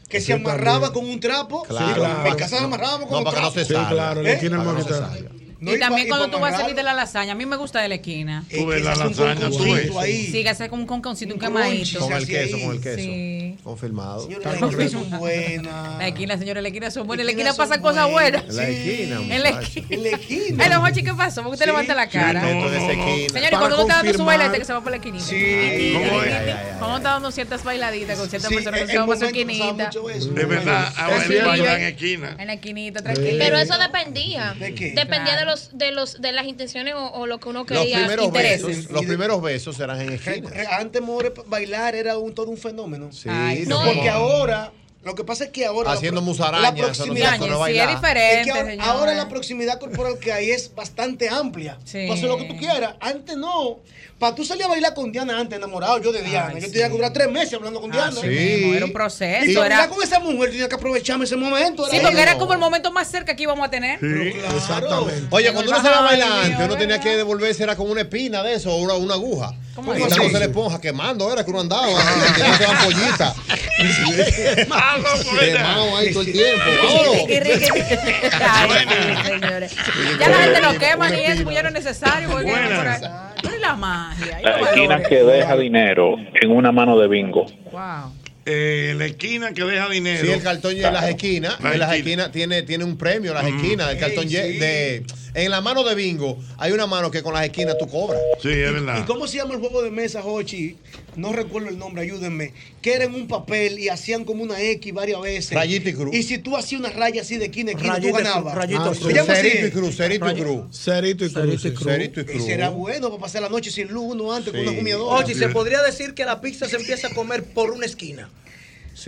S8: que se amarraba con un trapo.
S6: Claro.
S8: Sí,
S6: Claro.
S8: En casa se ¿Eh? amarraba con
S6: No,
S8: un
S6: para que
S8: trapo.
S6: no se salga.
S4: claro, la esquina del moquitero.
S8: No,
S12: y
S8: y pa-
S12: también
S8: y
S12: cuando
S8: pa
S12: tú vas a
S8: amarrar.
S12: salir de la lasaña, a mí me gusta de la esquina.
S8: Es que esa es un conconcito ahí.
S12: Sí, que hace como un conconcito, un
S8: crunch,
S12: quemadito.
S6: Con el
S8: así
S6: queso,
S8: ahí.
S6: con el queso.
S12: Sí.
S6: Confirmado.
S8: Las esquinas son buenas.
S12: La esquina, señores, la esquina son buenas. En la
S8: Esquinas
S12: esquina
S8: son
S12: pasan cosas
S8: buenas.
S12: buenas.
S6: En la esquina,
S12: En la
S6: muchacho.
S12: esquina. En la esquina. Ay, los Jochi, ¿qué pasó? ¿Por qué usted levanta la cara?
S6: Dentro de esa esquina.
S12: Señores,
S6: Para
S12: cuando uno está dando su
S6: confirmar.
S12: bailete, que se va por la esquinita.
S6: Ay, ¿cómo es?
S12: Cuando uno está dando ciertas bailaditas con ciertas
S8: Sí,
S12: personas, que
S8: en
S12: se va por su
S8: momento
S12: esquinita.
S3: de verdad, ahora
S12: Sí.
S3: bailan en esquina.
S12: En la esquinita, tranquila.
S7: Pero eso dependía.
S8: qué?
S7: Dependía de los, de los, de las intenciones o, o lo que uno
S6: Los
S7: quería.
S6: primeros
S7: intereses.
S6: besos, los primeros besos serán en esquina.
S8: Re- Antes, more, bailar era un, todo un fenómeno.
S6: Sí, Ay, sí.
S8: Porque
S6: No.
S8: ahora, lo que pasa es que ahora. la
S6: Haciendo
S8: pro-
S6: musaraña,
S8: La
S6: eso no se
S8: proximidad.
S6: pone a Sí, es bailar. diferente,
S8: que ahora,
S6: señores.
S8: ahora la proximidad corporal que hay es bastante amplia. Para hacer lo que tú quieras. Antes no. Para tú salir a bailar con Diana antes, enamorado yo de Diana. yo tenía que durar tres meses hablando con Diana.
S12: Ah, sí. mismo, era un proceso,
S8: Y para
S12: era-
S8: hablar con esa mujer tenía que aprovecharme ese momento.
S12: Sí,
S8: eso.
S12: porque era como el momento más cerca que íbamos a tener.
S6: Exactamente. Oye, cuando uno se va a bailar antes, uno tenía que devolverse, era con una espina de eso o una, una aguja.
S12: ¿Cómo
S6: y
S12: así?
S6: estaba se le esponja quemando, era que uno andaba, tenía esa ampollita. Quemado ahí todo
S3: pues.
S6: el tiempo. vámonos.
S12: Riqui, riqui, riqui. Ay, señores. Ya la gente lo quema y eso, pues ya no es necesario. Porque
S22: Buenas.
S12: por acá. Pero ¿y la magia? ¿Y
S22: La
S12: los
S22: esquina
S12: valores?
S22: que deja dinero en una mano de bingo.
S12: Wow.
S3: Eh, la esquina que deja dinero.
S6: Sí, el cartón y en las esquinas.
S3: La
S6: en las
S3: esquina. Mm.
S6: esquinas tiene, tiene un premio, las esquinas del cartón
S8: Sí,
S6: ye-
S8: sí.
S6: de. En la mano de bingo hay una mano que con las esquinas tú cobras.
S3: Sí, es
S8: ¿Y cómo se llama el juego de mesa, Hochi? No recuerdo el nombre, ayúdenme. Que era en un papel y hacían como una X varias veces.
S6: Rayito y cruz.
S8: Y si tú hacías una raya así de esquina, a esquina, tú
S6: Rayito y cruz,
S8: ganabas.
S6: rayito y
S8: Ah,
S6: cruz.
S8: se llama así.
S6: Cerito y cruz, cerito y cruz.
S4: Cerito y cruz. sí.
S6: Cerito y cruz.
S8: Ese era bueno para pasar la noche sin luz, uno antes con
S6: Sí.
S8: una comidora.
S10: Oye, se podría decir que la pizza se empieza a comer por una esquina.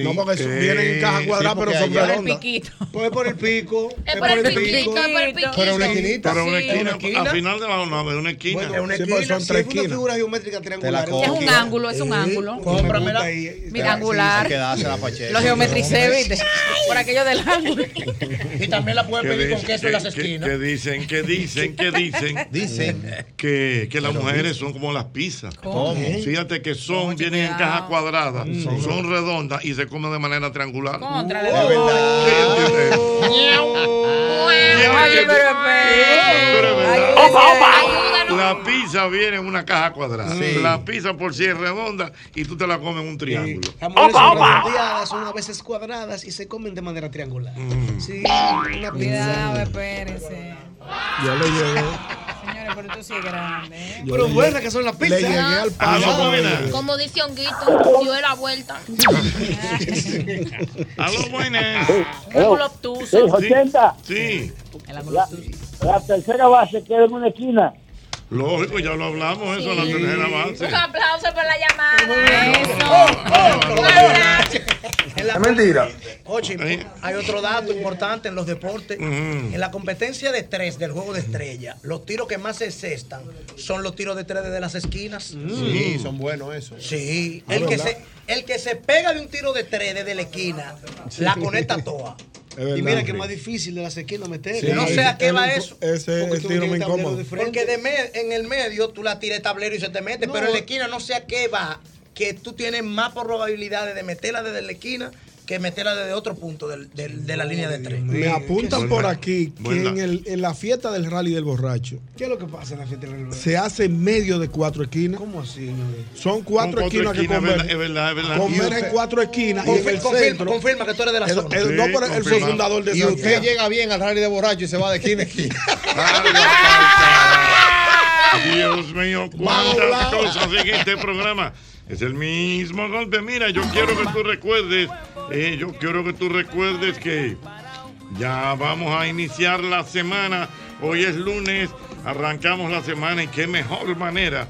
S4: No, porque
S8: Sí.
S4: vienen en caja cuadrada,
S8: Sí,
S4: pero
S8: porque
S4: son
S8: allá-
S4: redondas.
S12: piquito.
S8: Pues por el pico.
S7: Es por el piquito, es por el piquito.
S3: Pero una esquinita. Pero una
S8: Sí.
S3: esquina.
S8: Una esquina.
S3: Al final de la jornada es una esquina.
S8: Bueno, sí, porque son tres esquinas. una figura geométrica triangular.
S12: Es un ángulo, es un ángulo. Cómpramela. Mira, angular.
S6: Hay que darse la pacheca.
S12: Los geometricé, ¿viste? Por aquello del ángulo.
S10: Y también la puedes
S3: Que
S10: pedir con
S3: dice-
S10: queso
S3: que-
S10: en las
S3: que-
S10: esquinas.
S3: Que, dicen, que dicen, que dicen.
S6: Dicen.
S3: Que, que las mujeres son como las pizzas.
S6: ¿Cómo? ¿Eh? Mm.
S3: Fíjate que son, vienen en caja cuadrada, son redondas y se come de manera triangular.
S12: Contra
S3: De verdad. Sí, sí, sí.
S12: Oye, pero espera.
S3: La pizza viene en una caja cuadrada. La pizza por sí es redonda y tú te la comes en un triángulo.
S8: Las mujeres son redondeadas, son a veces cuadradas y se comen de manera triangular.
S6: Mm.
S8: Sí, una
S12: Cuidado,
S8: pizza.
S12: espérese.
S4: Yo le llegué.
S12: Señores, pero tú sí es grande. ¿eh?
S4: yo le llegué- Le llegué al paso.
S7: Como dice Honguito, dio la vuelta.
S3: A lo buenas.
S7: Ángulo
S22: Sí,
S7: obtuso.
S22: 80.
S3: Sí.
S22: La, la tercera base queda en una esquina.
S3: Lógico, ya lo hablamos eso, la tercera base.
S7: Un aplauso por la llamada.
S8: Es
S18: mentira.
S8: Oye, hay otro dato importante en los deportes. En la competencia de tres del juego de estrella, los tiros que más se cestan son los tiros de tres desde las esquinas.
S6: Sí, son buenos esos.
S8: Sí. El que, se, el que se pega de un tiro de tres desde la esquina,
S4: Sí.
S8: la conecta toda.
S4: verdad.
S8: y mira que más difícil de las esquinas meter.
S4: Sí,
S8: no sé a qué
S4: el-
S8: va eso.
S4: Ese es el tiro me incómodo.
S8: Porque de me- en el medio tú la tiras tablero y se te mete, pero en la esquina no sé a qué va, que tú tienes más probabilidades de meterla desde la esquina que meterla desde otro punto del- del- de la línea de tres.
S4: Me apuntan por aquí que
S8: Buen
S4: en, el- en la fiesta del rally del borracho
S8: ¿Qué es lo que pasa en la fiesta del
S4: se hace en medio de cuatro esquinas.
S8: ¿Cómo así?
S4: Son cuatro,
S3: Con
S4: esquinas, que
S3: es verdad,
S4: convergen.
S3: es verdad, es verdad.
S4: Convergen cuatro esquinas. y en
S8: Confir-
S4: el
S8: confirma,
S4: centro-
S8: confirma que tú eres de la
S4: El-
S8: zona.
S4: el- no, pero él fue fundador de
S6: Y
S4: Santiago.
S6: usted llega bien al rally de borracho y se va de esquina a esquina.
S3: Dios mío, cuántas cosas en este programa. Es el mismo golpe. Mira, yo quiero que tú recuerdes, eh, yo quiero que tú recuerdes que ya vamos a iniciar la semana. Hoy es lunes, arrancamos la semana y qué mejor manera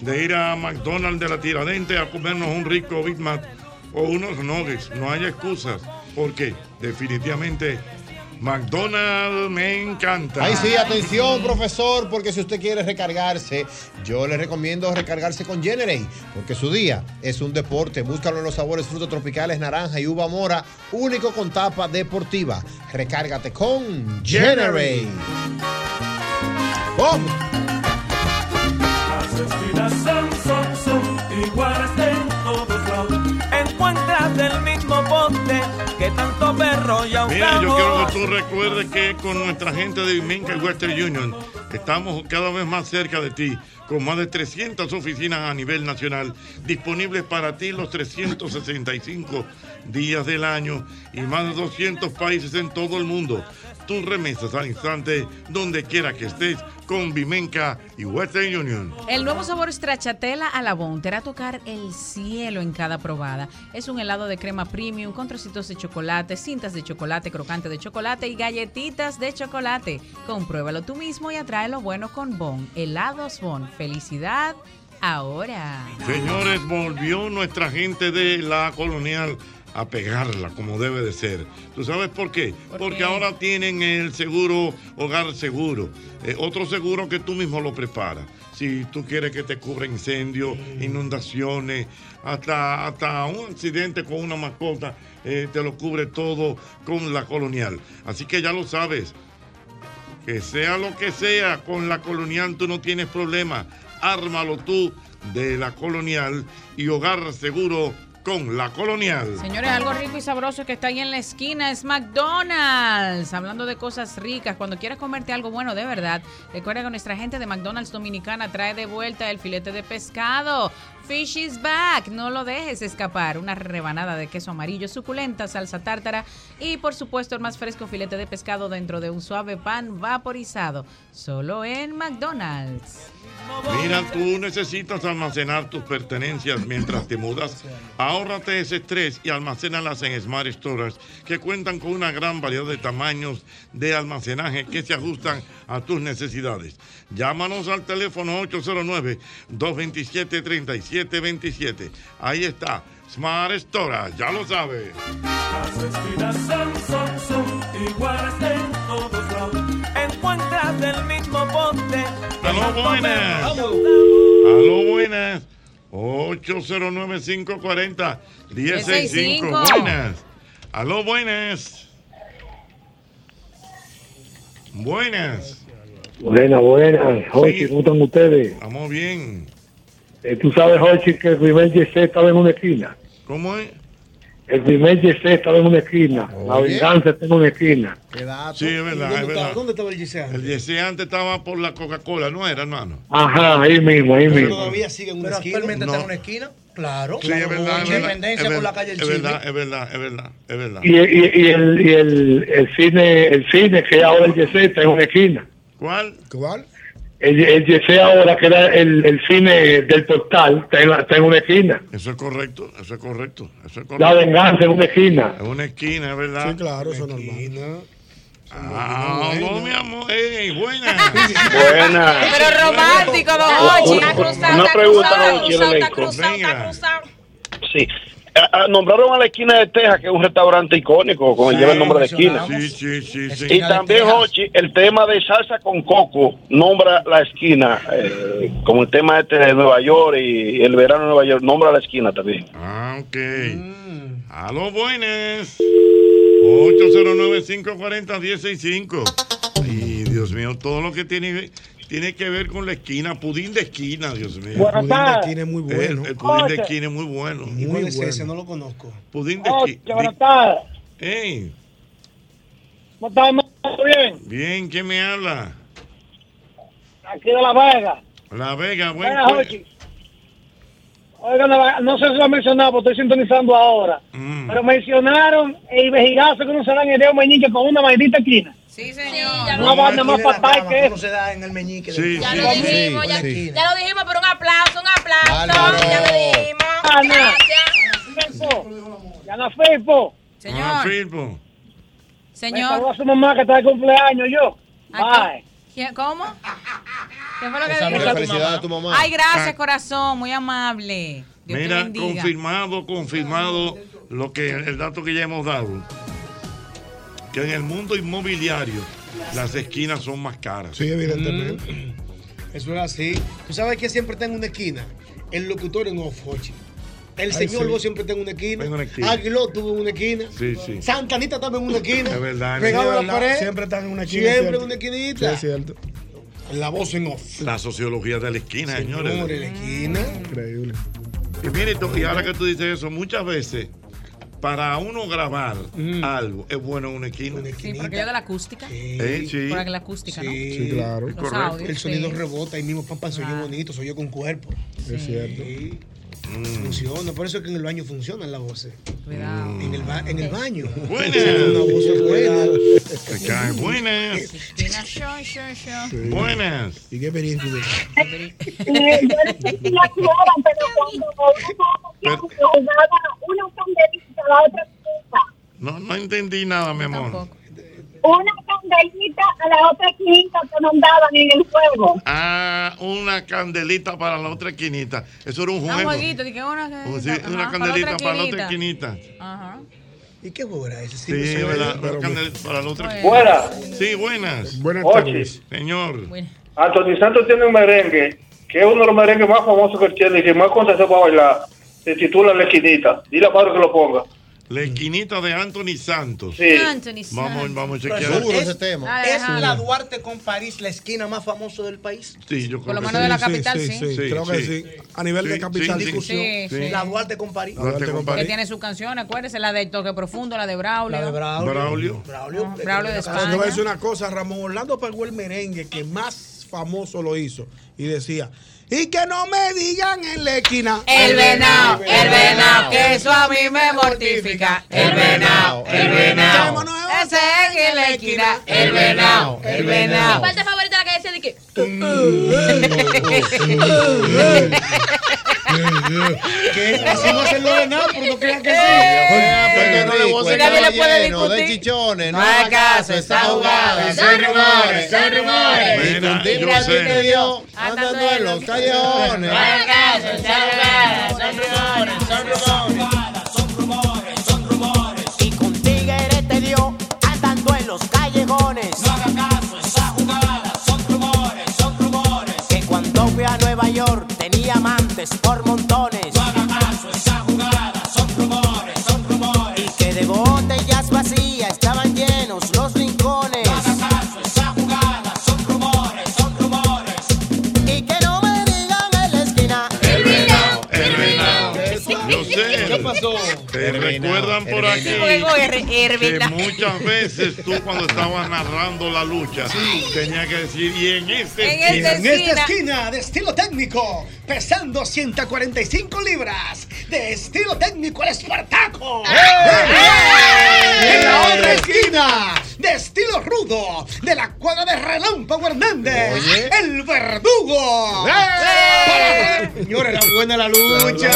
S3: de ir a McDonald's de la Tiradente a comernos un rico Big Mac o unos nuggets. No hay excusas, porque definitivamente McDonald's me encanta.
S6: Ahí sí, atención, profesor, porque si usted quiere recargarse, yo le recomiendo recargarse con Generate, porque su día es un deporte. Búscalo en los sabores frutos tropicales, naranja y uva mora, único con tapa deportiva. Recárgate con Generate. ¡Oh!
S1: Las esquinas son, son, son iguales en todos lados. Encuentras del mismo bote que tanto perro y
S3: Mira, yo quiero
S1: ahogamos.
S3: que tú recuerdes que con nuestra gente de Minca y Western Union estamos cada vez más cerca de ti, con más de 300 oficinas a nivel nacional disponibles para ti los 365 días del año y más de 200 países en todo el mundo. Tus remesas al instante, donde quiera que estés, con Vimenca y Western Union.
S12: El nuevo sabor Strachatela a la Bon te hará tocar el cielo en cada probada. Es un helado de crema premium con trocitos de chocolate, cintas de chocolate, crocante de chocolate y galletitas de chocolate. Compruébalo tú mismo y atrae lo bueno con Bon. Helados Bon. Felicidad ahora.
S3: Señores, volvió nuestra gente de la colonial a pegarla como debe de ser. ¿Tú sabes por qué? Porque ahora tienen el seguro hogar seguro, eh, otro seguro que tú mismo lo preparas. Si tú quieres que te cubra incendios, inundaciones, hasta, hasta un accidente con una mascota, eh, te lo cubre todo con la colonial. Así que ya lo sabes. Que sea lo que sea, con la colonial tú no tienes problema. Ármalo tú de la colonial y hogar seguro con la colonial.
S12: Señores, algo rico y sabroso que está ahí en la esquina es McDonald's. Hablando de cosas ricas, cuando quieras comerte algo bueno de verdad, recuerda que nuestra gente de McDonald's Dominicana trae de vuelta el filete de pescado. Fish is back, no lo dejes escapar. Una rebanada de queso amarillo suculenta, salsa tártara y por supuesto el más fresco filete de pescado dentro de un suave pan vaporizado. Solo en McDonald's.
S3: Mira, tú necesitas almacenar tus pertenencias mientras te mudas. Ahórrate ese estrés y almacénalas en Smart Storage, que cuentan con una gran variedad de tamaños de almacenaje que se ajustan a tus necesidades. Llámanos al teléfono 809-227-3727. Ahí está, Smart Storage, ya lo sabes.
S1: Las esquinas son, son, son iguales en todos lados. Encuentras del mismo bote que
S3: Aló,
S1: tanto
S3: buenas.
S1: perro
S3: Aló, buenas. 809-540-1065. Buenas. Aló, buenas. Buenas.
S22: Buena, buena. Jorge, ¿cómo están ustedes?
S3: Estamos bien.
S22: Eh, Tú sabes, Jorge, que el primer Jesse estaba en una esquina.
S3: ¿Cómo es?
S11: El primer Yesé estaba en una esquina. La
S3: Oye.
S11: venganza está en una esquina.
S3: Sí, es verdad,
S11: ¿Y
S3: es
S11: dónde
S3: verdad.
S11: estaba-
S3: ¿Dónde estaba el Yesé antes? El Yesé antes estaba por la Coca-Cola, ¿no era, hermano?
S11: Ajá, ahí mismo, ahí mismo.
S8: Todavía sigue en una
S24: Pero
S8: esquina.
S24: actualmente está en
S3: No.
S24: una esquina. Claro.
S3: Sí, es verdad, es verdad. Es
S24: Independencia por la
S3: verdad,
S24: calle
S3: es
S24: del Chile.
S3: verdad, es verdad, es verdad, es verdad.
S11: Y, y- y el, y el, el cine, el cine que ahora el Yesé está en una esquina.
S3: ¿Cuál? ¿Cuál?
S11: El, el Yesé ahora que era el, el cine del portal está en, la- está en una esquina.
S3: Eso es correcto, eso es correcto, eso es correcto.
S11: La venganza en una esquina.
S3: En una esquina, es verdad.
S11: Sí,
S3: claro, eso es normal. Ah,
S11: Eso es
S3: no, mi amor, ey, buena.
S11: Buena.
S12: Pero romántico, don Hochi.
S11: Una pregunta no quiero la
S25: Sí. Ah, ah, nombraron a la esquina de Texas, que es un restaurante icónico, con el lleva el nombre de esquina.
S3: Sí, sí, sí, sí.
S25: Y también, Hochi, el tema de salsa con coco nombra la esquina, eh, como el tema este de Nueva York y el verano de Nueva York, nombra la esquina también.
S3: Ah, ok.
S4: Mm.
S3: A los buenos. 809-540-165. Ay, Dios mío, todo lo que tiene, tiene que ver con la esquina, pudín de esquina, Dios mío.
S4: Buenas El pudín de tardes. esquina es muy bueno.
S3: El, el pudín de
S4: Oye.
S3: esquina es muy bueno.
S4: ¿Y cuál es bueno. ese?
S8: No lo conozco.
S3: Pudín de
S11: Oh,
S4: Oye,
S3: esquina.
S4: buenas
S3: tardes. Ey,
S11: ¿Cómo estás, hermano? bien?
S3: bien, ¿quién me habla?
S11: Aquí de La Vega.
S3: La Vega, buen
S11: Buenas,
S3: cue-
S11: Hochi. Oigan, la- no sé si lo han mencionado, porque estoy sintonizando ahora.
S3: Mm.
S11: Pero mencionaron el vejigazo que no se dan en Deo Meñique con una maldita esquina.
S12: Sí, señor.
S11: Una banda más fatal que
S8: No se da en el meñique.
S11: Sí,
S7: Ya lo dijimos, ya, ya lo dijimos, pero un aplauso, un aplauso. Ya lo dijimos.
S11: Ah, Gracias. Yana Firpo.
S3: Ah, Firpo.
S11: Me
S12: Señor.
S11: saludó a su mamá que está de cumpleaños, yo.
S12: ¿A
S11: Bye.
S12: Ah, ¿Quién- ¿Cómo? ¿Qué fue lo que
S6: Esa
S12: dijo?
S6: mujer, felicidades a tu mamá.
S12: Ay, gracias, corazón. Muy amable. Dios te
S3: Ah. Mira,
S12: bendiga.
S3: confirmado, confirmado lo que el dato que ya hemos dado. Que en el mundo inmobiliario las esquinas son más caras. Mm.
S4: Sí, evidentemente.
S8: Mm. Eso es así. Tú sabes que siempre está en una esquina. El locutor en off, Hochi. El
S3: Ay,
S8: señor
S3: sí.
S8: Bo siempre está en una esquina.
S3: En una esquina.
S8: Aguiló tuvo en una esquina.
S3: Sí, sí.
S8: Santa Anita estaba en una esquina.
S3: Es verdad, es
S8: Pegado a la
S3: verdad.
S8: pared.
S4: Siempre están en una esquina,
S8: Siempre
S4: ¿cierto?
S8: en una esquinita.
S4: Sí, es cierto.
S8: La voz en off.
S3: La sociología de la esquina, señores.
S8: Señores, la esquina.
S4: Increíble.
S3: Y, mire, to- y ahora que tú dices eso, muchas veces para uno grabar algo es bueno una esquina.
S12: Sí, porque yo de la acústica.
S3: Eh, sí.
S12: Por la acústica, ¿no?
S3: Sí, claro.
S12: Los
S3: Correcto.
S12: audios.
S8: El sonido
S12: sí.
S8: rebota y mismo, pam, pam, soy yo bonito, soy yo con cuerpo.
S4: Es cierto.
S3: Mm.
S8: Funciona, por eso es que en el baño funcionan las voces. En el, ba- en el baño.
S3: Buenas.
S8: Una voz buena.
S3: Me cae. Buenas.
S12: Esquina, show, show, show.
S3: Buenas.
S4: ¿Y qué experiencia?
S15: Sí, la quieran, pero cuando uno jugaba una candelita, la otra esquina.
S3: No, no entendí nada, mi amor.
S15: Una candelita a la otra esquina que nos daban en el juego.
S3: Ah, una candelita para la otra esquinita. Eso era un
S12: Da un
S3: juego.
S12: jueguito, dije una,
S3: Oh, sí,
S12: ajá,
S3: una candelita para la otra esquinita.
S12: Ajá.
S8: ¿Y qué juego era ese?
S3: Sí, ¿verdad? Una candelita para la otra esquinita.
S25: Buenas.
S3: Sí, buenas.
S4: Buenas
S25: Oye. tardes.
S3: Señor.
S25: Anthony Santos tiene un merengue, que es uno de los merengues más famosos que él tiene y que más consejos para bailar. Se titula La Esquinita. Dile a Pablo que lo ponga.
S3: La esquinita de Anthony Santos.
S25: Sí.
S12: Anthony
S3: Vamos, vamos a
S8: Pero
S3: chequear.
S8: eso es- Es la Duarte con París, la esquina más famosa del país.
S3: Sí, yo creo
S8: Por lo
S3: que
S8: menos de la capital, sí.
S4: Creo que sí. A nivel de capital,
S3: sí, sí.
S4: discusión.
S12: Sí, sí.
S8: La Duarte con París.
S3: Duarte con
S12: Que
S3: París.
S12: tiene sus canciones, acuérdese, la de Toque Profundo, la de Braulio.
S4: La de Braulio.
S3: Braulio.
S8: Braulio,
S12: Ajá, Braulio de
S4: Ahora, Te voy a decir
S12: España.
S4: una cosa, Ramón Orlando pegó el merengue que más famoso lo hizo y decía, y que no me digan en la esquina.
S12: El venao, el venao, que eso a mí me mortifica. El venao, el venao.
S8: Ah,
S12: Ese es en la esquina. El venao, el
S7: Mi
S12: venao.
S7: parte favorita es la que decía de que.
S8: Que así no se lo de nada, pero no crean que sí.
S6: Eh, Puerto Rico,
S8: Nadie le
S6: está
S8: puede
S6: lleno de
S8: discutir.
S6: chichones, no
S8: No hay
S6: haga caso, está jugada, son rumores, son rumores.
S3: Mira,
S6: Discutir
S3: yo
S6: a ti
S3: sé.
S6: te dio, andando en los callejones.
S26: No haga
S6: caso,
S26: Son rumores, son rumores.
S10: Y con tigre te dio andando en los callejones. No haga caso, esa jugada son rumores, son rumores. Que cuando fui a Nueva York tenía amantes por montones. No haga caso, esa jugada son rumores, son rumores. Y que de botellas vacías estaban llenos los rincones. No haga caso, esa jugada son rumores, son rumores. Y que no me digan en la esquina.
S3: Yo sé, pasó? Te recuerdan por aquí
S12: Sí, porque con R- R,
S3: que
S12: ¿verdad?
S3: muchas veces tú cuando estabas narrando la lucha tenías que decir y en este
S8: Y en esta esquina, de estilo técnico, pesando 145 libras, de estilo técnico el Espartaco.
S3: ¡Eh!
S8: ¡Eh! En la otra esquina, de estilo rudo, de la cuadra de Relámpago Hernández, el
S3: ¡Eh!
S8: verdugo. Para- Señores, era buena la lucha.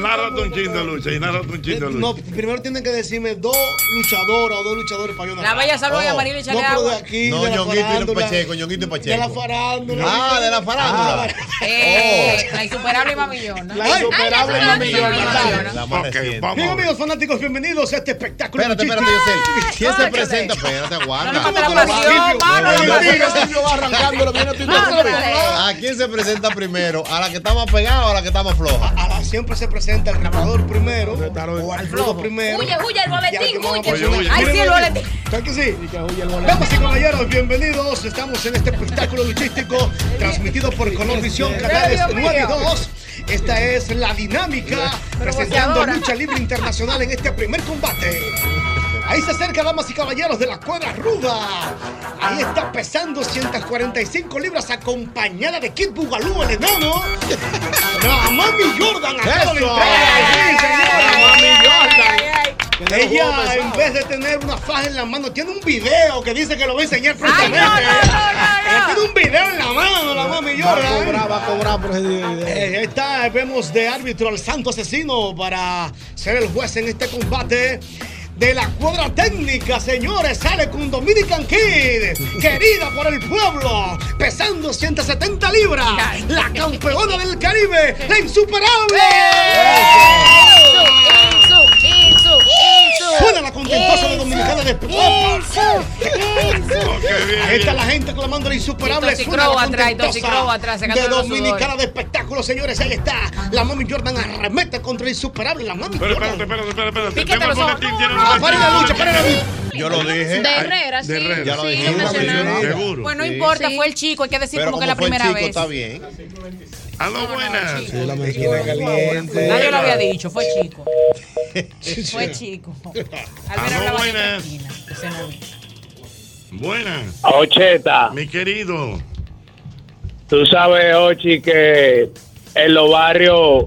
S3: Narrate un chin de lucha y narrate un chin de lucha.
S8: Eh, No, primero tienen que decirme dos luchadoras o dos luchadores para yo narrar.
S12: La vaya salvo de
S8: Oh.
S12: amarillo y echale
S8: No, pero de
S12: agua.
S8: aquí,
S6: No,
S8: de la
S6: Ñonguito y los
S8: farándula.
S6: Pacheco, Ñonguito y
S8: De la
S6: Pacheco.
S8: farándula. Ah, oh.
S6: Ah, de la farándula.
S12: Eh, La insuperable mamillona.
S8: La insuperable
S12: Ay,
S8: Mami
S12: la
S8: Jordan.
S6: La más reciente.
S8: Bien, amigos fanáticos, bienvenidos a este espectáculo.
S6: Espérate, espérate, Yosel. Si él se presenta, espérate, aguanta.
S8: No le mate la pasión, mano, la pasión. Yo arrancando, lo viene a tu
S6: Ándale.
S8: historia.
S6: ¿A quién se presenta primero? ¿A la que está más pegada o a la que está más floja?
S8: Ahora siempre se presenta el ganador primero o al flojo primero.
S7: Huye, huye, el boletín, huye.
S8: Ay, sí, el
S7: boletín.
S8: ¿Sabes que sí? Damas y caballeros, bienvenidos. Estamos en este espectáculo luchístico transmitido por Colorvisión Canales
S12: Dios mío.
S8: 9 y 2. Esta es la dinámica presentando
S12: Negociadora.
S8: lucha libre internacional en este primer combate. Ahí se acerca, damas y caballeros, de la cuadra ruda. Ahí está pesando 145 libras, acompañada de Kid Bugalú, el enano. La Mami Jordan acaba de
S6: ¡Eso!
S8: entrar. Sí, señora,
S6: Mami Jordan.
S8: ella, eh. en vez de tener una faja en la mano, tiene un video que dice que lo va a enseñar francamente. Ella Tiene un video en la mano, la mami
S4: Va
S8: llora.
S4: a cobrar,
S8: va a cobrar por está, vemos de árbitro al santo asesino para ser el juez en este combate. De la cuadra técnica, señores, sale con Dominican Kid, querida por el pueblo, pesando 170 libras, la campeona del Caribe, la insuperable. Suena la contentosa de Dominicana de
S3: Oh,
S8: Ahí está la gente clamando la insuperable.
S12: Y Toxicrow
S8: Suena la
S12: atrás, y
S8: contentosa
S12: Toxicrow atrás, sacando
S8: de
S12: los
S8: Dominicana
S12: sudores.
S8: de espectáculo, señores. Ahí está. La mami Jordan arremete contra la insuperable. La mami
S3: Pero
S8: Jordan. Ah,
S3: espérate, espérate, espérate, espérate.
S8: Piquete
S3: Deme
S8: los
S3: el
S8: ojos.
S3: boletín,
S8: No,
S3: tiene
S8: no,
S3: boletín.
S8: paren la lucha, paren la lucha.
S6: Yo lo dije.
S12: De Herrera, sí.
S6: Ya lo
S12: Sí,
S6: dijimos.
S12: lo mencionamos.
S3: Seguro.
S12: Bueno, no
S6: Sí.
S12: importa, fue el chico, hay que decir
S6: Pero
S12: como que la
S6: fue el
S12: primera
S6: chico,
S12: vez.
S6: está bien.
S3: A lo buenas.
S12: Nadie lo había dicho, fue chico. Fue chico. Albert
S3: Aló,
S12: hablaba de
S3: buenas.
S12: Cristina, ese no.
S3: Buenas.
S9: Ocheta.
S3: Mi querido.
S9: Tú sabes, Ochi, que en los barrios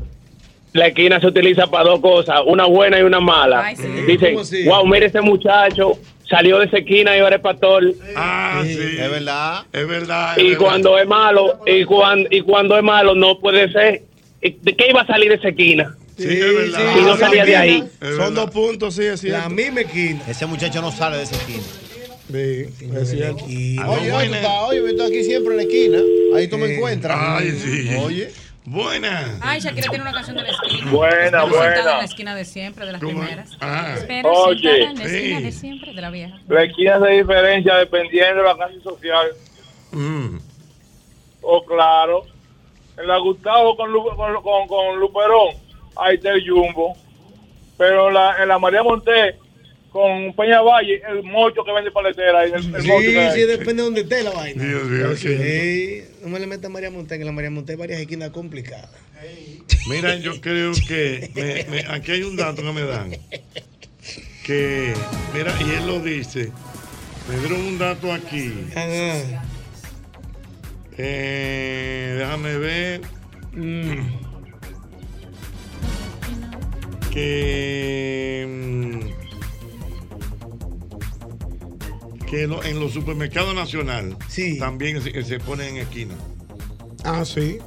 S9: la esquina se utiliza para dos cosas, una buena y una mala.
S12: Ay, sí.
S9: Dicen,
S12: ¿Cómo así?
S9: wow, mire ese muchacho, salió de esa esquina y ahora es pastor.
S3: Ah, sí. Es
S6: verdad.
S3: Es verdad.
S9: Y
S3: verdad.
S9: cuando es malo, y cuando, y cuando es malo, no puede ser. ¿Y ¿De qué iba a salir de esa esquina?
S3: Sí, es verdad. Ah,
S9: Y no salía de ahí.
S4: Son dos puntos, sí, es cierto. La
S8: misma esquina.
S6: Ese muchacho no sale de esa esquina.
S4: Sí, es cierto.
S6: Oye, oye, tú estás, oye, yo estoy aquí siempre en la esquina. Ahí tú me encuentras.
S3: Ay, sí.
S6: Oye.
S3: Buenas.
S12: Ay, Shakira tiene una canción de la esquina.
S3: Buena,
S12: Espero sentada
S3: buena.
S12: en la esquina de siempre, de las
S3: ¿Cómo es?
S12: primeras.
S3: Ah.
S12: Espero
S3: Oye,
S12: sentada en la esquina
S3: sí.
S12: de siempre, de la vieja.
S27: La esquina hace diferencia dependiendo de la clase social.
S8: Mm.
S27: O claro, en la Gustavo con, Lu- con, con- con Luperón, ahí está el Jumbo. Pero la, en la María Monté con Peña Valle, el mocho que vende paletera. ahí, El, el
S8: Sí,
S27: mocho que hay.
S8: sí, depende de donde esté la vaina.
S3: Dios mío,
S8: Sí,
S3: qué-
S8: no me le meta a María Monté, que la María Monté hay varias esquinas complicadas.
S3: Mira, yo creo que me- me- aquí hay un dato que me dan. Que, mira, y él lo dice. Me dieron un dato aquí. Eh, déjame ver. Mm. Que. mm, Que lo- en los supermercados nacional también se, se ponen en esquina.
S4: Ah, sí.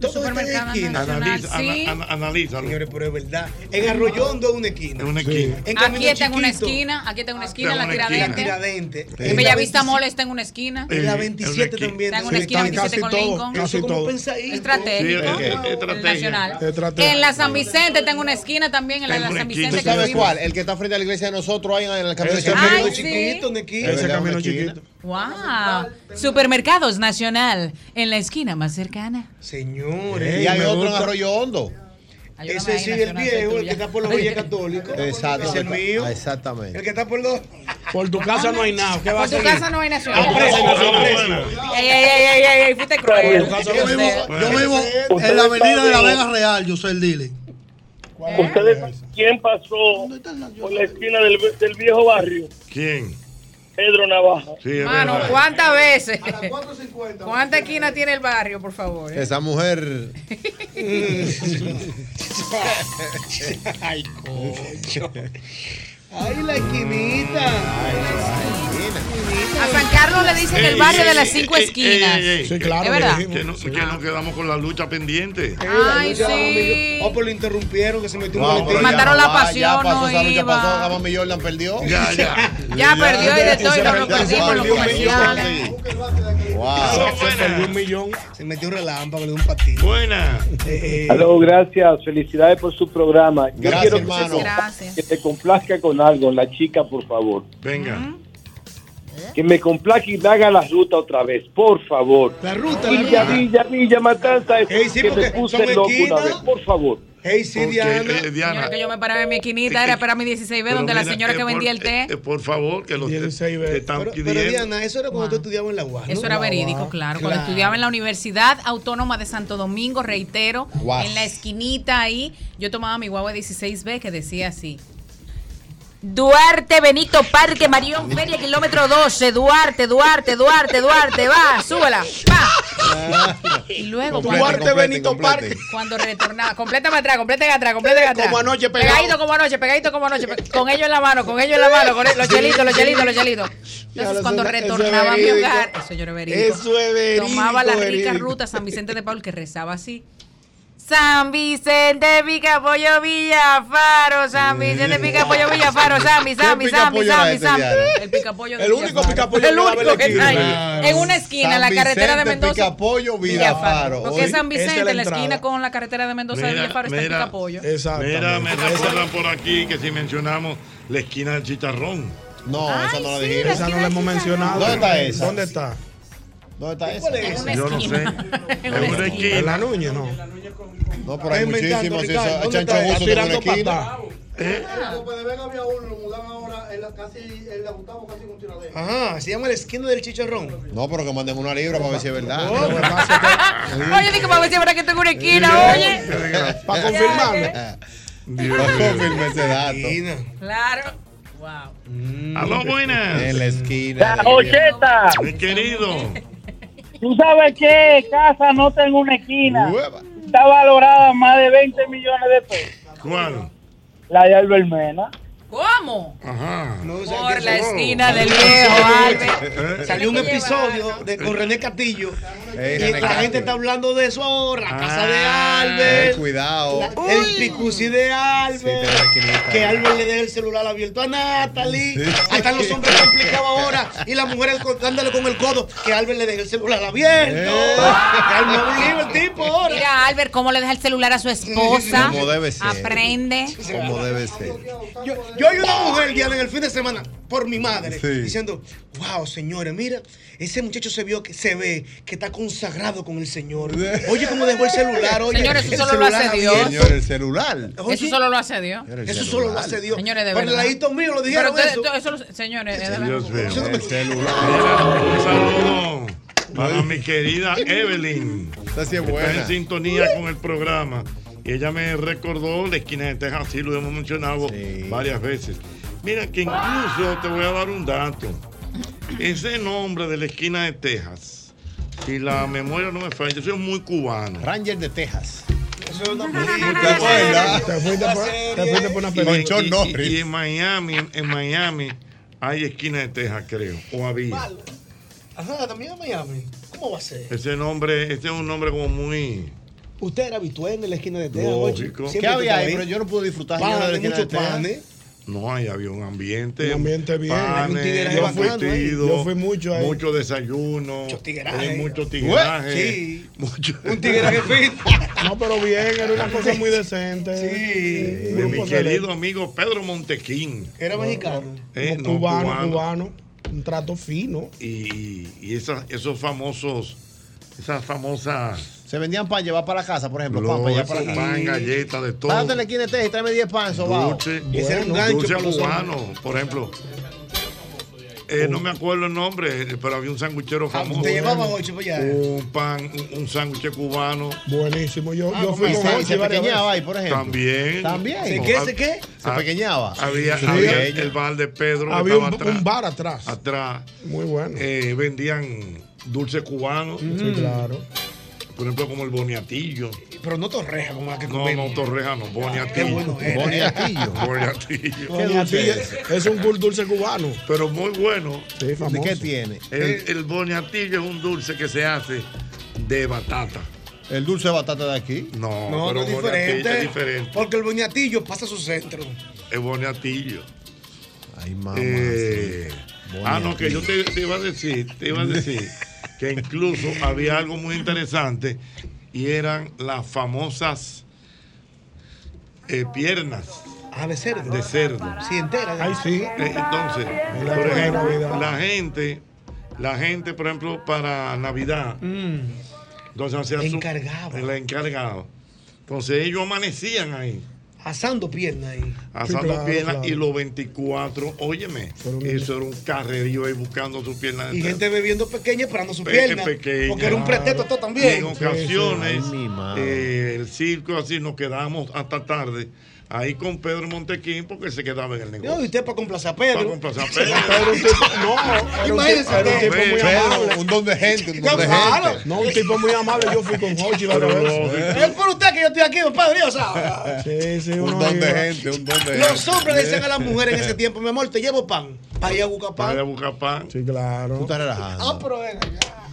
S8: Todo está en
S4: Supermercado
S8: esquina.
S4: Nacional, Analiza,
S3: ana- sí. ana- analízalo.
S8: Señores, pero es verdad. En Arroyón de una esquina.
S3: En una esquina.
S12: Ah, Aquí está en una
S8: Chiquito.
S12: esquina, aquí está en una esquina,
S8: Está
S12: la
S8: en una esquina.
S12: tiradente.
S8: Sí.
S12: En Bellavista Mall está en una esquina.
S8: En la 27 también.
S12: Está en una esquina, 27 con Lincoln.
S8: Eso como pensadito.
S12: Estratégico.
S8: Sí, es- es-
S12: el
S8: estrategia.
S12: nacional.
S6: Estrategia.
S12: En la San Vicente está en una esquina también, en la de la
S6: ¿Tú
S12: San Vicente. que
S6: sabes
S12: fuimos.
S6: cuál? El que está frente a la iglesia de nosotros ahí en el camino
S12: Ese camino Ay, chiquito, sí.
S6: Nequito. Ese camino chiquito.
S12: Wow. Supermercados Nacional, en la esquina más cercana.
S8: Señores.
S6: Y hay
S8: me
S6: otro en
S8: gusta.
S6: Arroyo Hondo.
S8: Ese sí, el viejo, el que está por los Reyes Católicos.
S6: Exacto.
S8: Ese es el mío.
S6: Exactamente.
S8: El que está por los.
S4: Por tu casa no hay nada. ¿Qué va a
S12: Por tu
S4: ser?
S12: casa no hay nacional. Ey, ey, ey, ey, ey, ey, fuiste
S15: Yo
S12: cruel.
S15: vivo, yo vivo
S12: Usted-
S15: en la avenida de la Vega Real, yo soy el Dile.
S27: ¿Ustedes
S8: Ah,
S27: saben quién pasó por la esquina del, del viejo barrio?
S3: ¿Quién?
S27: Pedro Navaja.
S3: Sí, es
S12: Mano,
S3: verdad.
S12: ¿cuántas veces? ¿Cuánta esquina tiene el barrio, por favor? eh?
S6: Esa mujer.
S8: Ay, coño. Ay, la esquinita.
S12: A San Carlos le dicen el barrio de
S3: Eh,
S12: las
S8: Eh,
S12: cinco esquinas.
S3: Sí,
S12: claro, ¿Es verdad?
S3: eh, Que, no- que nos quedamos con la lucha pendiente.
S8: Ah.
S12: Ay, sí.
S8: Oh, pues lo interrumpieron, que se metió
S3: Wow,
S8: un boletín.
S3: pero ya- Mataron la
S6: Ya pasó
S3: pasión,
S6: esa lucha,
S3: no
S6: pasó,
S3: iba.
S6: la Mami Jordan perdió.
S3: Ya, ya.
S12: Ya perdió y de todo, y lo
S6: Ya,
S12: perdimos los
S6: perdió un
S12: comerciales.
S8: Se perdió un millón. Se metió un relámpago, le dio un patín. Eh,
S3: Buena.
S14: Aló, gracias. Felicidades por su programa. Yo
S8: Gracias,
S14: quiero que
S8: hermano.
S14: te-
S8: Gracias.
S14: Que te complazca con algo, la chica, por favor.
S3: Venga.
S14: Que me complazca y me haga la ruta otra vez, por favor.
S8: La ruta, la
S14: Villa,
S8: ruta.
S14: Villa, Villa, Matanza. es
S8: Ey, sí,
S14: que
S8: porque
S14: me puse
S8: son
S14: loco
S8: esquinas.
S14: una vez, por favor.
S8: Hey, sí, Diana.
S3: eh,
S12: Señora, que yo me paraba en mi esquinita, era para mi 16B,
S3: Pero
S12: donde la
S3: mira,
S12: señora
S3: eh,
S12: que
S3: por-
S12: vendía el té.
S3: eh, por favor, que los que están pidiendo.
S8: Pero Diana, eso era cuando tú estudiabas en la UAS.
S12: Eso era verídico, claro. Cuando estudiaba en la Universidad Autónoma de Santo Domingo, reitero,
S8: Guas.
S12: en la esquinita ahí, yo tomaba mi guagua 16B que decía así. Duarte, Benito Parque, Marión Feria, kilómetro 12. Duarte, Duarte, Duarte, Duarte, va, súbela. pa. Y luego,
S8: Completen,
S12: cuando,
S8: Duarte, Benito completen. Parque.
S12: Cuando retornaba, completa para atrás, completa para atrás, completa para atrás.
S8: Como anoche pegado.
S12: Pegadito como anoche, pegadito como anoche. pe- Con ellos en la mano, con ellos en la mano, con los chelitos, los chelitos, los chelitos. Entonces,
S8: lo
S12: cuando
S8: sé, eso es
S12: retornaba a mi
S8: verídico.
S12: hogar, eso yo era verídico.
S8: Eso es verídico,
S12: Tomaba la rica
S8: verídico.
S12: ruta San Vicente de Paul que rezaba así. San Vicente pica pollo Villafaro, San Vicente pica pollo Villafaro, Sambi,
S8: ¿Qué
S12: Sambi, Sambi,
S8: picapollo era
S12: Sambi,
S8: este,
S12: Sambi.
S8: Diana?
S12: El picapollo de
S8: El único
S12: Villafaro.
S8: picapollo que
S12: El
S8: daba en la
S12: único que está ahí.
S8: esquina.
S12: En una esquina, en la
S6: San
S12: carretera de
S6: Vicente,
S12: Mendoza.
S6: Picapollo, Villafaro.
S12: Porque es San
S6: Hoy, esa es
S12: Vicente,
S6: la
S12: en la
S6: entrada.
S12: esquina con la carretera de Mendoza de Villafaro está el picapollo.
S3: Mira, me recuerdan por aquí que si mencionamos la esquina del chicharrón.
S6: No,
S4: Ay,
S6: esa no la
S4: sí,
S6: dijimos.
S4: la Esa no la esquina hemos del mencionado.
S6: ¿Dónde está esa?
S4: ¿Dónde está?
S6: ¿Dónde está esa?
S3: Yo no sé.
S4: En
S3: una esquina.
S4: En la Nuñez, no.
S6: No, pero hay
S4: Está inventando,
S6: muchísimos.
S4: Ricardo,
S6: Esa-
S4: ¿dónde
S6: Chancho
S4: está?
S6: Buzo tiene una
S4: Tirando
S6: esquina.
S4: patada.
S10: Después de Vega había uno, lo mudaron ahora en la, casi en la Gustavo, casi en un tiradero.
S8: Ajá, se llama la esquina del chicharrón.
S6: No, pero que mandemos una libra para ver si es verdad.
S12: Oye, dije, para ver si es verdad que tengo una esquina, oye.
S6: Para
S12: confirmarme.
S6: Para confirmar ese dato. Mm.
S12: Claro.
S3: Aló, buenas.
S6: En la esquina.
S22: La Ocheta.
S3: Mi querido.
S22: Tú sabes que casa no tengo una esquina. Está valorada más de 20 millones de pesos.
S3: ¿Cuál?
S22: La de Albermena.
S12: ¿Cómo?
S3: Ajá.
S12: Por la esquina del viejo Albert.
S8: Salió un episodio de, con René Castillo. y la gente está hablando de eso ahora. La casa de Albert.
S6: Ah, cuidado.
S8: la- el picusi de Albert. que Albert le deja el celular abierto a Natalie. Ahí están los hombres complicados ahora. Y la mujer el- dándole con el codo. Que Albert le deja el celular abierto.
S6: Eh.
S8: Alma un lío el tipo ahora.
S12: Mira, Albert, cómo le deja el celular a su esposa.
S8: Como debe ser.
S12: Aprende.
S6: Como debe ser.
S8: Yo, yo hay una mujer, Diana, en el fin de semana, por mi madre,
S6: Sí.
S8: diciendo, wow, señores, mira, ese muchacho se vio que se ve que está consagrado con el Señor. Oye, cómo dejó el celular, oye.
S12: Señores, eso
S8: el
S12: solo lo
S8: celular
S12: hace Dios.
S8: abierto.
S6: Señor, el celular.
S12: Eso solo lo hace Dios.
S8: Eso solo lo hace Dios.
S12: Señores, de
S8: Por el
S12: verdad.
S8: ladito mío lo dijeron
S12: Pero
S8: eso.
S12: ustedes- eso lo- señores, de verdad.
S3: Dios mío. Mira, un saludo para mi querida Evelyn.
S6: es
S3: Está
S6: buena.
S3: en sintonía con el programa. Y ella me recordó la esquina de Texas, sí, lo hemos mencionado varias veces. Mira, que incluso te voy a dar un dato. Ese nombre de la esquina de Texas, si la memoria no me falla, yo soy muy cubano.
S6: Ranger de Texas.
S4: Te fuiste por- te fuiste por una
S3: Y,
S4: película.
S3: y- y en Miami, en Miami hay esquina de Texas, creo, o había.
S8: Ajá, también a Miami. ¿Cómo va a ser?
S3: Ese nombre, este es un nombre como muy
S8: Usted era habitué en la esquina de Texas. oye.
S3: lógico.
S8: Siempre tú estabas
S6: no pude disfrutar.
S8: Pan,
S6: nada de la esquina
S8: mucho
S6: de Texas.
S8: pan, ¿eh?
S3: No, ahí había un ambiente.
S4: Un ambiente bien.
S3: panes,
S4: Un tigreaje
S3: yo
S4: bacano
S3: fui
S4: ahí.
S3: tido,
S4: Yo fui mucho ahí.
S3: Mucho desayuno. eh, Mucho
S4: tigreaje.
S3: mucho tigreaje.
S4: Sí.
S3: Mucho-
S4: No, pero bien, era una cosa muy decente.
S3: Sí.
S4: Un
S3: De
S4: grupo
S3: mi
S4: selecto.
S3: querido amigo Pedro Montequín.
S8: Era mexicano.
S3: Eh,
S4: Un
S3: no,
S4: cubano,
S3: cubano.
S4: cubano, Un trato fino.
S3: Y, y esas- esos famosos, esas famosas.
S6: Se vendían pan llevar para la casa, por ejemplo. Pan,
S3: Los,
S6: para llevar para la casa.
S3: pan, galletas, de todo.
S6: Párate en la esquina de Texas y tráeme 10 pan, sobao.
S3: Dulce,
S6: Ese era un
S3: dulce
S6: gancho para los
S3: cubano, por ejemplo. Eh, no me acuerdo el nombre, eh, pero había un sanguchero famoso.
S8: te llevaba ocho, pues ya.
S3: Un pan, un, un sándwich cubano.
S4: Buenísimo. Yo,
S3: Ah,
S4: yo
S3: como
S4: fui
S3: el
S4: con
S3: se-
S4: Ochi
S3: se
S4: varias
S3: pequeñaba
S4: veces.
S3: ahí, por ejemplo. También. También.
S4: ¿Se qué, se qué?
S3: Ah, Había,
S4: Sí.
S3: había el bar de Pedro. que
S4: Había
S3: estaba
S4: un,
S3: atrás.
S4: un bar atrás.
S3: atrás.
S4: Muy bueno.
S3: Eh, vendían dulces cubanos.
S4: Sí, claro.
S3: Por ejemplo, como el boniatillo.
S8: Pero no torreja como la que
S3: No, no, torreja no, boniatillo.
S4: Boniatillo.
S3: Boniatillo.
S4: Qué dulce es. Es un dul- dulce cubano.
S3: Pero muy bueno.
S4: Sí, famoso.
S6: qué tiene?
S3: El, el boniatillo es un dulce que se hace de batata.
S6: ¿El dulce de batata de aquí?
S3: No,
S8: No,
S3: pero
S8: no es
S3: boniatillo
S8: diferente.
S3: es diferente.
S8: Porque el boñatillo pasa a su centro.
S3: El boniatillo.
S6: Ay, mamá.
S3: Eh, ah, no, que yo te, te iba a decir, te iba a decir que incluso había algo muy interesante y eran las famosas eh, piernas.
S8: Ah, de cerdo.
S3: De cerdo.
S8: Sí, entera.
S3: Ay, sí. Eh, Entonces,
S8: la
S3: por
S8: buena
S3: ejemplo,
S8: Navidad.
S3: la gente, la gente, por ejemplo, para Navidad, entonces hacía su- El encargado. Entonces ellos amanecían ahí.
S8: Asando pierna ahí.
S3: Asando
S8: Sí, claro,
S3: piernas
S8: claro.
S3: y los 24, óyeme, eso era un carrerío ahí buscando su pierna.
S8: Y gente bebiendo pequeña esperando su
S3: Pe-
S8: pierna.
S3: pequeña.
S8: Porque era un pretexto todo
S3: Y
S8: también.
S3: en ocasiones,
S6: Ay, mi
S3: eh, el circo así nos quedábamos hasta tarde ahí con Pedro Montequín porque se quedaba en el negocio.
S8: No, y usted para complacer a Pedro.
S3: Para complacer a Pedro.
S4: Pedro, un tipo- no, era un tipo-
S8: Imagínese,
S4: era un tipo
S8: Pedro.
S4: muy amable.
S6: Un don de gente, un don de
S4: Claro.
S6: gente.
S4: No, un tipo muy amable. Yo fui con Hochi varias veces.
S8: Es por usted que yo estoy aquí, compadre. Yo sabe.
S4: Sí, sí,
S6: Un
S4: uno
S6: don de
S4: iba.
S6: gente, un don de gente.
S8: Los hombres le decían a las mujeres en ese tiempo, mi amor, te llevo pan. Para ir a buscar pan.
S3: Para buscar pan.
S4: Sí, claro. Tú
S6: estás relajando.
S8: Ah, pero venga.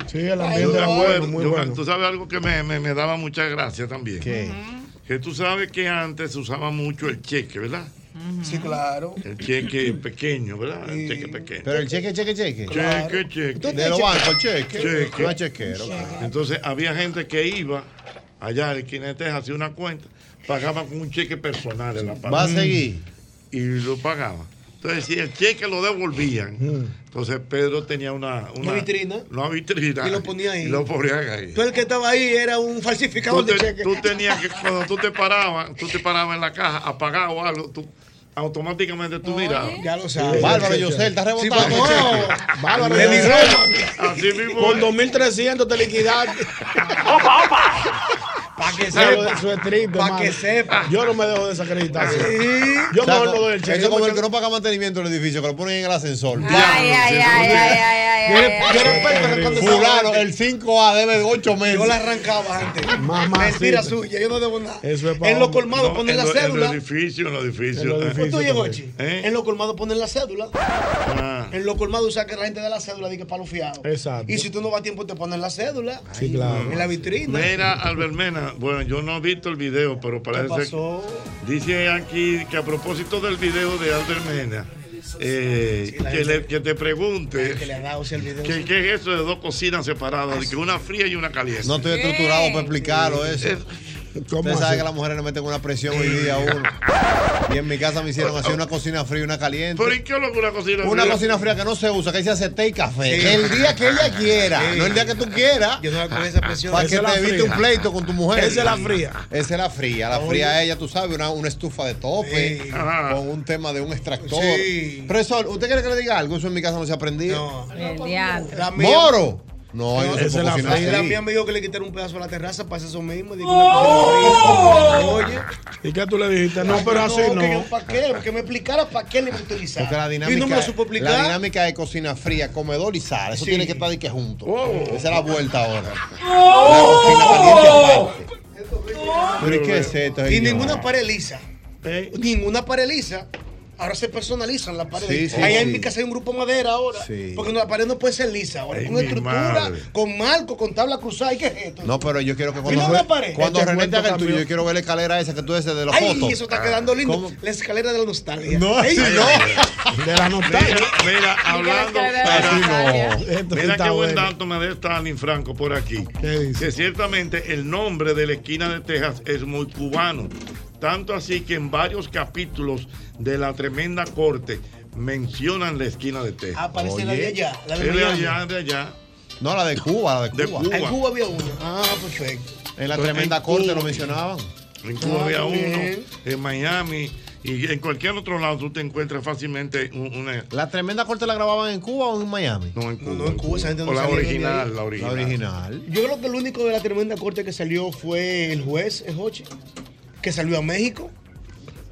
S4: Sí, el
S3: Yo
S4: ambiente
S3: me
S4: era
S3: acuerdo,
S4: bueno, muy
S3: yo me-
S4: bueno.
S3: Tú sabes algo que me, me- me daba mucha gracia también. Que tú sabes que antes se usaba mucho el cheque, ¿verdad?
S8: Sí, claro.
S3: El cheque pequeño, ¿verdad? El cheque pequeño.
S6: Pero el cheque, cheque, cheque.
S3: Cheque, cheque.
S6: De los bancos, cheque.
S3: Cheque.
S6: No hay chequero.
S3: Entonces había gente que iba allá al Quinetes, hacía una cuenta, pagaba con un cheque personal en la
S6: Va a seguir.
S3: Y lo pagaba. Entonces, si el cheque lo devolvían,
S13: Mm.
S3: entonces Pedro tenía una, una,
S8: Una vitrina.
S3: Una vitrina.
S8: Y lo ponía ahí.
S3: Y lo ponía ahí.
S8: Tú el que estaba ahí era un falsificador
S3: Tú,
S8: de
S3: te-
S8: cheques.
S3: tú tenías que, cuando tú te parabas, tú te parabas en la caja, apagado o algo, tú automáticamente tú mirabas.
S8: Ya lo
S6: sabes. Bárbaro, Yosel, estás rebotando.
S4: Bárbaro.
S3: Lenny
S4: Lenny
S3: Roma. Así mismo
S4: Con
S3: es.
S4: 2.300 te liquidaste.
S8: Para que
S4: sepa.
S8: sepa.
S4: Eso es triste,
S8: Pa' que
S4: hermano.
S8: sepa.
S4: Yo no me dejo
S12: Ah.
S4: desacreditar. Yo
S6: O sea,
S4: mejor no doy el cheque.
S6: Eso es
S4: Yo
S6: como
S4: me
S6: el que no paga mantenimiento del edificio, que lo ponen en el ascensor.
S12: Ay, ay, ay, ay, ay, ay, ay, ay.
S6: Fulano, el 5A debe de 8 meses.
S8: Yo la arrancaba antes. Mentira suya, yo no debo nada.
S4: Eso es
S8: En lo colmado ponen
S3: en
S8: la
S3: lo- eh. En
S8: cédula.
S3: los edificios, en los edificios.
S8: ¿Tú llegó, Chi? En lo colmado ponen la cédula.
S3: Ah.
S8: En lo colmado usa que la gente de la cédula diga palo fiado.
S4: Exacto.
S8: Y si tú no vas a tiempo, te ponen la cédula.
S4: Sí, claro.
S8: En la vitrina.
S3: Ah, Mira, Albermena, bueno, yo no he visto el video, pero parece
S8: pasó?
S3: que dice aquí que a propósito del video de Albermena, eh, que, le- que te pregunte
S8: Que le ha dado ese video.
S3: que qué es eso de dos cocinas separadas, de que una fría y una caliente. Eh,
S6: No estoy estructurado para explicarlo eso.
S3: Es-
S6: Ustedes
S3: así?
S6: saben que las mujeres le meten una presión hoy día a uno. Y en mi casa me hicieron hacer una cocina fría y una caliente.
S3: Pero ¿y qué es lo que una cocina
S6: Una
S3: fría?
S6: cocina fría que no se usa, que ahí se hace té y café.
S3: Sí.
S6: El día que ella quiera,
S3: Sí.
S6: no el día que tú quieras.
S8: Yo no con esa presión.
S6: Para Ah, que
S8: Esa es la
S6: te evite
S8: fría.
S6: un pleito con tu mujer.
S8: Esa es la fría.
S6: Esa es la fría. La
S8: Oye.
S6: fría ella, tú sabes, una, una estufa de tope
S8: Sí.
S6: con un tema de un extractor.
S8: Sí.
S6: Profesor, ¿usted quiere que le diga algo? Eso en mi casa no se aprendió.
S12: El diantre.
S8: La mía-
S6: ¡Moro! No, yo no
S8: Esa
S6: sé
S8: es la
S6: cocinar
S8: fría. La
S6: así.
S8: mía me dijo que le quitaron un pedazo a la terraza para hacer eso mismo. Digo,
S4: ¡Oh!
S8: Oye.
S4: ¿Y qué tú le dijiste? No, pero así
S8: Que yo,
S4: no.
S8: ¿Para qué? Que me explicara para qué le iba a utilizar.
S6: Porque la dinámica,
S8: y no me lo supo
S6: la
S8: explicar.
S6: dinámica de cocina fría, comedor y sal, eso
S8: Sí.
S6: tiene que estar de que junto. Esa es la vuelta ahora.
S8: ¡Oh!
S6: La cocina caliente aparte. Pero ¿y qué es esto?
S8: Y
S6: señor?
S8: ninguna pared lisa. Ninguna pared lisa. Ahora se personalizan las paredes.
S6: Sí, sí,
S8: Ahí en
S6: sí.
S8: mi casa hay un grupo madera ahora.
S6: Sí.
S8: Porque la pared no puede ser lisa. Ahora
S6: Ay,
S8: con
S6: mi
S8: estructura,
S6: madre.
S8: con marco, con tabla cruzada. ¿Y qué es esto?
S6: No, pero yo quiero que
S8: Y
S6: cuando,
S8: no me paré.
S6: cuando
S8: Este
S6: René te haga el
S8: cuento
S6: tuyo,
S8: cambió.
S6: yo quiero ver la escalera esa que tú dices de la
S8: Ay,
S6: foto.
S8: eso está quedando lindo.
S6: ¿Cómo?
S8: La escalera de la nostalgia.
S6: No,
S8: Ey,
S6: así
S4: De la nostalgia.
S3: Mira, hablando.
S4: Así no.
S3: Mira,
S4: Esto
S3: mira
S4: está
S3: qué buen
S4: bueno.
S3: dato me da Stalin Franco por aquí. Que ciertamente el nombre de la esquina de Texas es muy cubano. Tanto así que en varios capítulos de la tremenda corte mencionan la esquina de Texas.
S8: Ah, parece la de allá, la de
S3: Es de
S8: Miami.
S3: allá, de allá.
S6: No, la de Cuba, la de
S3: De
S6: Cuba.
S3: Cuba.
S8: En Cuba había una. Ah, perfecto.
S6: En la
S3: Pero
S6: tremenda
S3: en
S6: corte
S3: Cuba.
S6: lo mencionaban.
S3: En Cuba había
S8: Ah,
S3: uno,
S8: bien.
S3: en Miami, Y en cualquier otro lado tú te encuentras fácilmente un- una...
S6: ¿La tremenda corte la grababan en Cuba o en Miami?
S3: No, en Cuba.
S6: en Cuba, esa gente no
S3: o la
S6: sabía
S3: original,
S6: ni-
S3: la original.
S6: La original.
S8: Yo creo que el único de la tremenda corte que salió fue el juez, el Hochi, que salió a México.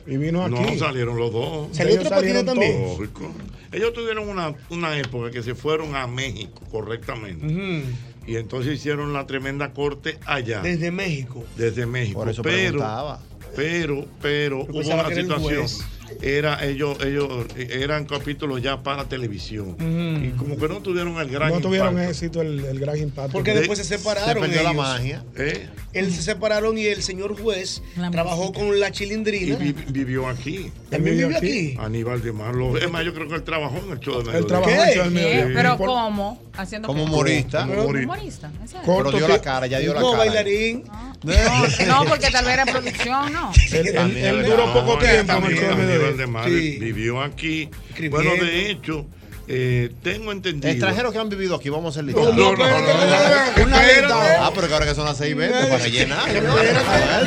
S4: Y vino
S3: No, salieron los dos.
S8: ¿Salió otra partida también?
S3: Lógico. Ellos tuvieron una, una época que se fueron a México, correctamente. Y entonces hicieron la tremenda corte allá.
S8: Desde México.
S3: Desde México.
S6: Por eso
S3: pero,
S6: preguntaba.
S3: pero, pero hubo
S6: pensaba
S3: una
S6: que era el
S3: situación.
S6: juez.
S3: Era, ellos, ellos eran capítulos ya para televisión.
S4: Ujú.
S3: Y como que no tuvieron el gran
S4: Mm. no tuvieron
S3: impacto.
S4: éxito el, el gran impacto.
S8: Porque después se separaron. ellos.
S3: ¿Eh?
S8: Él se separaron y el señor juez trabajó con la
S3: Y
S8: chilindrina.
S3: vi- vivió aquí.
S8: ¿También vivió aquí?
S3: Aníbal de Marlo. Es más, yo creo que él trabajó en el show de
S4: Él trabajó
S12: ¿Qué?
S4: en el show del
S12: ¿Qué?
S4: mediodía.
S12: ¿Pero cómo? ¿Haciendo
S3: Como
S12: qué?
S3: humorista.
S12: Como
S3: Como humorista.
S12: humorista. ¿en serio?
S6: Pero dio la cara, ya dio la cara.
S8: bailarín.
S12: No, porque tal vez era producción, no.
S3: Él,
S6: También es verdad.
S3: duró poco
S6: No,
S3: tiempo en el
S6: también,
S3: show de
S6: también,
S3: Aníbal de
S6: sí.
S3: Mar, Vivió aquí. Bueno, de hecho, eh, tengo entendido.
S6: Extranjeros que han vivido aquí, vamos a ser
S3: No,
S6: listados.
S3: no, no, no, no,
S6: Una
S3: espérate.
S6: lista. Ah, pero que ahora que son las 6 veces para llenar. Ah,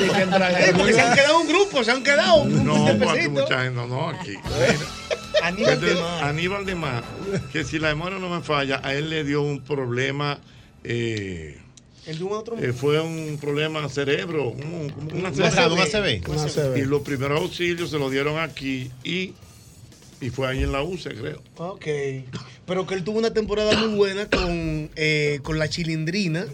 S8: Eh, porque se han quedado un grupo, se han quedado un grupo
S3: No,
S8: de
S3: pues aquí
S8: pesitos.
S3: mucha gente, no, no, aquí.
S8: Aníbal
S3: Entonces, Aníbal de Mar, que si la memoria no me falla, a él le dio un problema. eh,
S8: El de un otro.
S3: eh, fue un problema cerebro, un, un
S6: Un
S3: ACV.
S6: ACV, un ACV.
S3: Un ACV. Y los primeros auxilios se lo dieron aquí y, y fue ahí en la UCE, creo.
S8: Ok. Pero que él tuvo una temporada muy buena con, eh, con la chilindrina.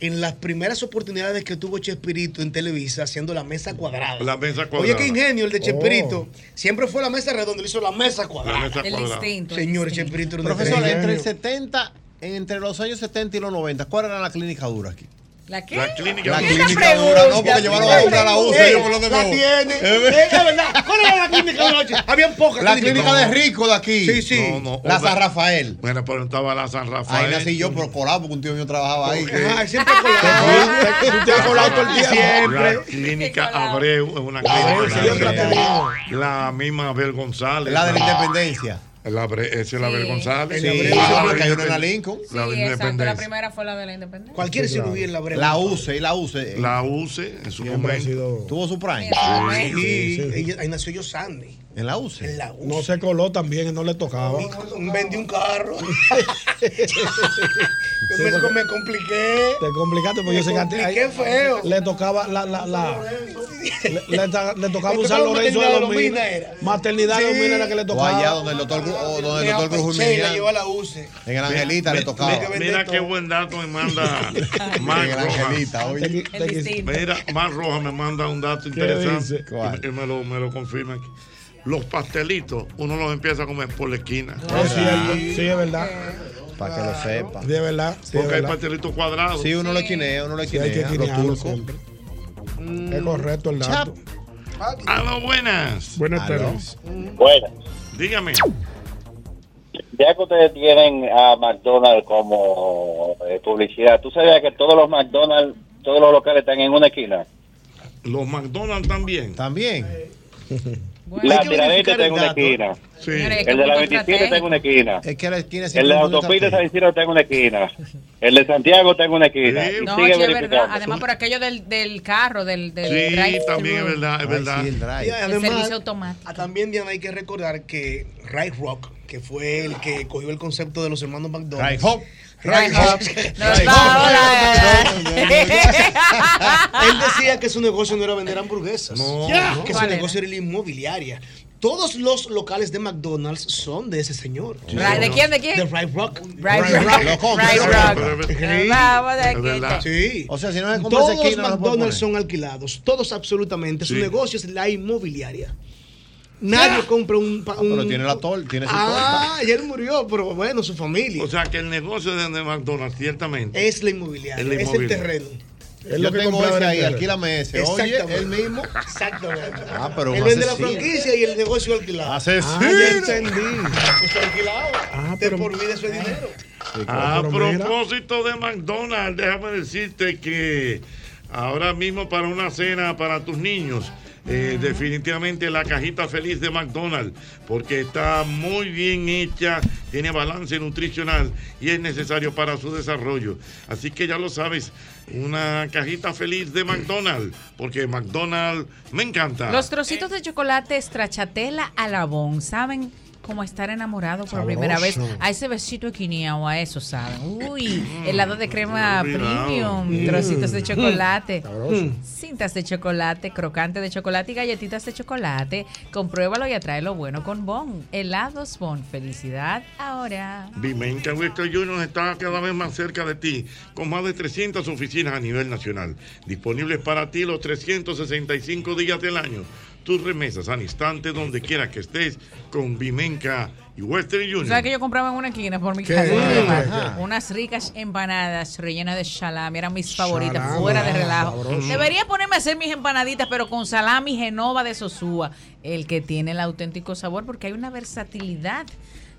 S8: En las primeras oportunidades que tuvo Chespirito en Televisa, haciendo la mesa cuadrada.
S3: La mesa cuadrada. Oh.
S8: Oye, qué ingenio el de Chespirito. Siempre fue la mesa redonda, le hizo la mesa cuadrada.
S3: La mesa El cuadrada.
S6: instinto, el
S8: Señores, Chespirito era una
S6: Profesor,
S8: estrella.
S6: entre el 70, entre los años 70 y los 90, ¿cuál era la clínica dura aquí?
S12: ¿La qué?
S6: La clínica-
S12: Una
S6: La clínica
S12: pregunta,
S6: dura, no, porque llevaron a una a la
S12: pregunta.
S6: USA,
S12: Ey,
S6: yo me lo debo.
S12: la tiene.
S6: Es verdad.
S8: Eh, es verdad. ¿Cuál era la clínica de noche? Habían pocas
S6: La
S8: clínicas.
S6: clínica de rico de aquí.
S8: Sí, sí.
S6: La San Rafael.
S3: Bueno, pero estaba la San Rafael.
S6: Ahí nací yo por colado, porque un tío mío trabajaba ahí.
S8: Ajá, siempre colado.
S6: Tú te has colado todo el día.
S3: La clínica Abreu es una
S6: Abreu,
S3: clínica.
S6: sí, yo
S3: Abreu.
S6: la
S3: la misma Abel González.
S6: La de la Independencia.
S3: El Abre- esa es la Abel González.
S6: Sí. Sí. Ah, la que hay una en la Lincoln.
S3: La
S12: Sí,
S3: de
S12: exacto, la
S3: Independencia.
S12: primera fue la de la independencia.
S8: Cualquier cirugía en la breve.
S6: La UCE, y la UCE.
S3: La UCE en su momento.
S6: Tuvo su prime.
S8: Sí, ella- ahí nació yo Sandy.
S6: En la UCE.
S8: En la
S4: No se coló también, no le tocaba.
S8: Vendí un carro. me, me compliqué.
S4: Te complicaste porque
S8: Me
S4: yo sé que antes-
S8: compliqué
S4: ahí-
S8: feo.
S4: Le tocaba la, la, la- le, le ta- le tocaba
S8: Le
S4: usar
S8: tocaba
S4: Lorenzo
S8: maternidad
S4: de Lomina.
S8: de Lomina era.
S4: Maternidad de
S8: Sí.
S4: Lomina era que le
S6: O allá
S4: tocaba.
S6: donde el doctor, Gru- o donde
S8: Me
S6: el doctor Cruz
S8: apaché y la
S6: Jiménez,
S8: llevó a la UCE.
S6: En el Angelita le tocaba.
S3: Mira, mira qué buen dato me manda Mar
S6: En el Angelita,
S3: Rojas.
S6: oye.
S3: Mira, Mar Rojas me manda un dato
S6: dice?
S3: interesante
S6: ¿Cuál?
S3: y me lo, me lo confirma aquí. Los pastelitos, uno los empieza a comer por la esquina.
S4: No, sí, es- Oh, sí, es verdad.
S6: Para que lo sepa.
S4: De verdad. sí, es
S3: Porque hay
S4: verdad.
S3: pastelitos cuadrados.
S6: Sí, uno lo esquinea, uno lo
S4: Sí, hay que
S6: esquinea. Los
S4: esquinearlo
S6: turcos.
S4: Es correcto
S8: Mm.
S4: el dato.
S3: Aló, buenas.
S4: Buenas
S3: Aló.
S4: tardes.
S19: Bueno,
S3: Dígame.
S19: ya que ustedes tienen a McDonald's como eh, publicidad, ¿tú sabías que todos los McDonald's, todos los locales están en una esquina?
S3: Los McDonald's también.
S6: También.
S19: la Tiradentes está en una esquina.
S6: Señores, hay que
S19: El de la
S6: buscar
S19: 27 está en una esquina.
S6: Es que la esquina
S19: El de la
S6: siempre es
S19: autopista de
S6: una
S19: San Isidro está en una esquina. El de Santiago está en una esquina. Y
S12: No,
S19: sigue
S12: sí, es verdad.
S19: verificando.
S12: Además, por aquello del, del carro, del, del
S19: Sí,
S12: drive-thru.
S19: también es verdad, es verdad.
S6: sí, el drive.
S8: Y
S12: El servicio automático.
S8: ah, También, Diana, hay que recordar que Ray Rock, que fue el que cogió el concepto de los hermanos McDonald's.
S6: Ray Hop.
S8: Ray
S6: Ray
S8: Hop.
S6: Hop. Nos vamos,
S8: Él decía que su negocio no era vender hamburguesas.
S6: Ya.
S8: que su
S6: ¿Cuál
S8: negocio era la inmobiliaria. Todos los locales de McDonald's son de ese señor.
S12: Ray- ¿De quién, de quién?
S8: De Ray Rock.
S12: Ray Ray Rock. Rock. Lo compra, Ray lo compra. Rock.
S8: Sí.
S12: Vamos de aquí.
S8: Sí.
S6: O sea, si no se compra esa
S8: Todos los
S6: esquina, no se puede
S8: McDonald's
S6: poner.
S8: son alquilados. Todos absolutamente. Su
S6: Sí.
S8: negocio es la inmobiliaria. Nadie compra un, pa- un-
S6: Pero tiene la tol, tiene su torta.
S8: Ah, y él murió, pero bueno, su familia.
S3: O sea que el negocio de de McDonald's, ciertamente.
S8: es la inmobiliaria,
S3: Es la
S8: es el
S3: inmobiliaria.
S8: terreno.
S6: Es lo Yo que tengo compraba ese en el ahí, terreno. alquílame ese. Oye,
S8: Exactamente.
S6: él mismo.
S8: Exactamente.
S6: Ah, pero
S8: él
S6: un
S8: vende la
S6: asesino.
S8: franquicia y el negocio alquilado.
S6: Asesino.
S8: Ah, ya entendí. Es alquilado.
S6: Ah,
S8: de
S4: pero-
S8: por vida eso es dinero.
S3: A
S4: Ah, pero mira.
S3: propósito de McDonald's, déjame decirte que Ahora mismo para una cena para tus niños. eh, definitivamente la cajita feliz de McDonald's, porque está muy bien hecha, tiene balance nutricional y es necesario para su desarrollo. Así que ya lo sabes, una cajita feliz de McDonald's, porque McDonald's me encanta.
S12: Los trocitos de chocolate estrachatela a la bon, ¿saben? Como estar enamorado por primera vez.
S3: Sabroso.
S12: A ese besito de quinea o a eso, ¿saben? Uy, helado de crema
S17: Cuidado.
S12: premium,
S17: Mm.
S12: trocitos de
S17: Mm.
S12: chocolate,
S17: Sabroso.
S12: Mm. cintas de chocolate, crocante de chocolate y galletitas de chocolate. Compruébalo y atrae lo bueno con Bon. Helados Bon. Felicidad ahora.
S3: Vimenta Western Union está cada vez más cerca de ti, con más de 300 oficinas a nivel nacional, disponibles para ti los 365 días del año. Tus remesas al instante, donde quiera que estés, con Vimenca y Western Union.
S12: ¿Sabes que yo compraba en una esquina por mi
S3: ¿Qué?
S12: casa?
S3: Ajá.
S12: Unas ricas empanadas rellenas de salami. Eran mis favoritas,
S3: Salami,
S12: fuera de
S3: ah,
S12: relajo.
S3: sabroso.
S12: Debería ponerme a hacer mis empanaditas, pero con salami genova de Sosúa, el que tiene el auténtico sabor, porque hay una versatilidad.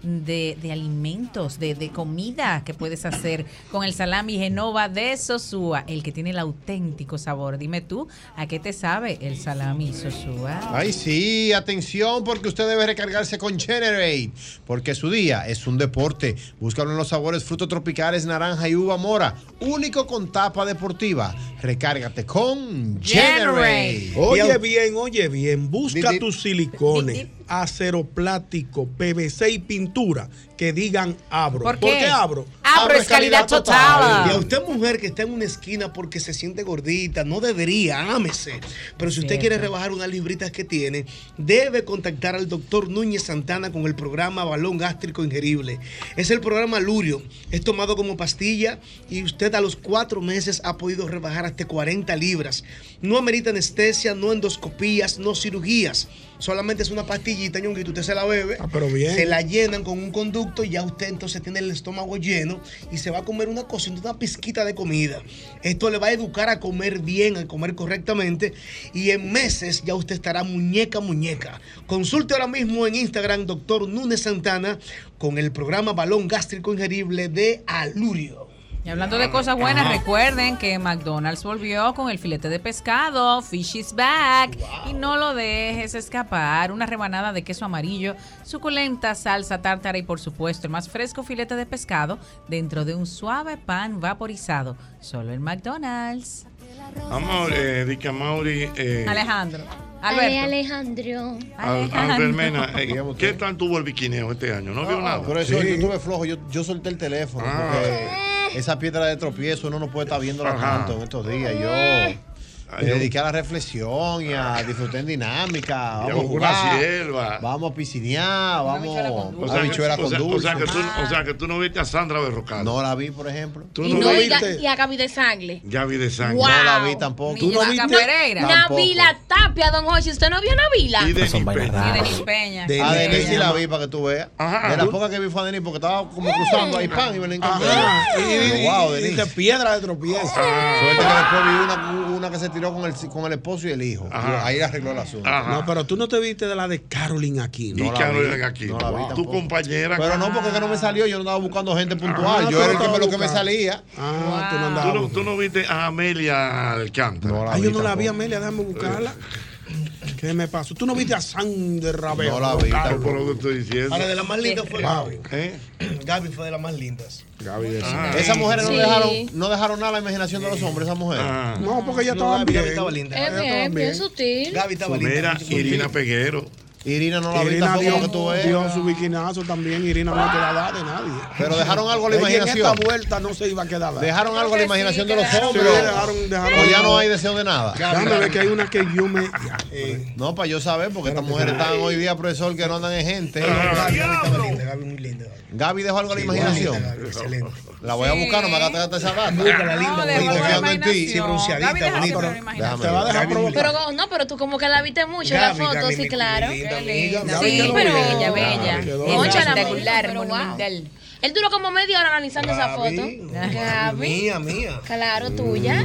S12: De, de alimentos, de, de comida que puedes hacer con el salami Genova de Sosúa, el que tiene el auténtico sabor. Dime tú, ¿a qué te sabe el salami Sosúa?
S6: Ay, sí, atención, porque usted debe recargarse con Generate, porque su día es un deporte. Búscalo en los sabores frutos tropicales, naranja y uva mora, único con tapa deportiva. Recárgate con Generate.
S4: Oye bien, oye bien, busca tus silicones, acero plástico, PVC y pintura que digan abro.
S8: ¿Por
S4: ¿Por
S8: qué?
S4: qué abro?
S8: Abro
S4: es calidad total.
S8: Y a usted, mujer que está en una esquina porque se siente gordita, no debería, ámese. Pero si usted
S12: Cierto.
S8: quiere rebajar unas libritas que tiene, debe contactar al doctor Núñez Santana con el programa Balón Gástrico Ingerible. Es el programa Lurio. Es tomado como pastilla y usted a los cuatro meses ha podido rebajar hasta 40 libras. No amerita anestesia, no endoscopías, no cirugías. Solamente es una pastillita, que usted se la bebe.
S4: Ah, pero bien.
S8: Se la llenan con un conducto y ya usted entonces tiene el estómago lleno y se va a comer una cosita, una pizquita de comida. Esto le va a educar a comer bien, a comer correctamente y en meses ya usted estará muñeca, muñeca. Consulte ahora mismo en Instagram, doctor Núñez Santana, con el programa Balón Gástrico Ingerible de Alurio.
S12: Y hablando
S4: Ah,
S12: de cosas buenas, recuerden que McDonald's volvió con el filete de pescado, Fish is Back, y no lo dejes escapar. Una rebanada de queso amarillo, suculenta salsa tártara y, por supuesto, el más fresco filete de pescado dentro de un suave pan vaporizado. Solo en McDonald's.
S3: Amor, eh, Dica Mauri. eh,
S12: Alejandro.
S7: Ale,
S12: Alberto.
S7: Alejandro.
S3: Al- Albert Mena, eh, ¿qué tal tuvo el biquineo este año? No vio nada.
S6: Ah, Por eso
S3: Sí.
S6: yo estuve flojo, yo, yo solté el teléfono.
S3: Ah.
S6: porque Esa piedra de tropiezo uno no puede estar viéndola
S3: Ajá.
S6: tanto en estos días. Yo me
S3: yo-
S6: dediqué a la reflexión y a disfrutar en dinámica. Vamos a
S3: busco una
S6: jugar,
S3: sierva.
S6: Vamos a piscinear,
S3: O
S6: vamos a
S3: sea,
S6: bichuela
S3: que- o
S6: con
S3: sea-
S6: dulce.
S3: o sea que tú- o sea que tú no viste a Sandra Berrocal. No
S6: la vi, por ejemplo.
S3: ¿Tú
S7: Y
S3: no,
S7: no, y,
S3: viste?
S7: Ga- y a Gaby de Sangre.
S3: Gaby de Sangre.
S7: Wow.
S6: No la vi tampoco.
S7: Ni Yolanda Pereira. Navila Tapia, don Jorge. ¿Usted no vio a Navila?
S6: Y Denis Pues Son vainas Peña. Ah, raras.
S7: Y Denis Peña.
S6: A Denis sí la vi para que tú veas. De las pocas que vi fue a Denis porque estaba como cruzando ahí pan y me la encontré.
S4: Ajá.
S6: Y,
S4: Y-
S6: wow,
S4: y- y
S6: Denis.
S4: de piedra de tropiezo.
S6: Suerte que después vi una, una que se tiró con el, con el esposo y el hijo. Ahí arregló el asunto.
S4: No, pero tú no te viste de la de Carolyn aquí.
S6: No la vi, no la vi tampoco. Pero no, porque es que no me salió. Yo no estaba buscando gente puntual. yo era el que me, lo que me salía.
S4: Ah, tú no
S3: ¿Tú, no,
S4: andabas.
S3: tú no viste a Amelia Alcántara.
S4: Ah, yo no la vi, Amelia, déjame buscarla. ¿Qué me pasó? ¿Tú no viste a Sandra Ravelo?
S3: No la vi
S4: Carlos?
S3: tampoco. Por lo que estoy diciendo.
S8: Ahora, de las más lindas fue Gaby.
S4: ¿eh?
S8: Gaby fue de las más lindas.
S6: Ah.
S8: Esa
S6: Esas
S8: mujer
S6: mujeres no, dejaron, no dejaron nada a la imaginación de los hombres, esas mujeres.
S4: No, porque ella
S6: No,
S4: estaba
S6: Gaby
S4: bien.
S6: estaba linda.
S7: Es
S6: Ella
S7: bien,
S6: estaba
S7: bien
S6: bien.
S7: sutil.
S3: Mira, Irina Peguero.
S6: Irina no
S3: la vi tampoco,
S4: dio,
S3: para que tú veas.
S4: dio su biquinazo también. Irina no queda edad de nadie.
S6: Pero dejaron algo a la
S4: Ella
S6: imaginación.
S4: En esta vuelta no se iba a quedar. dada.
S6: Dejaron algo a la imaginación de los hombres.
S4: Sí, dejaron- dejaron-
S6: O ya no hay deseo de nada. Eh,
S4: Déjame ver que hay una que yo me.
S6: No, para yo saber, porque estas mujeres están hoy día, profesor, que no andan en gente. Gaby dejó algo a la imaginación. La voy a buscar, no me hagas gastar esa data.
S8: Búscala,
S6: No,
S8: linda, bonita.
S6: estoy
S8: dejó
S6: confiando en ti.
S8: Sí, bronceadita, Gaby dejó bonita. siempre la
S6: Déjame
S8: Te va a dejar
S6: ver.
S7: Pero go- no, pero tú como que la viste mucho en la
S6: Gaby,
S7: foto,
S6: Gaby,
S7: sí,
S6: mi
S7: claro.
S6: linda
S12: linda.
S7: Sí,
S12: Gaby,
S7: pero
S12: quedó
S7: ella,
S12: bien.
S7: bella.
S12: Gaby, quedó
S7: Es
S12: bien.
S7: espectacular,
S12: Pero, wow.
S7: monumental. Él duró como media hora analizando esa foto. Gaby.
S8: Mía, mía.
S7: Claro, tuya.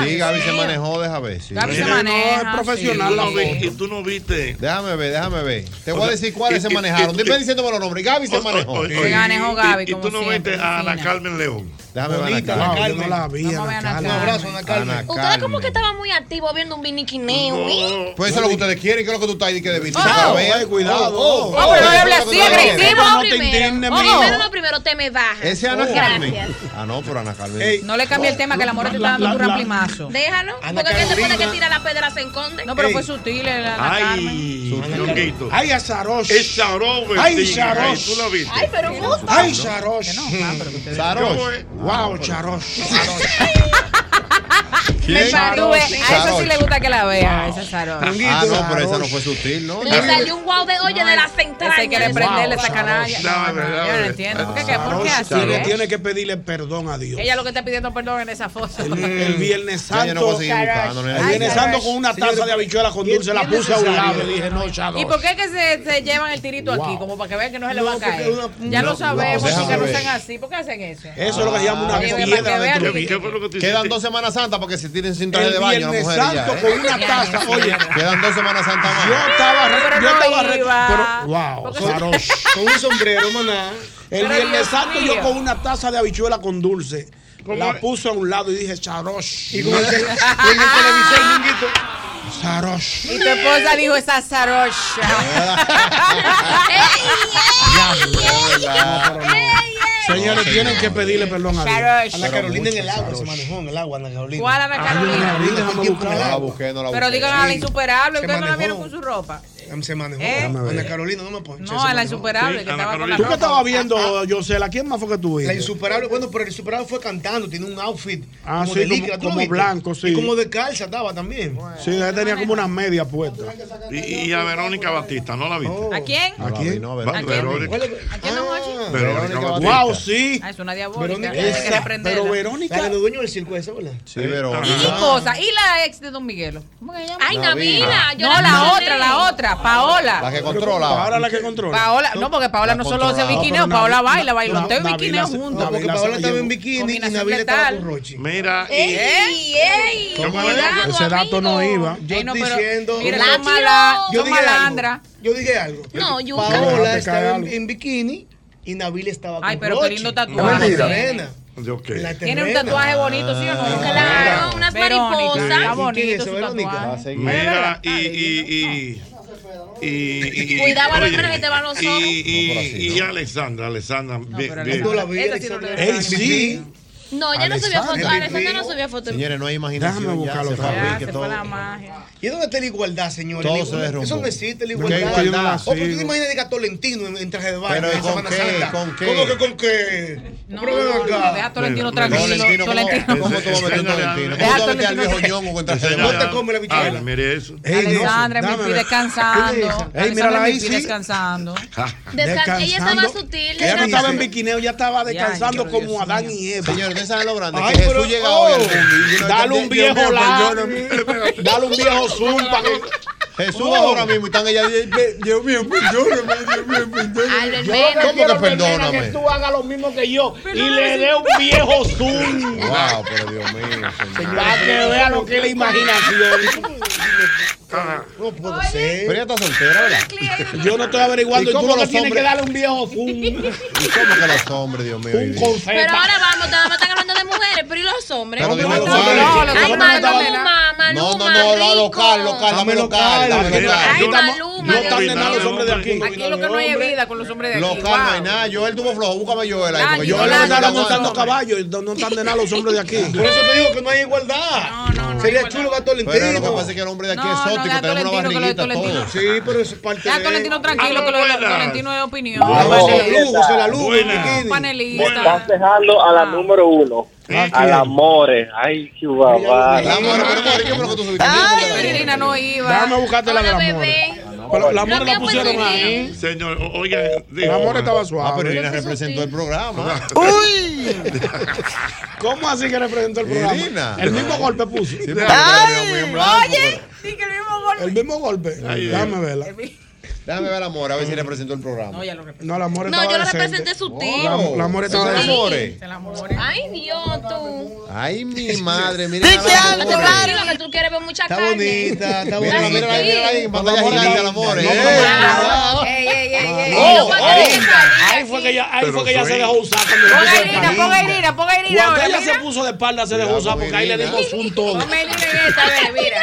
S6: Sí, Gaby se manejó, déjame ver. sí.
S7: Gaby se
S6: Mira,
S7: maneja,
S6: no,
S3: Y tú no
S6: foto.
S3: vi- Y tú no viste.
S6: Déjame ver, déjame ver. Te
S3: O
S6: voy a
S3: sea,
S6: decir
S3: y-
S6: cuáles se
S3: y-
S6: manejaron.
S3: y-
S6: Dime diciéndome los nombres. Gaby se manejó.
S3: Oye, y- y- Y tú no viste a Ana Carmen León.
S6: Déjame ver
S4: Bonita,
S6: a Ana
S4: Ana
S6: Carmen.
S4: Carmen. Yo no la vi, Vamos a ver Ana Ana Carmen. Carmen. Un abrazo, Ana Carmen.
S6: Ana
S7: Ustedes como
S6: Carmen.
S7: que estaban muy activos viendo un viniquineo. ¿eh?
S6: Pues eso es lo que ustedes quieren, que es lo que tú estás diciendo de
S7: Oh,
S6: visita.
S4: eh, cuidado.
S7: Oh,
S6: Ah,
S7: pero no hable así, agresivo.
S6: No te
S7: Primero,
S6: indignes,
S7: Oh,
S6: mi hijo.
S7: primero, no, primero te me bajas.
S6: Ese es Ana Carmen.
S7: Gracias.
S6: Ah, no, pero Ana Carmen.
S12: No le cambie el tema, que el amor te está dando tu ramplimazo.
S7: Déjalo,
S6: Ana
S7: porque ¿qué se
S6: Carolina.
S7: puede que tira la pedra se esconde?
S12: No, pero fue sutil el
S6: Ah,
S12: Ana Carmen.
S3: Ñonguito.
S4: Ay, a Sarosh.
S3: Es Sarosh.
S4: Ay,
S3: Betín.
S4: Sarosh.
S3: Ay, Tú lo viste.
S12: Ay, pero
S4: gusta. Ay, Sarosh. Sarosh. Wow, Sarosh.
S12: Me
S4: ¿Quién?
S12: patuve. A eso sí
S4: Sarosh.
S12: le gusta que la vea, a esa Sarosh.
S6: Ah, no, pero esa no fue sutil, ¿no?
S7: Le salió un guau de oye de la central.
S12: Ese quiere prenderle esa canalla.
S4: No, no,
S12: Yo no entiendo. ¿Por qué, qué- por qué así?
S4: Tiene,
S12: eh?
S4: tiene que pedirle perdón a Dios.
S12: Ella lo que está pidiendo perdón en esa foto.
S4: El, el Viernes
S12: Ya, yo no
S4: Santo.
S12: conseguí buscando, no era-
S4: el Viernes
S12: Ay,
S4: Santo
S12: Sarosh.
S4: con una taza de habichuela con dulce la puse a un lado. y dije, no, Sarosh.
S12: ¿Y por qué que se, se llevan el tirito aquí?
S4: Wow.
S12: Como para que vean que no se le
S4: No,
S12: va a
S4: porque
S12: caer.
S4: una-
S12: ya
S4: No,
S12: lo sabemos,
S6: wow,
S12: chicas, no
S6: déjame
S12: sean así. ¿Por qué hacen eso? Ah.
S4: Eso es lo que se llama una
S12: Oye, para que
S4: piedra
S12: vean
S4: dentro
S12: que-
S4: de-
S6: Quedan dos Semanas Santas porque se tiren sin traje
S4: El
S6: de baño las
S4: Viernes
S6: mujeres ya. ¿eh?
S4: Santo con una taza, oye.
S6: Quedan dos Semanas Santas más.
S4: Yo estaba re-
S12: Pero
S4: yo
S12: no
S4: estaba re-
S12: iba.
S4: pero- wow,
S12: Porque-
S4: Sarosh. con un sombrero, maná. El
S12: Pero
S4: viernes
S12: Dios
S4: santo
S12: mío.
S4: yo con una taza de habichuela con dulce.
S12: ¿Cómo
S4: La
S12: es?
S4: puse a un lado y dije, Charosh.
S12: Y con el te- y en el
S4: televisor, Minguito. Charosh.
S12: Y tu esposa dijo esa Sarosh.
S4: Ah. Señores, tienen que pedirle perdón a Dios.
S12: Sarosh.
S4: A
S8: Ana
S4: la
S8: Carolina en el agua
S4: Sarosh.
S8: se manejó en el agua, Ana Carolina.
S12: ¿Cuál Ana Carolina?
S6: No la busqué, no la busqué.
S12: Pero digan a la insuperable,
S8: Se
S12: ustedes no
S8: manejó.
S12: la
S8: Em,
S12: vieron con su ropa.
S8: Se manejó.
S12: ¿Eh?
S8: Ana Carolina, no me ponches.
S12: No, a la insuperable, que estaba con la
S4: ¿Tú qué
S12: ropa.
S4: estabas
S12: Ah.
S4: viendo, Yosela? ¿Quién más fue que tú
S8: La
S4: viste?
S8: insuperable, bueno, pero el insuperable fue cantando, tiene un outfit
S4: Ah,
S8: como
S4: sí,
S8: de
S4: como-
S8: licra, ¿tú lo
S4: como
S8: viste?
S4: blanco, sí.
S8: Y como de calza estaba también.
S4: Sí, ella tenía como unas medias puestas.
S3: Y, y a Verónica Batista, Oh. ¿no la viste?
S12: ¿A quién?
S3: ¿A quién?
S6: No,
S3: Va- Verónica.
S12: ¿A quién no Mochi?
S3: Verónica Batista.
S4: Wow, Ah. sí.
S12: Ah, es una diabólica.
S4: Verónica,
S12: Esa,
S4: esa,
S12: prenderla.
S4: pero Verónica-
S8: La que nos dueño del circo esa, ¿verdad?
S6: Sí, Verónica.
S12: ¿Y qué cosa? ¿Y la ex de Don Miguelo? ¿Cómo que se llama?
S7: Ay, Navila. Navila, yo
S12: No,
S7: la
S12: la
S7: mencioné.
S12: otra, la otra. Paola.
S6: La que controla.
S4: Paola la que controla.
S12: Paola, no, porque Paola
S4: La
S12: no solo se
S4: controlaba.
S12: biquineo,
S4: No, pero
S12: Paola
S4: Navi-
S12: baila,
S4: Na-
S12: bailoteo y
S4: Navila
S12: biquineo
S4: se-
S12: juntos.
S4: Navila se la llevó.
S8: bikini
S12: Combinación letal.
S8: Rochi.
S3: Mira,
S7: ¡Ey,
S3: y-
S7: ey, ey! Cuidado,
S4: Ese dato no iba.
S8: Yo
S12: Ey, no,
S8: estoy
S12: pero-
S8: diciendo.
S12: mira, son mala-
S8: yo
S12: son
S8: dije algo.
S12: malandra.
S8: Yo dije algo.
S7: No, yo-
S4: Déjate
S8: Paola
S4: caer
S8: estaba en,
S4: algo.
S8: en bikini y Nabil estaba con
S12: Ay, pero qué
S8: Rochi.
S12: lindo tatuaje
S8: La
S12: tiene.
S8: terrena.
S3: Yo qué.
S8: La
S12: Tiene un
S8: terrena.
S12: tatuaje bonito, ¿sí o no?
S4: Ah.
S7: Claro, unas
S12: Verónica,
S7: mariposas.
S12: Está
S8: ¿Quién es
S12: bonito
S8: esa
S12: su
S8: Verónica?
S12: tatuaje.
S3: Mira, y. y, y, y, y-
S7: Cuidado,
S3: oye,
S7: Alejandra, que te van los
S3: y-
S7: ojos.
S3: y- y Alexandra, Alexandra. bien, bien.
S4: Ey, sí.
S7: No, ella no subió foto.
S6: Alexandra.
S7: Alexandra no subió foto.
S6: Señores, no hay imaginación.
S4: Déjame
S6: ya,
S4: buscarlo
S6: se
S4: otra vez.
S6: fabrique todo.
S12: magia.
S8: ¿Y dónde está la igualdad, señores?
S6: Todo
S8: La
S6: se
S8: igualdad-
S6: derrumbó.
S8: Eso no existe, la
S6: ¿Qué
S8: igualdad.
S6: igualdad?
S8: O porque tú te imaginas de Tolentino en, en traje de baño.
S6: Pero
S8: en
S6: ¿y con
S8: Semana
S6: qué?
S8: Santa?
S6: ¿Con qué?
S8: ¿Cómo que con qué?
S12: No,
S8: Pero ven
S12: no,
S8: acá.
S12: no, deja a Tolentino
S3: Mira, mira.
S12: tranquilo. Tolentino.
S6: ¿Cómo tú vas a meter
S3: Enséñale a-
S6: Tolentino?
S3: Deja
S6: ¿Cómo tú vas a meter al
S12: Tolentino
S6: viejo
S12: que-
S6: ñongo con traje de
S3: Enséñale
S6: baño?
S3: a- a ver, mire eso.
S12: Alexandra
S4: Dame,
S12: Mimpi
S4: dame.
S12: descansando.
S4: Ey, mírala
S12: Alexandra
S4: ahí,
S12: Mimpi
S4: sí.
S12: descansando.
S7: Descan- ella estaba
S4: Descansando.
S7: sutil.
S4: Ella no estaba en
S7: descansando.
S4: biquineo, ya estaba descansando
S6: pero
S4: como
S6: Dios
S4: Adán y Eva.
S6: Señores, ustedes saben lo grande
S4: Ay,
S6: que
S4: pero-
S6: Jesús llega hoy al
S4: oh.
S6: mundo. y yo-
S4: Dale
S6: Dios
S4: un
S6: mío,
S4: viejo la-
S6: perdóname.
S4: Dale un viejo zoom para que.
S6: Jesús ahora mismo y están ellas. Dios mío, perdóname, Dios mío, perdóname. Yo,
S4: Yo lo que
S6: ¿Cómo
S4: quiero,
S6: que
S4: Belmena, que
S6: perdóname?
S4: tú hagas lo mismo que yo y
S6: Perdóname,
S4: le
S6: sí.
S4: dé un viejo zoom
S6: Wow, pero Dios mío.
S4: para que vea lo que es la imaginación.
S8: No puedo ser.
S6: Pero ella está soltera, ¿verdad?
S4: Yo no estoy averiguando
S6: ¿Y
S4: y tú
S6: cómo
S4: lo que
S6: los
S4: tienes que
S6: hombres-
S4: darle un viejo zoom.
S6: ¿Y cómo que los hombres, Dios mío? hoy día?
S7: Pero ahora vamos, nada más están hablando de mujeres, pero ¿y los hombres?
S6: Pero dime los
S7: Ay,
S6: hombres.
S7: Ay, Maluma,
S6: No,
S7: Maluma,
S6: no, no, la
S7: rico.
S6: local, local, dame local. Dame
S7: Ay,
S6: local.
S7: Maluma,
S6: no
S7: Dios
S6: están de nada
S7: mío.
S6: los hombres de aquí.
S12: Aquí lo que no hay es vida con los hombres de aquí.
S6: Local, no hay
S12: Wow.
S6: nada. Yo él tuvo flojo, búscame yo él ahí. Porque
S12: Dani,
S6: yo
S4: Yo
S6: él
S4: le
S6: no
S4: andaron
S6: la
S4: montando
S6: aguanto.
S4: caballos, no no están de nada los hombres de aquí.
S8: Por eso te digo que no hay igualdad. Sería chulo que a Tolentino.
S6: Pero lo que pasa es que el hombre de aquí es
S12: No, no,
S6: exótico,
S12: deja a
S6: tenemos una
S12: Tolentino, que lo de
S6: barriguita todo.
S12: Tolentino.
S8: Sí, pero es parte
S12: Ya
S8: de.
S12: Tolentino tranquilo, que lo de Tolentino es opinión.
S8: Ah,
S12: Panelista.
S8: bueno, se la luz,
S12: Buena.
S8: bikini.
S12: Panelista.
S17: Estás dejando a la número uno. A la More. Ay, Chihuahua.
S6: La More, pero More, ¿qué fue lo que tú subiste?
S12: Ay, Perilina no iba.
S4: Déjame buscarte la de la amor. Pero la amor la
S12: mío fue
S4: pusieron
S12: sutil.
S4: ahí.
S3: Señor, o- oiga, digo,
S4: La amor estaba suave.
S6: Ah, pero Irina representó el programa.
S4: ¡Uy! ¿Cómo así que representó el programa?
S6: Irina.
S4: El mismo golpe puso.
S6: pero Ay, Dios mío, en blanco, oye,
S4: sí que el mismo golpe. El mismo golpe. Dame verla.
S6: Déjame ver a More, a ver si representó el programa.
S12: No, ya lo representé.
S4: No, la More
S7: No,
S4: estaba
S7: yo lo
S4: decente.
S7: representé su tío.
S4: La, la More estaba
S6: Eso es Oh, la
S4: decente.
S7: Ay, Dios, tú.
S6: Ay, mi madre, mira.
S7: Dice
S6: la
S7: algo,
S6: More.
S7: Mario, que tú quieres ver mucha
S6: Está
S7: carne.
S6: bonita, está
S7: Mira,
S6: bonita. Mira,
S7: sí.
S6: mira, ahí en pantalla gigante, la More.
S13: No,
S6: Eh,
S13: no, no.
S6: cuidado.
S12: Ey, ey, ey, ey.
S13: Oh,
S12: Pon
S13: ahí.
S12: Irina,
S13: Ahí fue que ella, ahí
S20: Pero
S13: fue que ella
S20: soy-
S13: se dejó usar. Cuando,
S12: Ponga
S13: se puso de
S12: Irina,
S13: espalda.
S12: ponga Irina, ponga Irina
S13: Cuando
S12: ahora,
S13: ella
S12: mira.
S13: se puso de espalda, se dejó usar porque ahí le dimos un todo.
S12: Ponme Irina en esta, a ver, mira.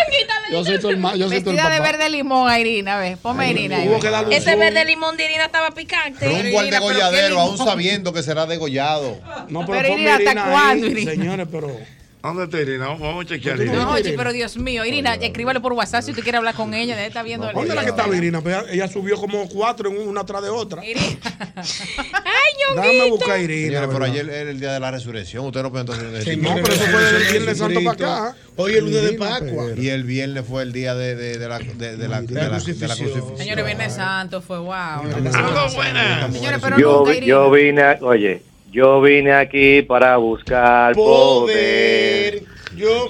S13: Yo soy tu hermano, yo soy tu
S12: Vestida de
S13: papá.
S12: verde limón a Irina, a ver. Ponme a Irina. ahí,
S6: hubo
S12: ve.
S6: que darle un
S12: Ese
S6: zoom.
S12: verde limón de Irina estaba picante.
S6: Rumbo al degolladero, aún sabiendo que será degollado.
S4: No,
S12: Pero ponme Irina, ¿hasta Irina ahí, cuándo, Irina?
S4: Señores, pero.
S3: ¿Dónde está Irina? Vamos- Vamos a chequear Irina.
S12: No, oye, pero Dios mío, Irina, escríbale por WhatsApp si tú quieres hablar con ella. Ella está viendo el
S4: ¿Dónde es la que estaba Irina? Pues Ella, ella subió como cuatro en una tras de otra.
S12: Ay,
S4: Dame a buscar a Irina.
S6: Señores, pero
S4: ¿verdad?
S6: ayer era el día de la resurrección. Ustedes no pueden entonces decir.
S4: No, pero eso fue desde el Viernes Santo para acá.
S6: Hoy el lunes
S4: de
S6: Pascua. Y el viernes fue el día de, de- de la, de- de la- de la- de la crucifixión.
S12: Señores, Viernes Santo fue wow. Señores, pero
S15: Yo,
S12: nunca Irina.
S15: yo vine, a- oye, yo vine aquí para buscar poder.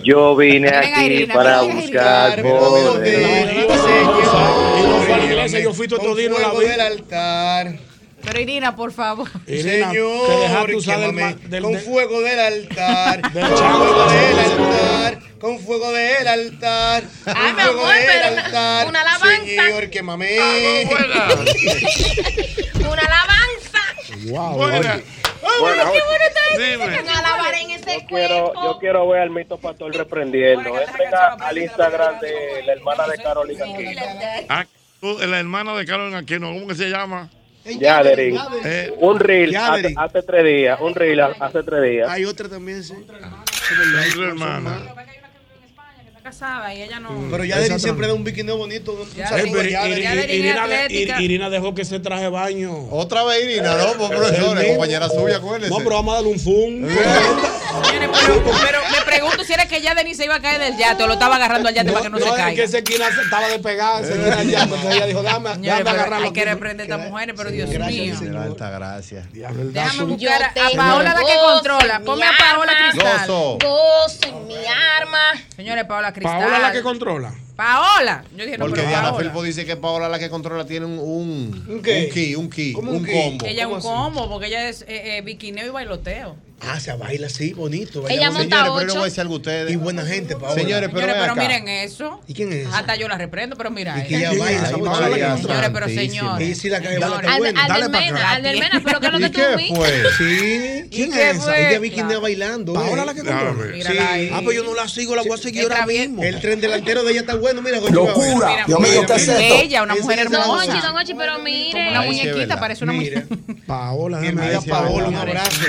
S15: Yo, vine
S12: Miren a
S15: aquí
S12: Irina,
S15: para
S12: miren a
S15: buscar
S12: Irina.
S15: poder.
S4: Y no fue a la iglesia, yo fui todo día, no la vi.
S8: altar.
S12: Pero Irina, por favor.
S8: Irina, Señor,
S4: te dejaste usar del
S8: quémame
S4: ma- del-
S8: con
S4: del-
S8: fuego del altar, con fuego del altar, con fuego del altar, con
S7: Ay, mi
S8: fuego
S7: amor,
S8: del
S7: pero una-
S8: altar.
S7: una alabanza.
S8: Señor, quémame.
S7: Una alabanza.
S4: Wow,
S20: Buena.
S15: oye.
S7: Ay,
S20: Buena,
S7: bueno, qué bueno está
S20: Dime.
S7: diciendo. No alabaré en ese
S20: Quiero,
S7: cuerpo.
S20: yo quiero ver al mito pastor reprendiendo. Venga al Instagram de la hermana de Carolina.
S3: Ah, tú, la hermana de Carolina Aquino, ¿cómo que se llama?
S20: Yaderin.
S3: Eh,
S20: Un reel hace,
S3: Yaderin.
S20: hace tres días. Un reel hace tres días.
S8: Hay otra también, sí.
S3: Otra hermana.
S12: Está casada y ella no.
S4: Mm.
S8: Pero ya Denis siempre da un bikini bonito. Un
S12: Ya,
S8: saludo
S12: pero
S8: a Yadel.
S12: Iri- Yadel, Irina
S4: Irina, de-
S12: atlética.
S4: Ir- Irina dejó que se traje baño.
S6: Otra vez Irina, ¿no? Pues, profesora, compañera suya, acuérdese.
S4: No, pero vamos a darle un zoom.
S12: Pero me pregunto si era que ya Denis se iba a caer del yate o lo estaba agarrando al yate para que no, se
S4: es
S12: caiga.
S4: que esa esquina se- estaba
S8: ah,
S4: despegada, esa esquina allá,
S8: pues,
S4: entonces ella dijo, dame, dame
S12: Señores, pero
S4: agarrarla
S12: hay que
S4: aquí.
S12: reprender a estas mujeres, pero Dios mío.
S6: De la alta gracia.
S12: Déjame
S7: Yo
S12: buscar a
S7: tengo
S12: Paola la que
S7: gozo
S12: controla.
S7: en
S12: Ponme
S7: mi
S12: a Paola
S7: arma.
S12: Cristal.
S6: Gozo.
S7: Gozo en mi arma.
S12: Señores, Paola Cristal.
S4: Paola la que controla.
S12: Paola. Yo dije, no,
S6: Porque
S12: pero
S6: Diana
S12: Paola.
S6: Filpo dice que Paola la que controla tiene un un, un
S8: qué?
S6: key, un key, un,
S8: ¿Cómo un key?
S6: combo.
S12: Ella es un combo, porque ella es eh, eh, biquineo y bailoteo.
S8: Ah, se baila así, bonito.
S12: Ella
S8: bailamos.
S12: monta
S6: Señores, pero yo le voy a
S12: ocho.
S6: decir algo a ustedes.
S8: Y buena gente, Paola.
S6: Señores, pero,
S12: Señores,
S6: ven
S12: pero
S6: acá.
S12: miren eso.
S8: ¿Y quién es?
S12: Hasta yo la reprendo, pero mira.
S8: que ella
S12: eh.
S8: baila,
S12: Ay,
S8: esa
S12: Paola,
S8: mujer.
S12: Señores, pero señores.
S8: Ella sí la cae
S12: Señores.
S8: bala, está buena.
S12: Al- Aldermena, Aldermena, pero ¿qué es lo que
S8: ¿Y
S12: tú
S8: qué
S12: viste?
S6: fue?
S8: Sí. ¿Quién
S12: qué
S8: es esa?
S12: fue?
S8: Ella bikinea bailando. eh.
S4: Paola la que controla.
S8: Sí.
S4: Mírala ahí.
S8: Ah, pues yo no la sigo, la voy a seguir
S4: Está
S8: ahora
S4: bien.
S8: mismo. El tren delantero de ella está bueno, mira.
S4: Locura. Dios mío, ¿qué es esto?
S12: Bella, una mujer
S7: Don
S12: hermosa.
S7: Ochi, Don Ochi, pero mire.
S12: Una
S6: Ay, sí, es
S12: muñequita,
S6: verdad.
S12: parece una muñequita.
S4: Paola,
S8: Mi
S4: déjame
S8: amiga
S4: ver.
S8: Paola, un
S4: Señores.
S8: abrazo.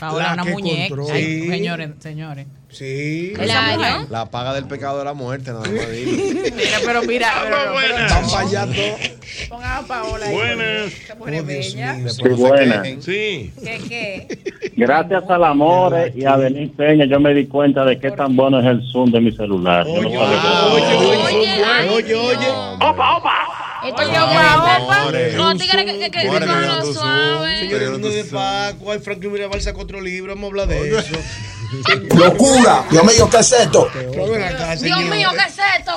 S12: Paola,
S4: La
S12: una
S4: que
S12: muñeca.
S4: controla.
S12: Ay,
S4: Sí.
S12: Señores, señores.
S8: Sí.
S12: Esa mujer.
S6: La paga del pecado de la muerte, nada más digo.
S12: Mira, pero mira. Pero,
S3: buenas.
S4: Van para allá todos.
S12: Pongan a Paola ahí.
S3: Buenas.
S12: Esa mujer
S6: Oh,
S12: es bella.
S15: Sí, buena.
S3: eh, Sí.
S12: ¿Qué, qué?
S15: Gracias al amor eh, y a Denis Peña, yo me di cuenta de qué tan bueno es el Zoom de mi celular. Yo no puedo creer.
S7: Oye, ay,
S8: Oye, oye.
S7: Opa, opa. Esto es
S12: Oye,
S7: opa,
S12: opa,
S7: opa.
S6: opa.
S7: No, tigre, que, que, que, que
S6: More,
S7: cojan
S6: mira
S7: lo
S6: tu
S7: suave.
S6: zoom.
S8: Señores, uno de Paco, hay Franklin Mirabal sacó otro libro, vamos a hablar de eso.
S13: Locura. Dios mío, ¿qué es esto?
S8: Pero ven acá,
S7: Dios
S8: señores.
S7: mío, ¿qué es esto?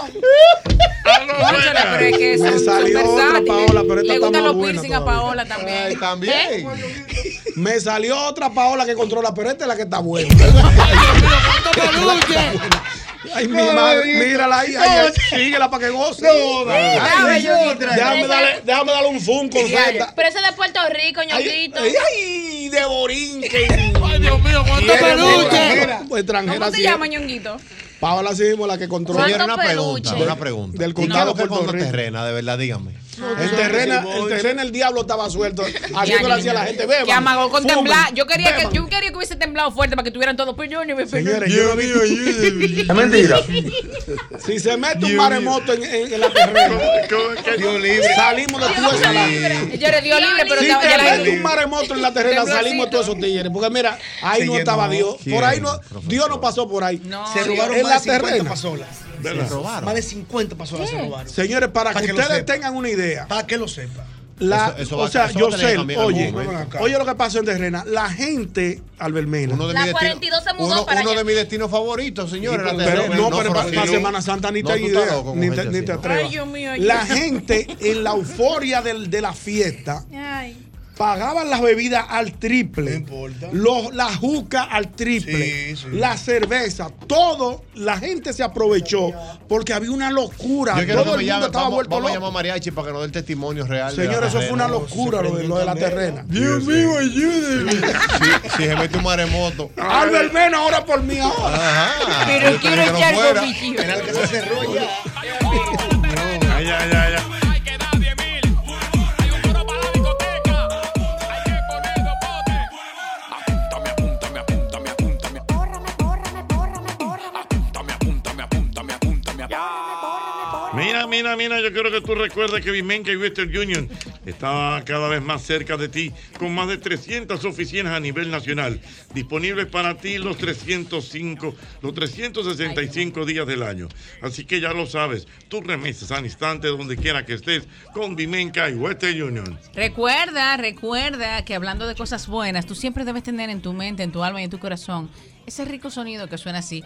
S12: Conchale, pero es que son,
S4: Me
S12: son
S4: salió otra
S12: versátiles.
S4: Paola, pero esta
S12: Le
S4: está
S12: gustan
S4: más
S12: los ¿Eh?
S4: buena.
S12: piercing a
S4: todavía.
S12: Paola también.
S6: También.
S4: Me salió otra Paola que controla, pero esta es la que está buena. Esta es la que está buena. Ay, mi madre, mírala ahí, ahí, ahí. síguela para que goce. Ay,
S12: dame,
S4: ay,
S12: yo-
S4: déjame, darle, déjame darle un zoom con feta.
S7: Pero ese es de Puerto Rico,
S4: Ay,
S7: ñonguito.
S4: ay, ay, de borinque.
S7: Ay, Dios mío,
S4: Y es extranjera, extranjera,
S12: ¿Cómo te
S4: sí es.
S12: llamas, ñonguito?
S4: Paola sí mismo la que controla.
S6: Señora, una
S7: peluche?
S6: pregunta, una pregunta.
S4: Del
S6: ¿Y
S4: condado
S6: qué es lo que
S4: Puerto
S6: fondo
S4: Rico.
S6: terrena, de verdad, dígame?
S4: El terreno, el terreno, el diablo estaba suelto. Haciéndole así a la gente.
S12: Que
S4: Beban,
S12: amagó con
S4: fumen,
S12: temblar. Yo quería, que,
S4: beban.
S12: yo quería que hubiese temblado fuerte para que tuvieran todos. Pero yo ni me
S4: Señores, yo no vi-
S13: Es mentira.
S4: Si se mete un maremoto en, en, en la terreno,
S8: Dios libre.
S4: salimos de todo esa
S12: Yo le dio libre, pero
S4: Si
S12: estaba
S4: te
S12: ya la
S4: mete un maremoto en la terrena,
S12: Temblorcito.
S4: salimos de todos esos tigres. Porque mira, ahí
S8: Se
S4: no
S8: llenó.
S4: estaba Dios. Por ahí no, Dios no pasó por ahí.
S8: Se robaron
S4: en la
S8: más de 50
S4: terrena.
S8: pasolas.
S4: ¿Verdad?
S8: Más de 50 pasolas se robaron.
S4: Señores, para,
S8: Para
S4: que,
S8: que lo
S4: ustedes
S8: sepa.
S4: tengan una idea,
S8: Para que lo sepa.
S4: La,
S6: Eso- eso
S4: o
S6: va-
S4: sea,
S6: eso va
S4: yo
S6: a tener ¿eh?
S4: sé,
S6: también algún
S4: oye,
S6: momento.
S4: oye lo que pasó en Terrena. La gente, Albert Mena.
S6: Uno de mis
S7: La 42 se mudó
S6: uno,
S7: para
S6: uno
S7: allá.
S6: de mis destinos favoritos, señores.
S4: Pero,
S6: la tercera.
S4: no, pero para,
S6: Francis,
S4: para
S6: no.
S4: Semana Santa ni
S6: No,
S4: te
S6: tú estás
S4: idea,
S6: loco con
S4: ni
S6: gente
S4: te, ni
S6: así.
S4: te atrevas.
S12: Ay, Dios mío, ay,
S4: la
S12: Dios.
S4: gente en la euforia del- de la fiesta
S12: Ay.
S4: pagaban las bebidas al triple. Los, la juca al triple. La cerveza. Todo, la gente se aprovechó porque había una locura.
S6: Yo quiero
S4: todo
S6: que me
S4: el mundo
S6: llame,
S4: estaba
S6: vamos,
S4: vuelto
S6: vamos a
S4: loco.
S6: llamar a Mariachi para que nos dé el testimonio real. de la
S4: Señores, eso fue
S6: terrena.
S4: una locura lo de, lo de la terrena.
S6: Dios
S4: mío, ayúdenme.
S6: Si, si se mete un maremoto.
S4: Albert Mena, ahora por mí ahora.
S6: Ajá.
S4: Pero
S6: Yo
S4: quiero
S6: pensé que no
S4: echar
S6: fuera.
S4: gomichillo.
S6: Era el que se cerró ya.
S3: Ay, ay, ay, ay. Mira, mira, mira, yo quiero que tú recuerdes que Vimenca y Western Union está cada vez más cerca de ti, con más de 300 oficinas a nivel nacional, disponibles para ti los 305, los 365 días del año. Así que ya lo sabes, tus remesas al instante, donde quiera que estés, con Vimenca y Western Union.
S12: Recuerda, recuerda que hablando de cosas buenas, tú siempre debes tener en tu mente, en tu alma y en tu corazón ese rico sonido que suena así.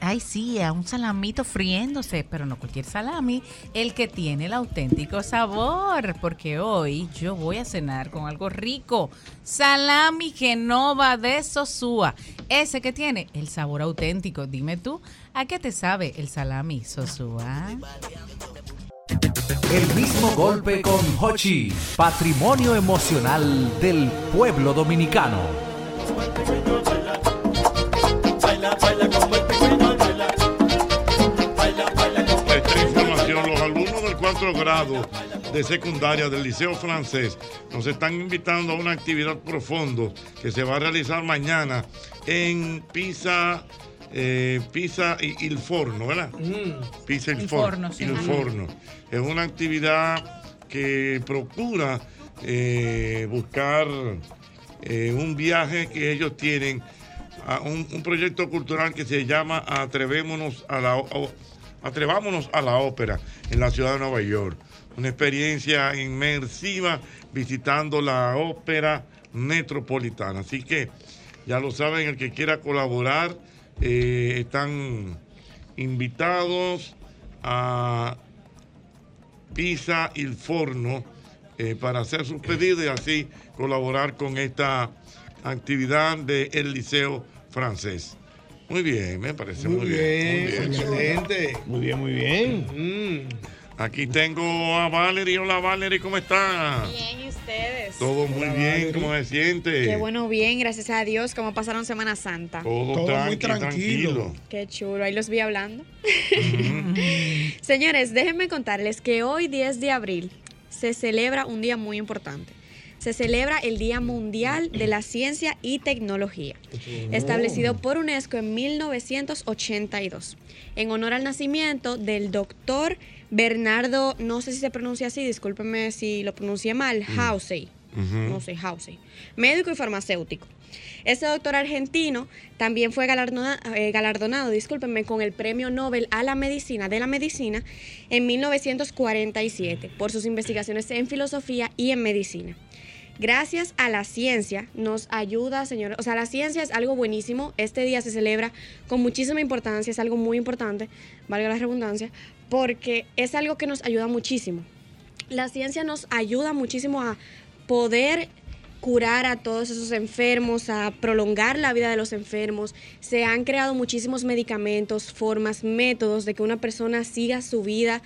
S12: Ay, sí, a un salamito friéndose, pero no cualquier salami, el que tiene el auténtico sabor, porque hoy yo voy a cenar con algo rico, salami Genova de Sosúa, ese que tiene el sabor auténtico. Dime tú, ¿a qué te sabe el salami Sosúa?
S1: El mismo golpe con Hochi, patrimonio emocional del pueblo dominicano.
S3: Esta información, los alumnos del cuarto grado de secundaria del Liceo Francés nos están invitando a una actividad profundo que se va a realizar mañana en Pisa, eh, Pisa y Il Forno, ¿verdad? Pisa Il
S12: Mm. Il
S3: Forno.
S12: Forno, sí.
S3: Il
S12: Ajá.
S3: Forno. Es una actividad que procura eh, buscar eh, un viaje que ellos tienen, a un, un proyecto cultural que se llama Atrevémonos a la, o- Atrevámonos a la ópera en la ciudad de Nueva York. Una experiencia inmersiva visitando la ópera metropolitana. Así que ya lo saben, el que quiera colaborar, eh, están invitados a Pisa Il Forno eh, para hacer sus pedidos y así colaborar con esta actividad del Liceo Francés. Muy bien, me parece muy, bien. Muy bien,
S8: excelente.
S3: Muy bien, muy bien. Aquí tengo a Valerie. Hola Valerie, ¿cómo estás?
S18: Bien, ¿y ustedes?
S3: Todo muy bien, ¿cómo se siente?
S18: Qué bueno, bien, gracias a Dios, como pasaron Semana Santa.
S3: Todo, tranqui, tranquilo.
S18: Qué chulo, ahí los vi hablando. Señores, déjenme contarles que hoy 10 de abril se celebra un día muy importante. Se celebra el Día Mundial de la Ciencia y Tecnología, establecido por UNESCO en 1982, en honor al nacimiento del doctor Bernardo, no sé si se pronuncia así, discúlpenme si lo pronuncié mal, Housey no sé, Housey, médico y farmacéutico. Este doctor argentino también fue galardona- eh, galardonado, discúlpenme, con el Premio Nobel a la Medicina de la Medicina en 1947 por sus investigaciones en filosofía y en medicina. Gracias a la ciencia nos ayuda, señor. O sea, la ciencia es algo buenísimo. Este día se celebra con muchísima importancia, es algo muy importante, valga la redundancia, porque es algo que nos ayuda muchísimo la ciencia nos ayuda muchísimo a poder curar a todos esos enfermos, a prolongar la vida de los enfermos. Se han creado muchísimos medicamentos, formas, métodos de que una persona siga su vida.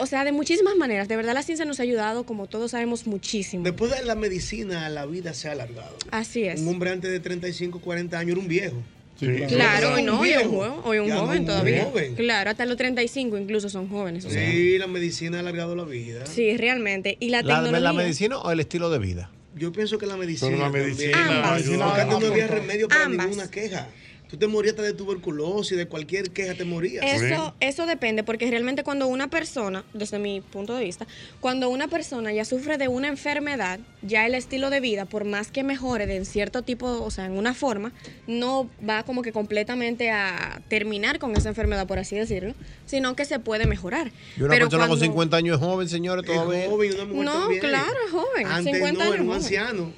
S18: O sea, de muchísimas maneras. De verdad la ciencia nos ha ayudado, como todos sabemos, muchísimo.
S8: Después de la medicina, la vida se ha alargado.
S18: Así es.
S8: Un hombre antes de 35, 40 años era un viejo.
S18: Claro, hoy no, hoy es un,
S8: viejo.
S18: joven, hoy es un
S8: Ya no,
S18: joven
S8: muy
S18: todavía.
S8: joven.
S18: Claro, hasta los 35 incluso son jóvenes. o sea.
S8: Sí, la medicina ha alargado la vida.
S18: Sí, realmente. Y la,
S6: ¿La,
S18: tecnología...
S6: la medicina o el estilo de vida?
S8: Yo pienso que la medicina.
S6: Pero la
S8: también.
S6: medicina
S8: Ambas.
S6: ayuda.
S8: Porque antes no había remedio para ninguna queja. Tú te morías hasta de tuberculosis, de cualquier queja te morías.
S18: Eso, eso depende, porque realmente cuando una persona, desde mi punto de vista, cuando una persona ya sufre de una enfermedad, ya el estilo de vida, por más que mejore de en cierto tipo, o sea, en una forma, no va como que completamente a terminar con esa enfermedad, por así decirlo, sino que se puede mejorar.
S6: Y una
S18: Pero
S6: persona
S18: cuando-
S6: con 50 años es joven, señores, todavía.
S18: No, claro, es joven.
S8: Antes
S18: 50
S8: no,
S18: años
S8: era un
S18: joven.
S8: anciano.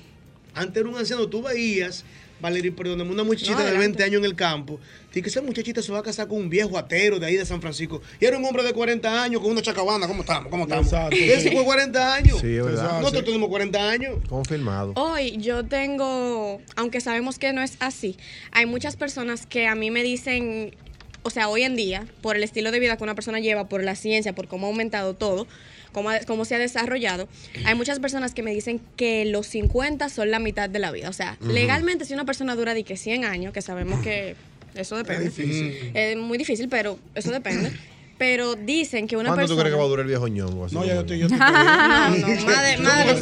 S8: Antes era un anciano. Tú veías, Valeria, perdóname, una muchachita
S18: No,
S8: de
S18: adelante.
S8: 20 años en el campo. Y que esa muchachita se va a casar con un viejo atero de ahí de San Francisco. Y era un hombre de 40 años con una chacabana. ¿Cómo estamos? ¿Cómo estamos?
S6: Exacto.
S8: Y él se fue 40 años.
S6: Sí, es verdad.
S8: Nosotros tenemos 40 años.
S6: Confirmado.
S18: Hoy yo tengo, aunque sabemos que no es así, hay muchas personas que a mí me dicen, o sea, hoy en día, por el estilo de vida que una persona lleva, por la ciencia, por cómo ha aumentado todo, cómo, ha- cómo se ha desarrollado, hay muchas personas que me dicen que los 50 son la mitad de la vida. O sea,
S2: Ujú.
S18: legalmente si una persona dura de que 100 años, que sabemos que eso depende, es,
S6: difícil.
S18: muy difícil, pero eso depende. Pero dicen que una
S6: ¿Cuánto
S18: persona...
S6: tú crees que va a durar el viejo ñongo? No, ya yo estoy.
S18: No, Ah, no, madre, madre.
S4: A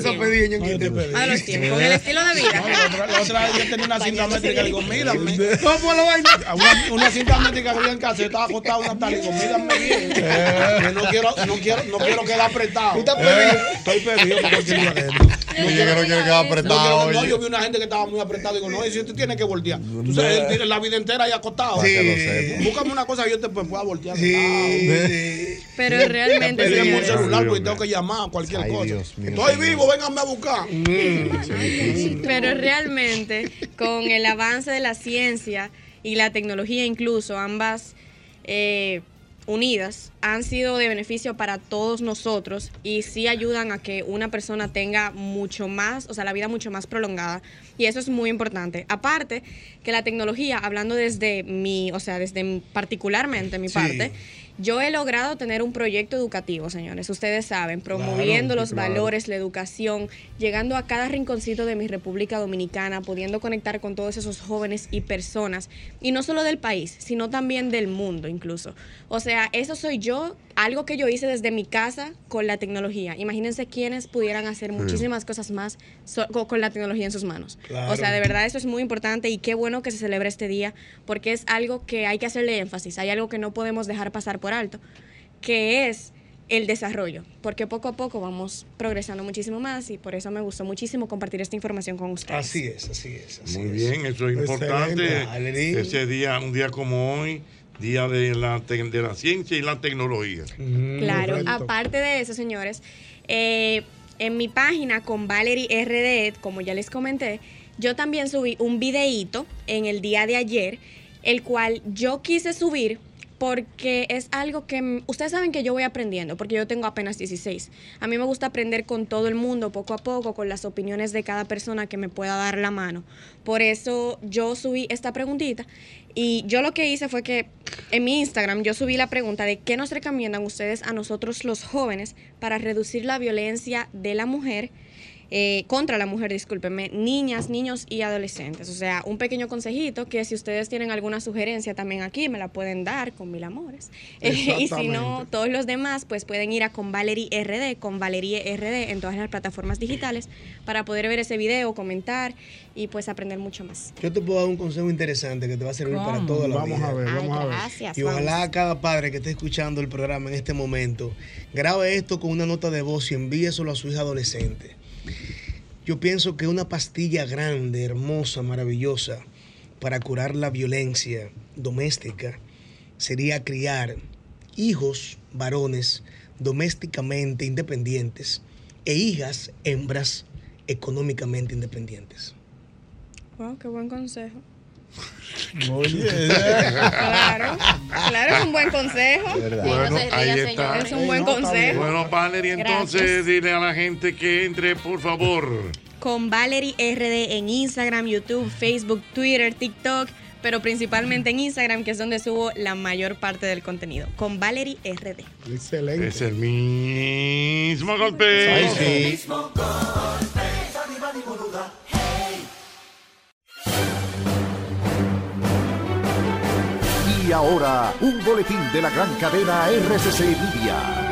S18: los tiempos, con el estilo de vida.
S4: La otra vez yo tenía una cinta métrica y digo, mírame.
S8: ¿Cómo lo vaina?
S4: Ah, Una, una cinta métrica que yo en casa, yo estaba acostado una tarde y digo, mírame bien. Que no quiero, no quiero, no quiero quedar apretado.
S6: perdido.
S4: Eh, Estoy perdido por cualquier lugar.
S6: Yo creo que queda apretado.
S4: No, yo,
S6: oye.
S4: yo vi una gente que estaba muy apretada y digo, no, y si tú tienes que voltear. Tú sabes, él tiene la vida entera ahí acostado.
S6: Para que lo sepa.
S4: Búscame una cosa que yo te pues, pueda voltear.
S18: Pero
S4: realmente.
S18: realmente,
S4: Tengo un
S18: señores.
S4: celular porque tengo que llamar cualquier
S6: Ay,
S4: cosa.
S6: Dios mío,
S4: Estoy
S6: señor. Mm,
S4: vivo, vénganme a buscar.
S18: Pero realmente, con el avance de la ciencia y la tecnología, incluso ambas eh, unidas, han sido de beneficio para todos nosotros y sí ayudan a que una persona tenga mucho más, o sea, la vida mucho más prolongada. Y eso es muy importante. Aparte, que la tecnología, hablando desde mi, o sea, desde mi- particularmente mi
S28: Sí.
S18: parte, yo he logrado tener un proyecto educativo, señores. Ustedes saben, promoviendo
S28: Claro,
S18: los
S28: claro.
S18: valores, la educación, llegando a cada rinconcito de mi República Dominicana, pudiendo conectar con todos esos jóvenes y personas, y no solo del país, sino también del mundo incluso. O sea, eso soy yo, algo que yo hice desde mi casa con la tecnología. Imagínense quienes pudieran hacer muchísimas cosas más so- co- con la tecnología en sus manos.
S28: Claro.
S18: O sea, de verdad eso es muy importante y qué bueno que se celebre este día, porque es algo que hay que hacerle énfasis, hay algo que no podemos dejar pasar por alto que es el desarrollo, porque poco a poco vamos progresando muchísimo más y por eso me gustó muchísimo compartir esta información con ustedes.
S8: Así es, así es.
S3: Muy bien, eso es importante.
S8: Excelente.
S3: Ese día, un día como hoy, día de la, te- de la ciencia y la tecnología.
S18: Claro, aparte de eso, señores, eh, en mi página con Valerie RD, como ya les comenté, yo también subí un videíto en el día de ayer, el cual yo quise subir porque es algo que mm, ustedes saben que yo voy aprendiendo, porque yo tengo apenas 16. A mí me gusta aprender con todo el mundo, poco a poco, con las opiniones de cada persona que me pueda dar la mano. Por eso yo subí esta preguntita y yo lo que hice fue que en mi Instagram yo subí la pregunta de qué nos recomiendan ustedes a nosotros los jóvenes para reducir la violencia de la mujer, eh, contra la mujer, discúlpenme, niñas, niños y adolescentes. O sea, un pequeño consejito que si ustedes tienen alguna sugerencia también aquí, me la pueden dar con mil amores. Eh, y si no,
S28: Exactamente.
S18: todos los demás, pues pueden ir a con Valerie RD, con Valerie RD en todas las plataformas digitales para poder ver ese video, comentar y pues aprender mucho más.
S8: Yo te puedo dar un consejo interesante que te va a servir
S18: ¿Cómo?
S8: para toda la
S18: Vamos
S8: vida.
S18: a ver, Ay, vamos a ver. gracias,
S8: Y ojalá
S18: vamos.
S8: cada padre que esté escuchando el programa en este momento grabe esto con una nota de voz y envíeselo a su hija adolescente. Yo pienso que una pastilla grande, hermosa, maravillosa para curar la violencia doméstica sería criar hijos varones domésticamente independientes e hijas hembras económicamente independientes.
S18: Wow, qué buen consejo.
S8: claro,
S18: Claro, es un buen consejo.
S3: Bueno, ahí está.
S18: Es un buen consejo.
S3: Bueno, Valerie, entonces
S18: Gracias.
S3: dile a la gente que entre, por favor.
S18: Con Valerie RD en Instagram, YouTube, Facebook, Twitter, TikTok, pero principalmente en Instagram, que es donde subo la mayor parte del contenido. Con Valerie RD.
S4: Excelente.
S3: Es el mismo golpe.
S21: Ay, sí.
S1: Y ahora, un boletín de la gran cadena RCC Media.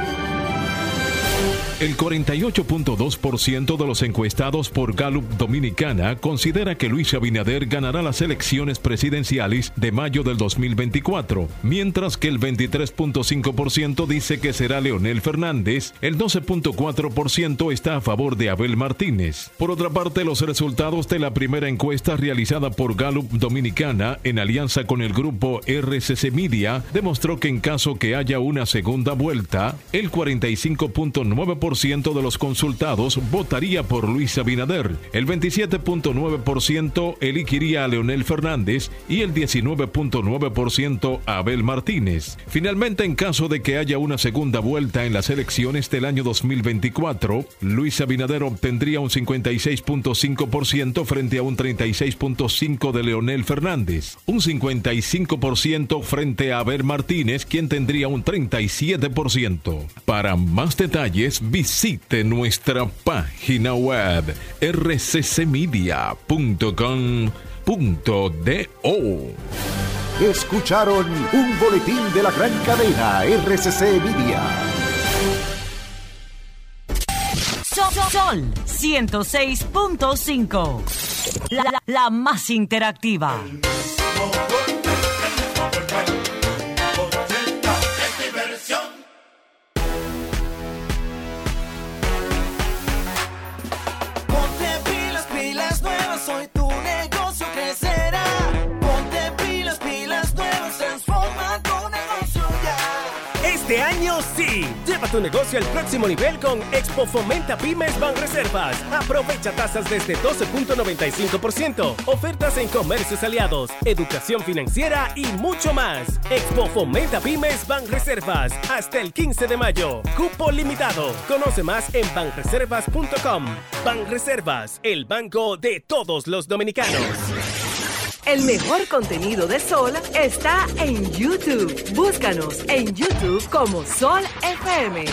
S29: El 48.2% de los encuestados por Gallup Dominicana considera que Luis Abinader ganará las elecciones presidenciales de mayo del 2024, mientras que el 23.5% dice que será Leonel Fernández, el 12.4% está a favor de Abel Martínez. Por otra parte, los resultados de la primera encuesta realizada por Gallup Dominicana en alianza con el grupo RCC Media demostró que en caso que haya una segunda vuelta, el 45.9% de los consultados votaría por Luis Abinader, el 27.9% elegiría a Leonel Fernández y el 19.9% a Abel Martínez. Finalmente, en caso de que haya una segunda vuelta en las elecciones del año 2024, Luis Abinader obtendría un 56.5% frente a un 36.5% de Leonel Fernández, un 55% frente a Abel Martínez, quien tendría un 37%. Para más detalles, visite nuestra página web rccmedia.com.do.
S30: Escucharon un boletín de la gran cadena RCC Media.
S22: Sol, Sol 106.5. La, la- la más interactiva.
S15: Ponte pilas, pilas nuevas, hoy tu negocio crecerá. Ponte pilas, pilas nuevas, transforma tu negocio ya.
S31: Este año sí. Lleva tu negocio al próximo nivel con Expo Fomenta Pymes Banreservas. Aprovecha tasas este desde 12.95%, ofertas en comercios aliados, educación financiera y mucho más. Expo Fomenta Pymes Banreservas hasta el 15 de mayo. Cupo limitado. Conoce más en banreservas.com. Banreservas, el banco de todos los dominicanos.
S22: El mejor contenido de Sol está en YouTube. Búscanos en YouTube como Sol FM.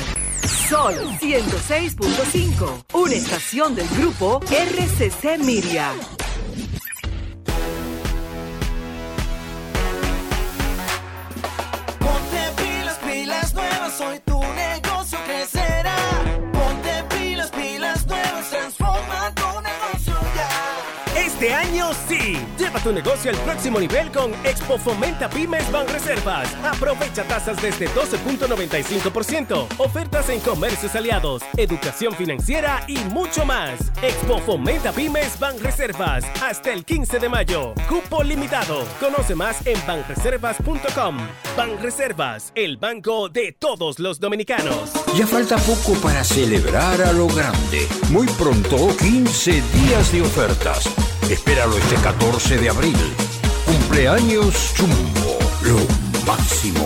S22: Sol 106.5, una estación del grupo RCC Media.
S15: Ponte pilas, pilas nuevas, hoy tu negocio crecerá. Ponte pilas, pilas nuevas, transforma tu negocio ya.
S31: Este año sí. Lleva tu negocio al próximo nivel con Expo Fomenta Pymes Banreservas. Aprovecha tasas desde 12.95%, ofertas en comercios aliados, educación financiera y mucho más. Expo Fomenta Pymes Banreservas hasta el 15 de mayo. Cupo limitado. Conoce más en banreservas.com. Banreservas, el banco de todos los dominicanos.
S1: Ya falta poco para celebrar a lo grande. Muy pronto, 15 días de ofertas. Espéralo este 14 de abril. Cumpleaños Jumbo, lo máximo.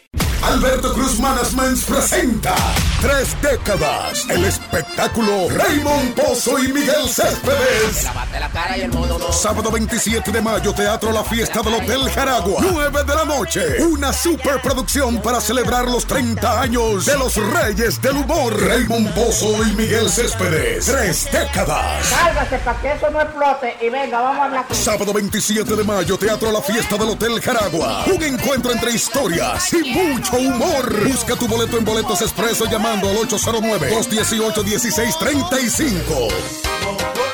S32: Alberto Cruz Management presenta Tres décadas, el espectáculo Raymond Pozo y Miguel Céspedes. Sábado 27 de mayo, Teatro La Fiesta del Hotel Jaragua, 9 de la noche. Una superproducción para celebrar los 30 años de los Reyes del Humor. Raymond Pozo y Miguel Céspedes, Tres décadas.
S33: Sálgase para que eso no explote y venga, vamos a hablar.
S32: Sábado 27 de mayo, Teatro La Fiesta del Hotel Jaragua. Un encuentro entre historias y mucho humor. Busca tu boleto en Boletos Expreso llamando al 809-218-1635.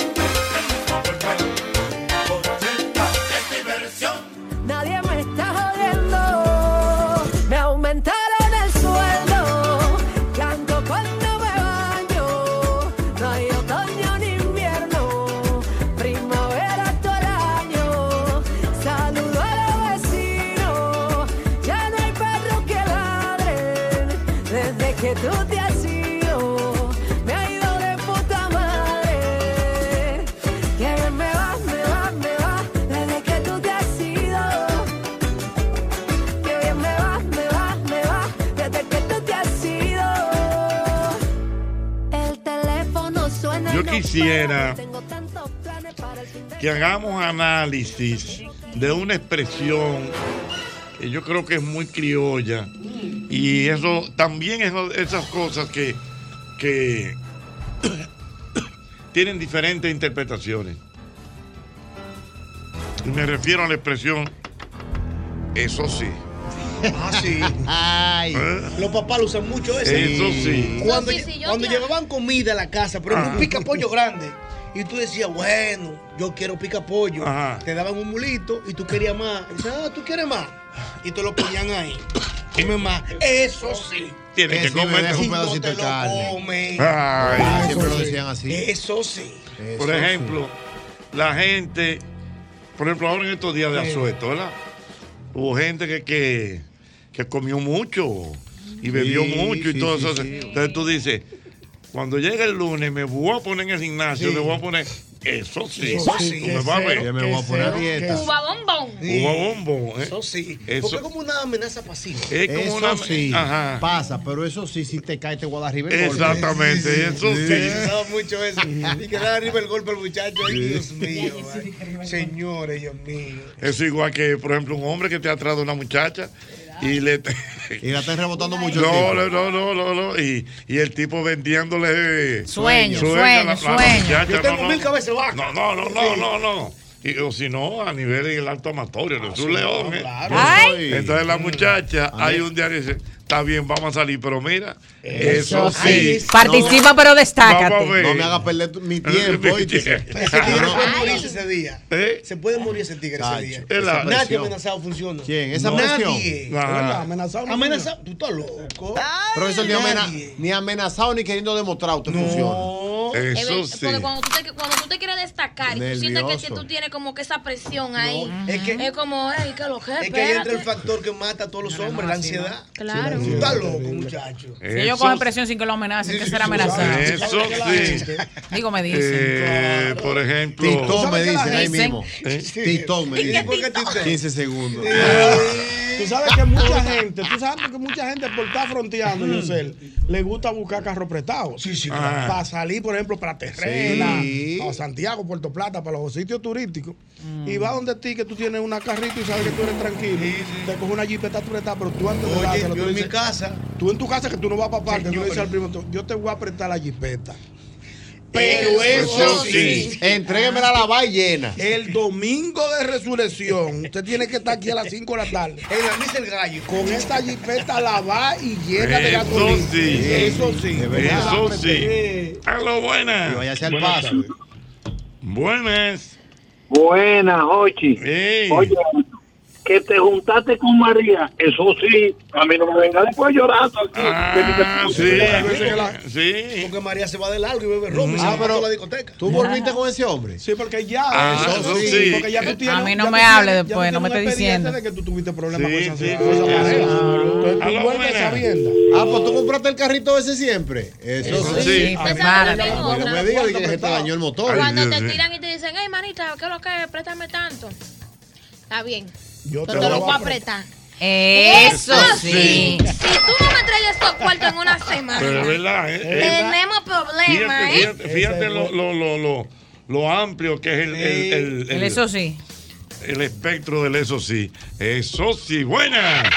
S15: Nadie me está jodiendo. Me aumentaron el sueldo. Canto cuando me baño. No hay otoño ni invierno. Primavera todo el año. Saludo a los vecinos. Ya no hay perros que ladren. Desde que tú te has ido. Me ha ido de puta madre. Que bien me vas, me vas, me vas. Desde que tú te has ido. Que bien me vas, me vas, me vas, desde que tú te has ido. El teléfono suena.
S3: Yo quisiera que hagamos análisis de una expresión que yo creo que es muy criolla. Y eso también es lo- esas cosas que, que tienen diferentes interpretaciones. Y me refiero a la expresión, eso sí.
S8: Ah, sí. Los papás lo usan mucho eso.
S3: Eso sí. Ah.
S8: Cuando,
S3: Eso sí, sí, yo
S8: cuando
S3: quiero.
S8: llevaban comida a la casa, por ejemplo,
S3: Ajá.
S8: pica pollo grande. Y tú decías, bueno, yo quiero pica pollo. Te daban un mulito y tú querías más. Y dices, ah, tú quieres más. Y te lo ponían ahí.
S3: Eh.
S8: Come más. Eso sí.
S6: Tienes que
S8: Eso sí,
S6: comer
S8: ¿verdad?
S6: un
S8: Y no
S6: pedacito
S8: te
S6: de
S8: lo
S6: carne.
S8: comes.
S3: Ay.
S6: Ah, siempre lo
S3: Eso sí.
S6: decían así.
S8: Eso sí.
S3: Por
S6: Eso
S3: ejemplo, la gente, por ejemplo, ahora en estos días de
S8: Sí.
S3: asueto, ¿verdad? Hubo gente que, que, que comió mucho y bebió
S8: Sí,
S3: mucho y
S8: sí,
S3: todo
S8: sí,
S3: eso.
S8: sí.
S3: Entonces tú dices, cuando llegue el lunes me voy a poner en el gimnasio,
S8: Sí.
S3: me voy a poner, eso sí,
S8: Eso sí,
S3: tú me
S8: que
S3: vas a ver.
S8: cero, Yo me que voy a poner a cero, dieta. que-
S7: Uva bombón.
S8: Sí.
S3: Uva bombón, ¿eh?
S8: Eso sí.
S3: Eso-
S8: Porque es como una amenaza pasiva.
S6: eso sí, pasa, pero eso sí, si te cae, te voy a dar arriba el golpe.
S3: Exactamente, eso sí.
S8: Me gustaba mucho eso. Y que daba arriba el golpe al muchacho. Ay, Dios mío. ay. Señores, Dios mío.
S3: Eso igual que, por ejemplo, un hombre que te ha atrás de una muchacha y le...
S6: Y la estás rebotando mucho el
S3: No,
S6: tipo.
S3: no, no, no, no, no. Y, y el tipo vendiéndole...
S6: Sueño,
S3: a la-
S6: sueño,
S3: a la
S6: sueño.
S3: muchacha.
S6: Yo tengo
S3: No, no.
S6: mil cabezas de vaca.
S3: No, no, no, no,
S6: Sí.
S3: no, no. Y, o si no, a nivel del acto amatorio,
S6: Ah,
S3: de un león. ¿eh?
S6: Ay.
S3: Entonces la muchacha,
S6: A
S3: hay
S6: ver.
S3: un diario que dice, está bien, vamos a salir, pero mira, eso, sí.
S12: Participa, pero destácate.
S3: Vamos a ver.
S6: No me hagas perder tu- mi tiempo. ¿oíste?
S8: Ese tigre puede morirse ese día. Se puede morir ese tigre
S6: Chacho,
S8: ese día.
S6: es la-
S8: Nadie
S6: presión.
S8: amenazado funciona.
S6: ¿Quién? ¿Esa
S8: Nadie.
S6: presión? Ajá.
S8: ¿Verdad?
S4: Amenazado.
S6: no
S8: Amenazado. Tú estás loco.
S6: Pero eso ni, amena-
S8: Nadie.
S6: ni amenazado ni queriendo demostrar, usted funciona.
S7: Es ver- Porque cuando tú, te, cuando tú te quieres destacar y tú sientes que
S6: Nervioso.
S7: ti- tú tienes como que esa presión ahí,
S8: es
S7: es,
S8: que-
S7: como, ay, que lo que
S8: Es que ahí entra el factor que mata a todos los hombres, la ansiedad.
S7: Claro.
S8: Tú estás loco, muchacho.
S12: Si ellos cogen presión sin que lo amenacen, ¿qué será amenazar?
S3: Eso sí.
S12: Digo, me dicen.
S3: Eh, por ejemplo.
S6: Tito me
S12: ¿Sabe qué
S6: dicen
S12: la
S6: ahí
S12: dicen?
S6: mismo. Tito me
S4: ¿Y qué
S6: dicen.
S4: Tito?
S6: 15 segundos.
S4: Tú sabes que mucha gente, tú sabes que mucha gente por estar fronteando, Yosel, le gusta buscar carros prestados. Sí, sí,
S3: claro.
S4: Para salir, por ejemplo, para Terrena,
S6: Sí.
S4: para Santiago, Puerto Plata, para los sitios turísticos. Y va donde ti que tú tienes una carrita y sabes que tú eres tranquilo. Te coges una jipeta tú prestada, pero tú antes de
S8: Oye,
S4: dártela,
S8: yo
S4: tú
S8: en
S4: le
S8: mi
S4: dices-
S8: casa.
S4: Tú en tu casa que tú no vas para parte, tú le dices al primo, tú, yo te voy a prestar la jipeta. Pero eso sí.
S6: Entréguemela la va llena.
S4: El domingo de resurrección, usted tiene que estar aquí a las 5 de la tarde.
S8: En la misa del gallo.
S4: Con esta jipeta lavada y llena de
S3: Eso
S4: gasolina.
S3: sí.
S4: Eso sí.
S3: De verdad. Eso sí. Aló, buenas.
S6: Y váyase al
S3: Buenas
S6: paso.
S3: tardes. Buenas.
S15: Buenas, Ochi. Oye, que te juntaste con María, eso sí, a mí no me venga después llorando. aquí.
S3: Ah, Sí.
S8: Ah, Porque María se va de largo y bebe ron y se
S6: Ah,
S8: va
S6: pero-
S8: a la discoteca.
S6: ¿Tú volviste con ese hombre?
S4: Sí, porque ya.
S6: Ah, eso sí.
S4: Porque ya tú tienes,
S12: A mí no
S4: ya tú
S12: me
S4: tienes- ya
S12: hable
S4: tú
S12: después,
S4: tienes
S12: no me
S4: un
S12: esté
S4: expediente
S12: diciendo.
S4: de que tú tuviste problemas
S3: Sí,
S4: con esa,
S3: sí,
S4: con esa
S3: sí,
S4: pareja.
S3: claro.
S4: Entonces
S3: A
S4: tú
S3: la
S4: vuelves
S3: buena.
S4: sabiendo.
S6: Ah, pues tú compraste el carrito ese siempre. Eso
S3: Eso sí.
S6: sí.
S3: Pues,
S6: Prepárate.
S7: ¿sabes
S6: No
S7: otra?
S6: me digas de que se te dañó el motor.
S7: Cuando te tiran y te dicen, hey, manita, ¿qué es lo que es? Préstame tanto. Está bien.
S4: Yo
S7: Yo te lo voy a apretar.
S12: Eso Ah,
S3: Ah,
S12: sí.
S7: Si tú no me traes estos cuartos en una
S3: Pero es
S7: semana,
S3: verdad. ¿eh? Es verdad.
S7: tenemos problemas,
S3: Fíjate,
S7: ¿eh?
S3: fíjate, fíjate lo, lo, lo, lo, lo amplio que es el, el, el,
S12: El eso sí.
S3: el espectro del eso sí. Eso sí. Buenas.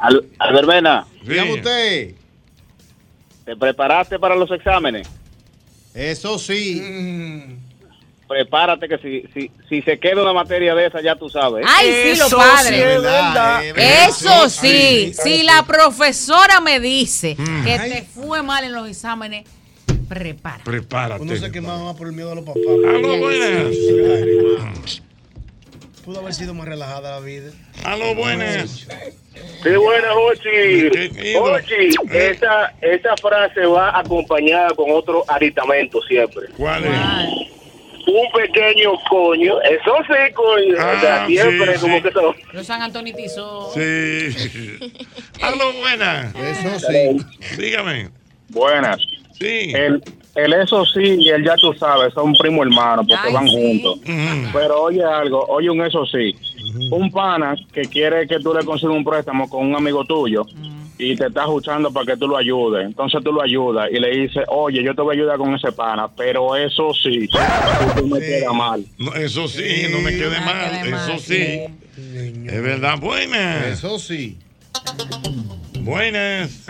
S15: Al- Albermena,
S3: Dígame
S6: usted.
S15: ¿te preparaste para los exámenes?
S6: Eso sí.
S15: Mm. Prepárate que si, si, si se queda una materia de esa, ya tú sabes.
S12: Ay, sí, lo padre. Eso sí. Si la profesora me dice
S3: Mm.
S12: que te fue mal en los exámenes, prepara.
S3: Prepárate.
S8: Uno se quemaba más por el miedo a los papás.
S3: Aló, buenas.
S8: Pudo haber sido más relajada la vida.
S3: Aló, buenas.
S15: Sí, buenas, Ochi.
S3: Bienvenido.
S15: Ochi, esa, esa frase va acompañada con otro aditamento siempre.
S3: ¿Cuál es?
S15: Un pequeño coño. Eso sí, coño. o sea,
S3: Ah,
S15: siempre
S3: sí,
S15: como
S3: sí.
S15: que son.
S12: Los San Antonio Tizó.
S3: Sí. Aló, buenas.
S6: Eso sí.
S3: Dígame.
S15: Buenas.
S3: Sí.
S15: El, el eso sí y el ya tú sabes son primo hermano porque Ay, van sí. juntos. Pero oye algo, oye un eso sí. Un pana que quiere que tú le consigas un préstamo con un amigo tuyo y te está escuchando para que tú lo ayudes. Entonces tú lo ayudas y le dices, oye, yo te voy a ayudar con ese pana, pero eso sí, tú me queda mal.
S3: eso sí, no me quede mal. Eso sí. Es verdad, pues. buenas. Eso sí. Buenas.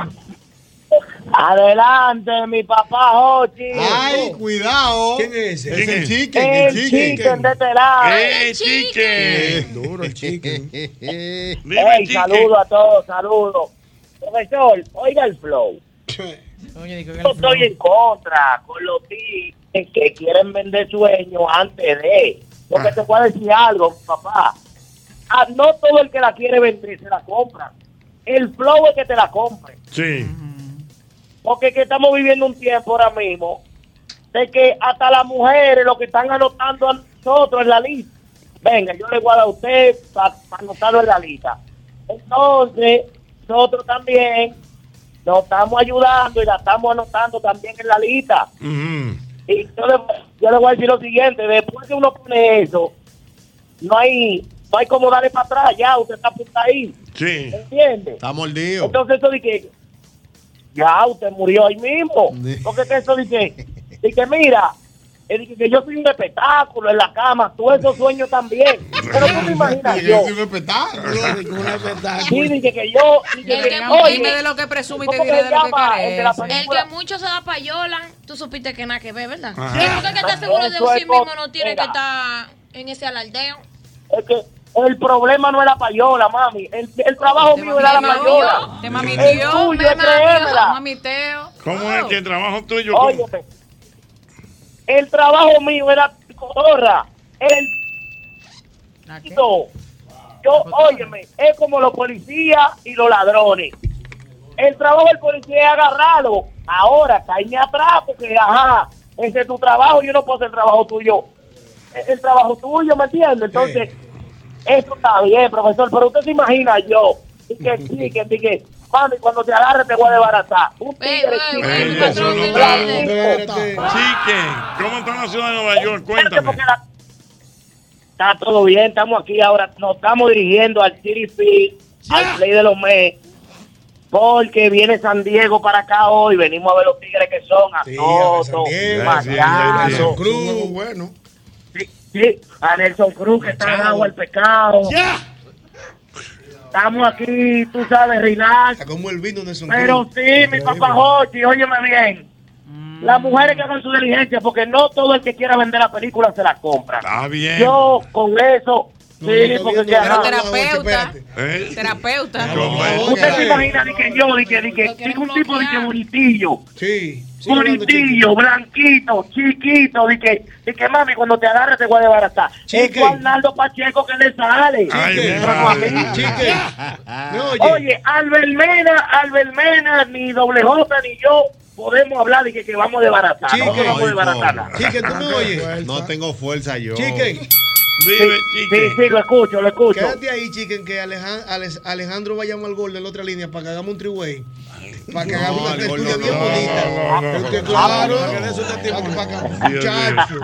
S15: Adelante, mi papá Hochi. Oh.
S6: Ay, cuidado. ¿Quién
S4: es
S6: ese? Es el chicken,
S15: El
S6: el
S15: chicken,
S6: chicken.
S15: de este lado.
S3: ¡Eh,
S6: ¡Ey,
S15: chicken!
S4: Duro el chicken.
S15: ¡Ey, saludo a todos, saludo! Profesor, oiga el flow. Yo estoy en contra con los tigres que quieren vender sueños antes de. Porque te voy a decir algo, papá. Ah, no todo el que la quiere vender se la compra. El flow es que te la compre.
S3: Sí.
S15: Porque es que estamos viviendo un tiempo ahora mismo de que hasta las mujeres lo que están anotando a nosotros en la lista. Venga, yo le voy a dar a usted para anotarlo en la lista. Entonces, nosotros también nos estamos ayudando y la estamos anotando también en la lista. Y yo le, yo le voy a decir lo siguiente, después que uno pone eso, no hay, no hay como darle para atrás, ya usted está puesta ahí.
S6: Sí.
S15: ¿Entiende?
S6: Está mordido.
S15: Entonces eso de que ya usted murió ahí mismo. Porque que eso dice, dice, mira, eh, dice que yo soy un espectáculo en la cama, tú esos sueños también. Pero tú me imaginas yo.
S6: un
S8: Ah,
S6: espectáculo.
S15: Sí, dice que yo, dice
S12: El
S15: que,
S12: que
S15: oye,
S12: vive de lo que presume y te
S15: ¿cómo
S12: vive
S15: que
S12: de lo que
S15: llama el de la
S12: carece.
S15: película?
S7: El que mucho se da payola, tú supiste que nada que ver, ¿verdad?
S15: Ajá.
S7: Pero tú que estás seguro de
S15: Eso es
S7: sí mismo
S15: por-
S7: no tiene que
S15: Mira.
S7: estar en ese alardeo.
S15: es que el problema no es la payola, mami. El, el trabajo mío era la
S12: mamitió,
S15: payola.
S12: Te
S15: El tuyo
S12: mamitió, me
S15: es
S12: mamitió,
S15: creérmela.
S12: mamiteo.
S3: ¿Cómo es que el trabajo tuyo?
S15: Óyeme, el trabajo mío era cotorra. El yo, óyeme, es como los policías y los ladrones. El trabajo del policía es agarrarlo. Ahora, caíme atrás porque, ajá, ese es tu trabajo, yo no puedo hacer el trabajo tuyo. Es el trabajo tuyo, ¿me entiendes? Entonces, eso está bien, profesor, pero usted se imagina yo, y que sí, que sí, que, mami, cuando te agarre te voy a desbaratar. Un tigre chico,
S3: Eso no está. Chicken, ¿cómo está la ciudad de Nueva York? Cuéntame.
S15: Está todo bien, estamos aquí ahora. Nos estamos dirigiendo al City Field, al Play de los Mets, porque viene San Diego para acá hoy. Venimos a ver los tigres que son, a Soto, Macazo,
S4: Cruz, bueno.
S15: sí, a Nelson Cruz que está en agua el pecado. Estamos aquí, tú sabes, relax.
S8: Como el vino de son
S15: Pero sí, mi papá Jochi, óyeme bien.
S12: Mm.
S15: Las mujeres que hagan su diligencia, porque no todo el que quiera vender la película se la compra.
S3: Está bien.
S15: Yo con eso, sí, porque ya-
S12: Pero terapeuta,
S3: Eh.
S12: terapeuta.
S15: Usted se imagina de que yo, de que, de que, de que un tipo de que bonitillo.
S8: Sí.
S15: bonitillo, blanquito, chiquito, de que, de que mami, cuando te agarres te voy a desbaratar. Es cual Naldo Pacheco que le sale. Pero no a mí. oye. Albert Mena, Albert Mena, ni doble J, ni yo podemos hablar de que, que vamos a desbaratar. No
S6: Chicken.
S15: vamos a desbaratar nada.
S6: Chicken, ¿tú me oyes? No tengo fuerza yo.
S8: Chicken.
S3: Vive,
S15: Sí, sí, lo escucho, lo escucho.
S8: Quédate ahí, chicken, que Alejan- Alex- Alejandro va a llamar al gol de la otra línea para que hagamos un triway. Para que hagamos una tertulia bien bonita. Porque Claro,
S4: Ah.
S8: para que dé su testimonio. Muchacho.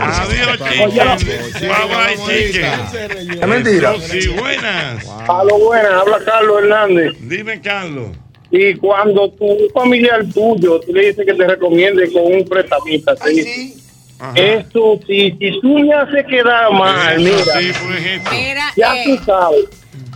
S3: Adiós, chicken. Bye bye, chicken.
S15: Es mentira.
S3: Eso Sí, buenas.
S15: A lo buena, habla Carlos Hernández.
S3: Dime, Carlos.
S15: Y cuando tu un familiar tuyo tú le dice que te recomiende con un prestamista, te dice, eso sí, si tú me haces quedar mal,
S3: Eso pues,
S15: mira,
S3: sí, por ejemplo.
S12: Mira,
S15: ya
S12: eh,
S15: tú sabes.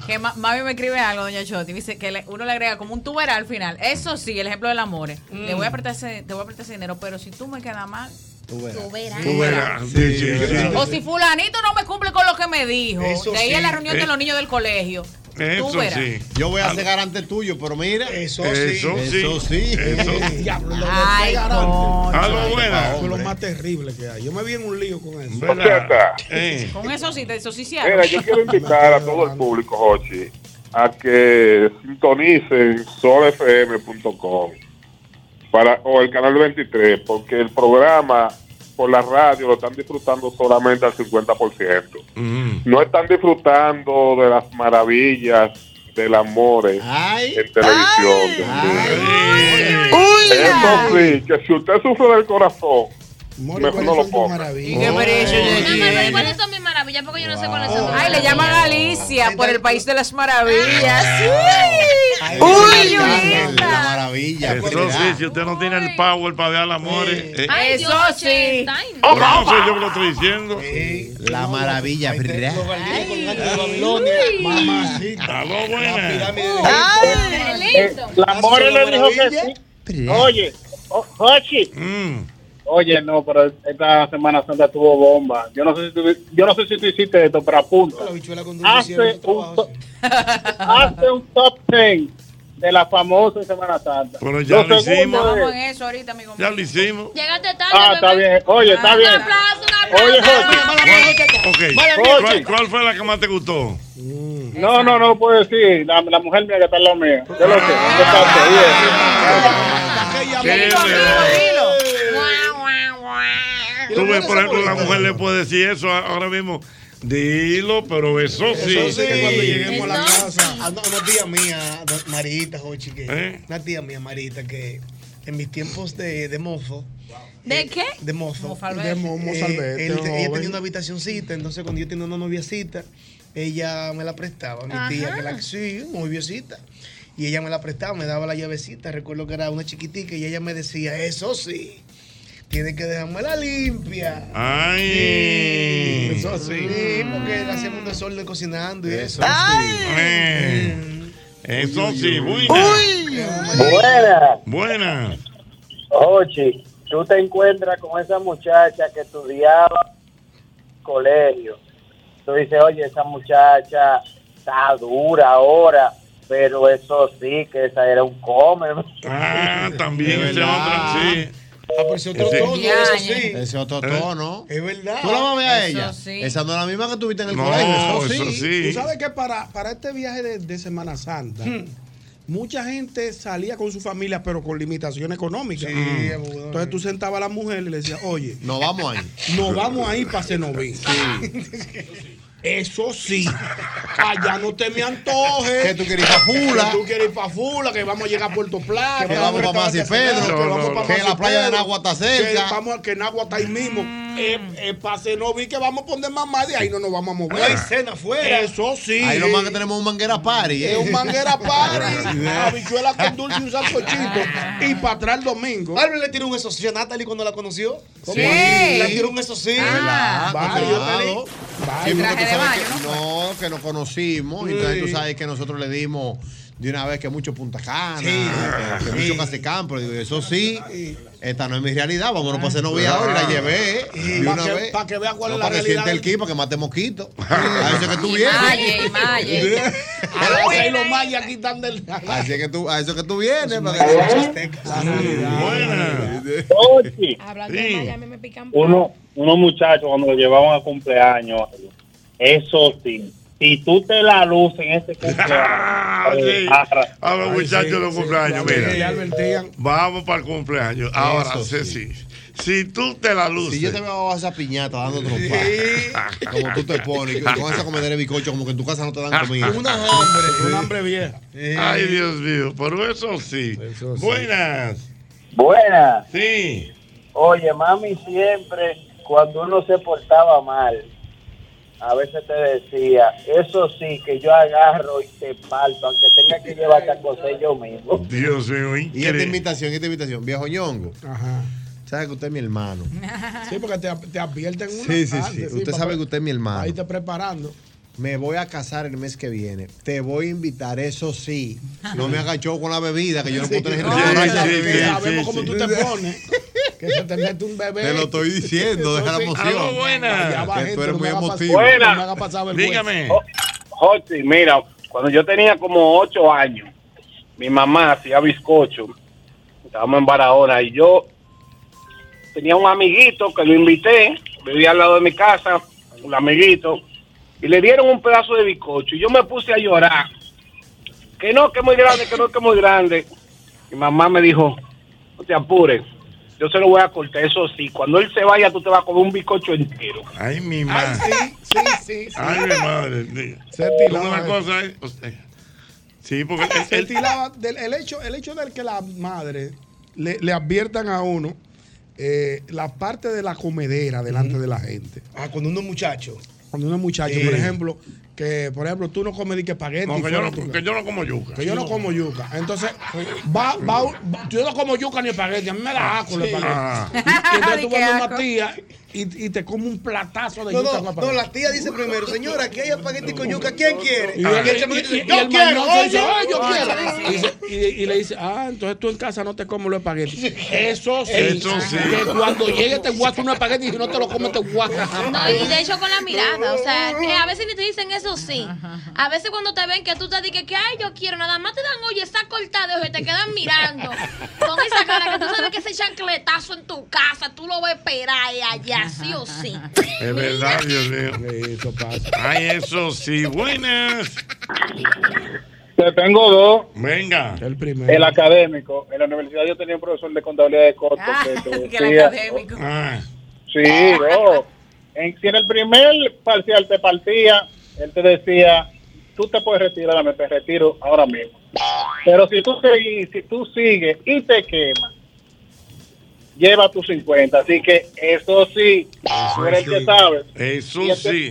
S12: que ma- mami me escribe algo, doña Choti. Dice que le- uno le agrega como un tuberal al final. Eso sí, el ejemplo del amor. eh. Le
S7: Mm.
S12: voy a apretar ese, te voy a apretar ese dinero, pero si tú me quedas mal.
S6: Tú
S12: Tú verás.
S3: Tú verás. Sí, sí, sí.
S12: O si fulanito no me cumple con lo que me dijo.
S6: Eso
S12: de ahí a la
S6: sí,
S12: reunión
S6: eh.
S12: de los niños del colegio. tú
S6: Eso
S12: verás.
S6: sí. Yo voy a cegar ante el tuyo, pero mira. Eso
S3: Eso sí.
S6: Eso sí.
S12: Ay,
S3: Algo buena.
S4: Eso es lo más terrible que hay. Yo me vi en un lío con eso.
S5: Muchacha.
S8: Eh.
S12: Con eso sí, te disociaron.
S5: Mira, yo quiero invitar a todo el público, Jochi, a que sintonicen solfm.com para, o el canal 23, porque el programa por la radio lo están disfrutando solamente al 50%.
S23: Mm.
S5: No están disfrutando de las maravillas del amor en televisión. Eso sí, que si usted sufre del corazón, mejor no lo ponga.
S12: ¿Y qué precio
S7: Nada más,
S12: tiene?
S7: ¿Cuáles son mis maravillas? sabe, ya porque yo no sé cuáles son.
S12: Ay, le llaman Alicia por el país de las maravillas.
S7: Ay.
S12: ¡Uy! ¡Uy,
S3: La
S12: Yulita!
S3: maravilla. Eso sí, si usted no tiene el power para ver al amor. eh,
S7: Ay,
S12: Eso
S7: Dios,
S12: sí.
S7: Einstein.
S3: Por eso yo que lo estoy diciendo.
S6: La maravilla, ¿verdad?
S3: Mamacita, lo buena.
S15: La More le dijo que sí. Oye, o- Jochi.
S3: Mm.
S15: Oye, no, pero esta Semana Santa tuvo bomba. Yo no sé si tú, yo no sé si tú hiciste esto, pero apunta. Hace un, to- hace un top 10 de la famosa Semana Santa.
S3: Pero ya lo
S15: segundo
S3: hicimos.
S12: Vamos en eso ahorita, amigo.
S3: Ya lo hicimos.
S7: Llegaste tarde.
S15: Ah, está
S7: bebé.
S15: bien. Oye, está
S7: Un
S15: bien.
S7: aplauso, un aplauso.
S15: Oye,
S3: Ok.
S15: Vaya,
S3: ¿Cuál,
S15: Jorge.
S3: cuál fue la que más te gustó?
S15: No, no, no lo puedo decir. La, la mujer mía que está al lado mío. Yo lo sé.
S3: Ah.
S15: Yo canto,
S3: Qué
S15: dilo,
S3: Tú ves, por ejemplo, la mujer le puede decir eso a- ahora mismo. Dilo, pero eso sí.
S8: Eso sí, que cuando lleguemos a la
S15: Eso
S8: casa. Ah, no, una tía mía, do- Marita, Jochi, que-
S3: ¿Eh?
S8: una tía mía, Marita, que en mis tiempos de, de mozo.
S12: ¿De qué?
S8: De mozo.
S12: Mozalbete.
S8: eh,
S12: De mo- mozalbete,
S8: él te- ella
S12: joven.
S8: tenía una habitacioncita, entonces cuando yo tenía una noviecita, ella me la prestaba, mi tía,
S12: Ajá.
S8: que la sí, noviecita. Y ella me la prestaba, me daba la llavecita. Recuerdo que era una chiquitica y ella me decía, eso sí, tienes que dejármela limpia.
S3: Ay.
S8: Eso
S12: Mm.
S8: sí. porque le hacíamos un desorden cocinando y eso.
S3: Eh, Eso sí, buena.
S15: Buena.
S3: Buena.
S15: Oye, tú te encuentras con esa muchacha que estudiaba colegio. Tú dices, oye, esa muchacha está dura ahora, pero eso sí, que esa era un come.
S3: Ah, también ese hombre, Ah, pues
S8: sí.
S6: otro tono, eso sí.
S15: Ese
S6: otro
S4: Eh,
S6: tono.
S8: Es verdad.
S6: ¿Tú la vas a ver a
S4: Eso
S6: ella?
S4: sí.
S6: Esa no es la misma que tuviste en el
S4: No,
S6: colegio.
S4: eso sí. Tú sabes que para, para este viaje de, de Semana Santa,
S6: Hmm.
S4: mucha gente salía con su familia, pero con limitación económica.
S8: Sí,
S4: Mm.
S8: abogado.
S4: Entonces tú sentabas a la mujer y le decías, oye,
S6: nos vamos ahí.
S4: Nos vamos ahí para Cenoví. Eso sí, allá no te me antojes.
S6: Que tú quieres ir pa' Fula.
S4: Que tú quieres ir pa' Fula, que vamos a llegar a Puerto Plata.
S6: Que vamos pa' Masi Pedro.
S4: Que, vamos
S6: No,
S4: pa'
S6: no, que
S4: Masi
S6: la playa de
S4: Pedro,
S6: Nagua está cerca.
S4: Que, vamos, que Nagua está ahí mismo. Es para Cenoví que vamos a poner mamá de ahí, no nos vamos a mover.
S6: No hay
S8: cena
S4: afuera. Eso sí.
S6: Ahí lo más que tenemos es un manguera party. ¿eh?
S4: Es un manguera party, habichuela con dulce y un sancochito. Y para atrás el domingo.
S8: Álvaro le tiró un eso sí a Natalie cuando la conoció. ¿Cómo
S4: Sí.
S8: así? Le tiró un eso sí.
S6: Ah,
S8: Vale,
S6: cuidado.
S8: Natalie.
S6: Sí,
S8: El
S6: porque
S8: traje
S6: tú
S8: de
S6: sabes
S8: baño,
S6: que- ¿no? que nos conocimos. Y entonces
S8: Sí.
S6: tú sabes que nosotros le dimos de una vez que mucho Punta Cana, que, que mucho Casecán, pero digo, eso sí, esta no es mi realidad. Vámonos para hacer novia ahora y la llevé. De
S4: Para
S6: una
S4: que,
S6: vez.
S4: pa' que vea cuál
S6: No,
S4: es la
S6: para que siente
S4: realidad.
S6: el ki, para que mate mosquito. A eso que tú vienes.
S12: Maye, y maye.
S4: Ahora sí, los mayas aquí están del.
S6: Así que tú, a eso que tú vienes. Para que...
S15: Oye,
S7: Hablando de Maya, a mí me pican.
S15: uno, unos muchachos cuando lo llevaban a cumpleaños, eso sí, si tú te la luces en ese cumpleaños,
S3: sí.
S15: eh, arra-
S3: A los muchachos los cumpleaños,
S4: sí, ya
S3: mira. Vamos para el cumpleaños. Ahora,
S6: Eso
S3: Ceci, si tú te la luces.
S6: Si yo te veo abajo esa piñata dando trompa, como tú te pones, y con esa comedera de bizcocho, como que en tu casa no te
S3: Ah,
S6: dan comida.
S3: Una
S4: hambre, un hambre vieja.
S3: Ay, Dios mío, pero eso sí.
S6: sí.
S3: Buenas.
S15: Buena.
S3: Sí.
S15: Oye, mami siempre, cuando uno se portaba mal, a veces te decía, eso sí, que yo agarro y te parto, aunque tenga que llevarte a coser yo mismo.
S3: Dios mío,
S6: Y esta invitación, y esta invitación, viejo ñongo.
S4: Ajá.
S6: Sabe que usted es mi hermano.
S4: Sí, porque te, te advierten una
S6: Sí, sí,
S4: tarde,
S6: sí. Usted
S4: papá.
S6: sabe que usted es mi hermano.
S4: Ahí te preparando.
S6: Me voy a casar el mes que viene. Te voy a invitar, eso sí. No me agachó con la bebida, que yo no puedo
S4: Ah,
S6: tener gente
S4: Ay,
S6: borracha.
S4: sí, sí, sabemos cómo tú te pones. Que se te mete un bebé.
S6: Te lo estoy diciendo, deja la emoción.
S3: Aló, buenas.
S6: Allá va
S3: Que
S6: gente,
S3: tú eres
S6: no me
S3: muy
S6: haga pasar-
S3: emotivo.
S6: no me
S4: haga pasar vergüenza.
S3: Dígame.
S15: Jochi, mira, cuando yo tenía como ocho años, mi mamá hacía bizcocho. Estábamos en Barahona y yo tenía un amiguito que lo invité, vivía al lado de mi casa, un amiguito, y le dieron un pedazo de bizcocho. Y yo me puse a llorar. Que no, que es muy grande, que no, que es muy grande. Mi mamá me dijo, no te apures, yo se lo voy a cortar, eso sí. Cuando él se vaya, tú te vas a comer un bizcocho entero.
S3: Ay, mi madre.
S4: Sí, sí, sí.
S3: Ay, mi madre.
S4: tilaba
S3: Una
S4: eso.
S3: cosa es. o sea, Sí, porque él-
S4: Se
S3: él-
S4: tilaba del- el, hecho, el hecho del que las madres le, le adviertan a uno eh, la parte de la comedera delante de la gente.
S8: Ah, cuando uno es muchacho.
S4: cuando uno es muchacho,
S3: Sí.
S4: por ejemplo, que por ejemplo tú no comes di que espagueti.
S3: No, que yo
S4: fuera
S3: no,
S4: tu ca-
S3: que yo no como yuca.
S4: que yo no como yuca. Entonces, va, va, va- yo no como yuca ni espagueti. A mí me da asco el
S3: Sí.
S4: espagueti.
S3: Ah.
S4: Y, y entonces
S8: Ay,
S4: tú
S8: qué
S4: vas a una
S8: asco.
S4: tía y, y te come un platazo de
S8: No,
S4: yuca.
S8: no, no, la tía dice primero, señora, aquí hay espagueti con yuca, ¿quién quiere?
S4: Y,
S8: Y el
S4: y-
S8: chamaquito
S4: y-
S8: dice,
S4: y
S8: yo
S4: el
S8: quiero,
S4: mañoso
S8: oye, Ah,
S4: dice, "Ay, yo
S8: oye".
S4: quiero. Y dice- Y, y le dice, ah, entonces tú en casa no te comes los espaguetis. Eso sí.
S3: Eso sí.
S4: Que cuando llegue este te guasa unos espaguetis y si no te lo comes te guasa.
S7: No, y de hecho con la mirada, o sea, que a veces ni te dicen eso sí. A veces cuando te ven que tú te dices que, ay, yo quiero, nada más te dan, oye, esa cortada de ojo y te quedan mirando. Con esa cara que tú sabes que ese chancletazo en tu casa, tú lo vas a esperar y allá, sí o sí.
S3: Es verdad, Dios mío.
S4: Eso pasa.
S3: Ay, eso sí. Buenas.
S11: Te tengo dos.
S3: Venga.
S4: El
S11: El académico. En la universidad yo tenía un profesor de contabilidad de costos. que, te
S3: Ah, que el
S11: decía-
S3: académico. Ah.
S11: Sí, no. En, si en el primer parcial te partía, él te decía, tú te puedes retirar, me te retiro ahora mismo. Pero si tú, seguís- si tú sigues y te quemas, lleva tus 50. Así que eso sí, tú eres el que
S3: sí.
S11: sabes.
S3: Eso
S11: Y el-
S3: sí.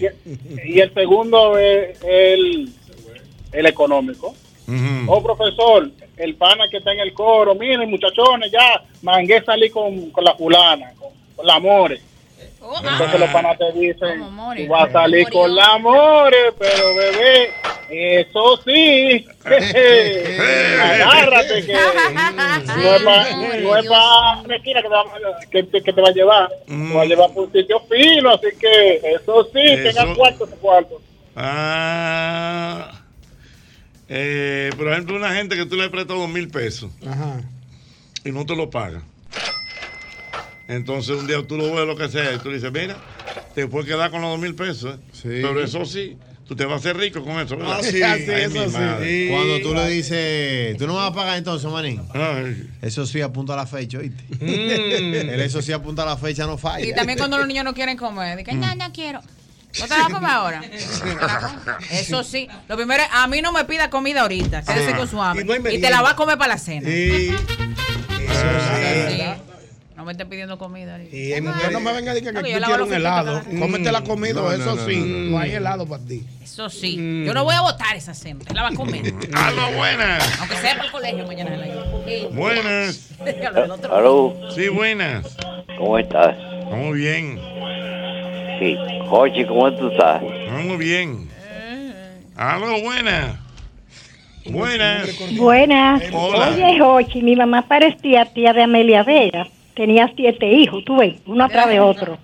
S11: Y, y el segundo es el, el económico.
S3: Ujú.
S11: Oh, profesor, el pana que está en el coro, miren, muchachones, ya mangué salí con, con la fulana, con, con la more. Entonces los panas te dicen,
S12: Oh, ah. More?
S11: tú vas a salir
S12: Murió.
S11: con la more, pero bebé, eso
S3: Eh,
S11: sí, agárrate que no es para no es pa mentira que te, vamos a- que, te- que te va a llevar, te va a llevar por un sitio fino, así que eso sí,
S3: Mm. Eso-
S11: tenga cuarto tu cuarto.
S3: Ah. Eh, por ejemplo, una gente que tú le prestas dos mil pesos
S4: Ajá.
S3: y no te lo paga. Entonces un día tú lo ves lo que sea y tú le dices, mira, te puedes quedar con los dos mil pesos. ¿eh? Pero eso sí, tú te vas a hacer rico con eso, ¿verdad?
S6: Ah, sí,
S3: Ay,
S6: sí,
S3: mi
S6: eso sí. Ah,
S3: madre.
S6: Cuando tú le dices, tú no vas a pagar entonces, manín. Eso sí apunta a la fecha, ¿oíste?
S12: Mm.
S6: El eso sí apunta a la fecha, no falla.
S12: Y también cuando los niños no quieren comer, dicen, no, no quiero. ¿No te vas a comer ahora? Eso sí. Lo primero es, a mí no me pida comida ahorita. Quédese
S3: Ah.
S12: con su hambre.
S3: Y no hay
S12: Y, te
S3: merienda.
S12: la va a comer para la cena.
S3: Ah.
S12: Sí. No me esté pidiendo comida ahorita.
S4: Y mujer no me venga a decir que
S12: No,
S4: tú
S12: yo lavo
S4: quieres
S12: los
S4: un
S12: platos
S4: helado.
S12: cada rato.
S4: Cómete la comida,
S3: No, no,
S4: eso
S3: no,
S4: sí.
S3: no,
S4: No,
S3: no.
S4: hay helado para ti.
S12: Eso sí.
S4: Mm.
S12: Mm. Yo no voy a votar esa cena. Usted la va a comer.
S3: A lo buenas.
S12: Aunque sea para el colegio mañana. en la noche.
S3: Buenas.
S12: Dígalo del otro.
S9: Aló,
S3: Sí, buenas.
S9: ¿cómo estás?
S3: Muy bien.
S9: Sí. Jorge, ¿cómo tú estás?
S3: Ah, Muy bien. Aló, buenas. Buenas.
S10: Buenas.
S3: Hola.
S10: Oye, Jochi, mi mamá parecía tía de Amelia Vega. Tenía siete hijos, tú ves, uno atrás de otro.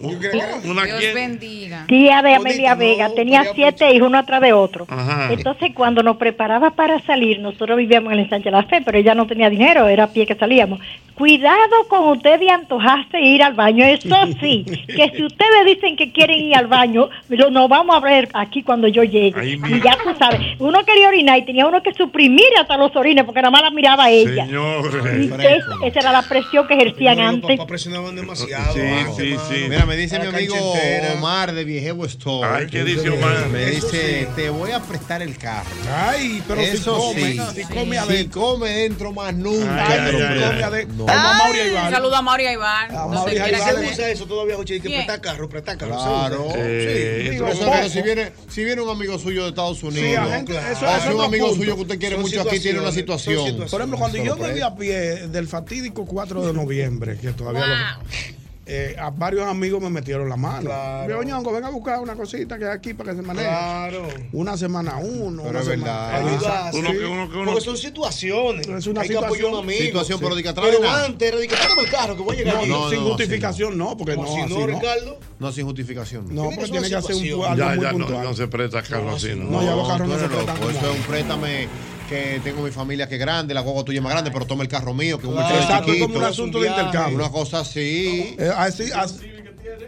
S3: Una
S12: Dios bendiga.
S10: Tía de Amelia Vega, tenía siete hijos, uno atrás de otro.
S3: Ajá.
S10: Entonces, cuando nos preparaba para salir, nosotros vivíamos en el Sánchez de la Fe, pero ella no tenía dinero, era a pie que salíamos. Cuidado con usted de antojarse ir al baño, eso sí, que si ustedes dicen que quieren ir al baño, lo, nos vamos a ver aquí cuando yo llegue. y ya tú sabes, uno quería orinar y tenía uno que suprimir hasta los orines porque nada más la miraba a ella.
S3: Señores.
S10: Y es- esa era la presión que ejercían antes.
S8: presionaban demasiado.
S3: Sí, sí, sí.
S6: Mira, me dice
S8: A
S6: mi
S8: la
S6: amigo
S8: cancha entera.
S6: Omar de Viejevo Store.
S3: Ay, ¿qué dice Omar?
S6: Me
S3: Eso
S6: dice,
S3: sí.
S6: te voy a prestar el carro.
S4: Ay, pero si
S6: Eso
S4: come,
S6: sí.
S4: si come
S6: Si
S4: adentro.
S6: come dentro más nunca. te
S4: Ay,
S6: lo
S4: ay, ay,
S6: presto.
S4: ay. adentro.
S6: No.
S4: Vamos a Mauri
S12: Un
S4: Iván.
S12: saludo a Mario Iván. Donde
S4: Mauri
S12: quiera que
S4: Iván.
S12: esté.
S8: usa eso todavía, Jochi, que
S12: Bien.
S8: prestar carro, prestar carro.
S6: Claro.
S8: ¿se usa?
S6: Sí, digo,
S8: eso
S6: eso que
S8: es-
S6: si viene, si viene un amigo suyo de Estados Unidos,
S4: a gente- eso- eso
S6: o
S4: es
S6: si Ah, un
S4: otro
S6: amigo
S4: punto.
S6: suyo que usted quiere
S4: Son
S6: mucho aquí tiene una
S4: situaciones,
S6: situación.
S4: son situaciones. Por ejemplo, cuando yo me vi
S6: Sorpresa.
S4: a pie del fatídico 4 de noviembre, que todavía lo- eh, a varios amigos me metieron la mano.
S8: Claro.
S4: Veo, Ñongo, ven a buscar una cosita que hay aquí para que se maneje.
S8: Claro.
S4: Una semana uno,
S6: Pero
S4: una
S6: es
S4: semana
S6: verdad,
S4: otra.
S8: Ayudar,
S4: Sí.
S8: sí. Porque son situaciones.
S4: Es una
S8: Hay que apoyar a
S4: situación-
S8: un amigo.
S4: situación,
S8: Sí.
S4: pero de que atrás
S8: Pero
S4: nada.
S8: antes era de que "Párame el carro que voy a llegar.
S4: No,
S8: allí".
S4: sin justificación no, porque no,
S8: Como si
S4: así
S8: no,
S4: no.
S8: Ricardo.
S6: No, sin justificación.
S4: No, porque tiene que hacer un algo
S3: Ya,
S4: muy
S3: ya, no,
S4: puntual.
S3: no se presta carro así, ¿no?
S6: No, ya los carros tú
S4: no se
S6: eres
S4: prestan
S6: loco.
S4: como
S6: Eso es un préstame que tengo mi familia que es grande, la guagua tuya es más grande, pero toma el carro mío, que es un
S4: Claro.
S6: Mercedes
S4: Exacto, es
S6: chiquito.
S4: como un asunto de
S6: viaje.
S4: intercambio.
S6: Una cosa así.
S4: Eh, así, así.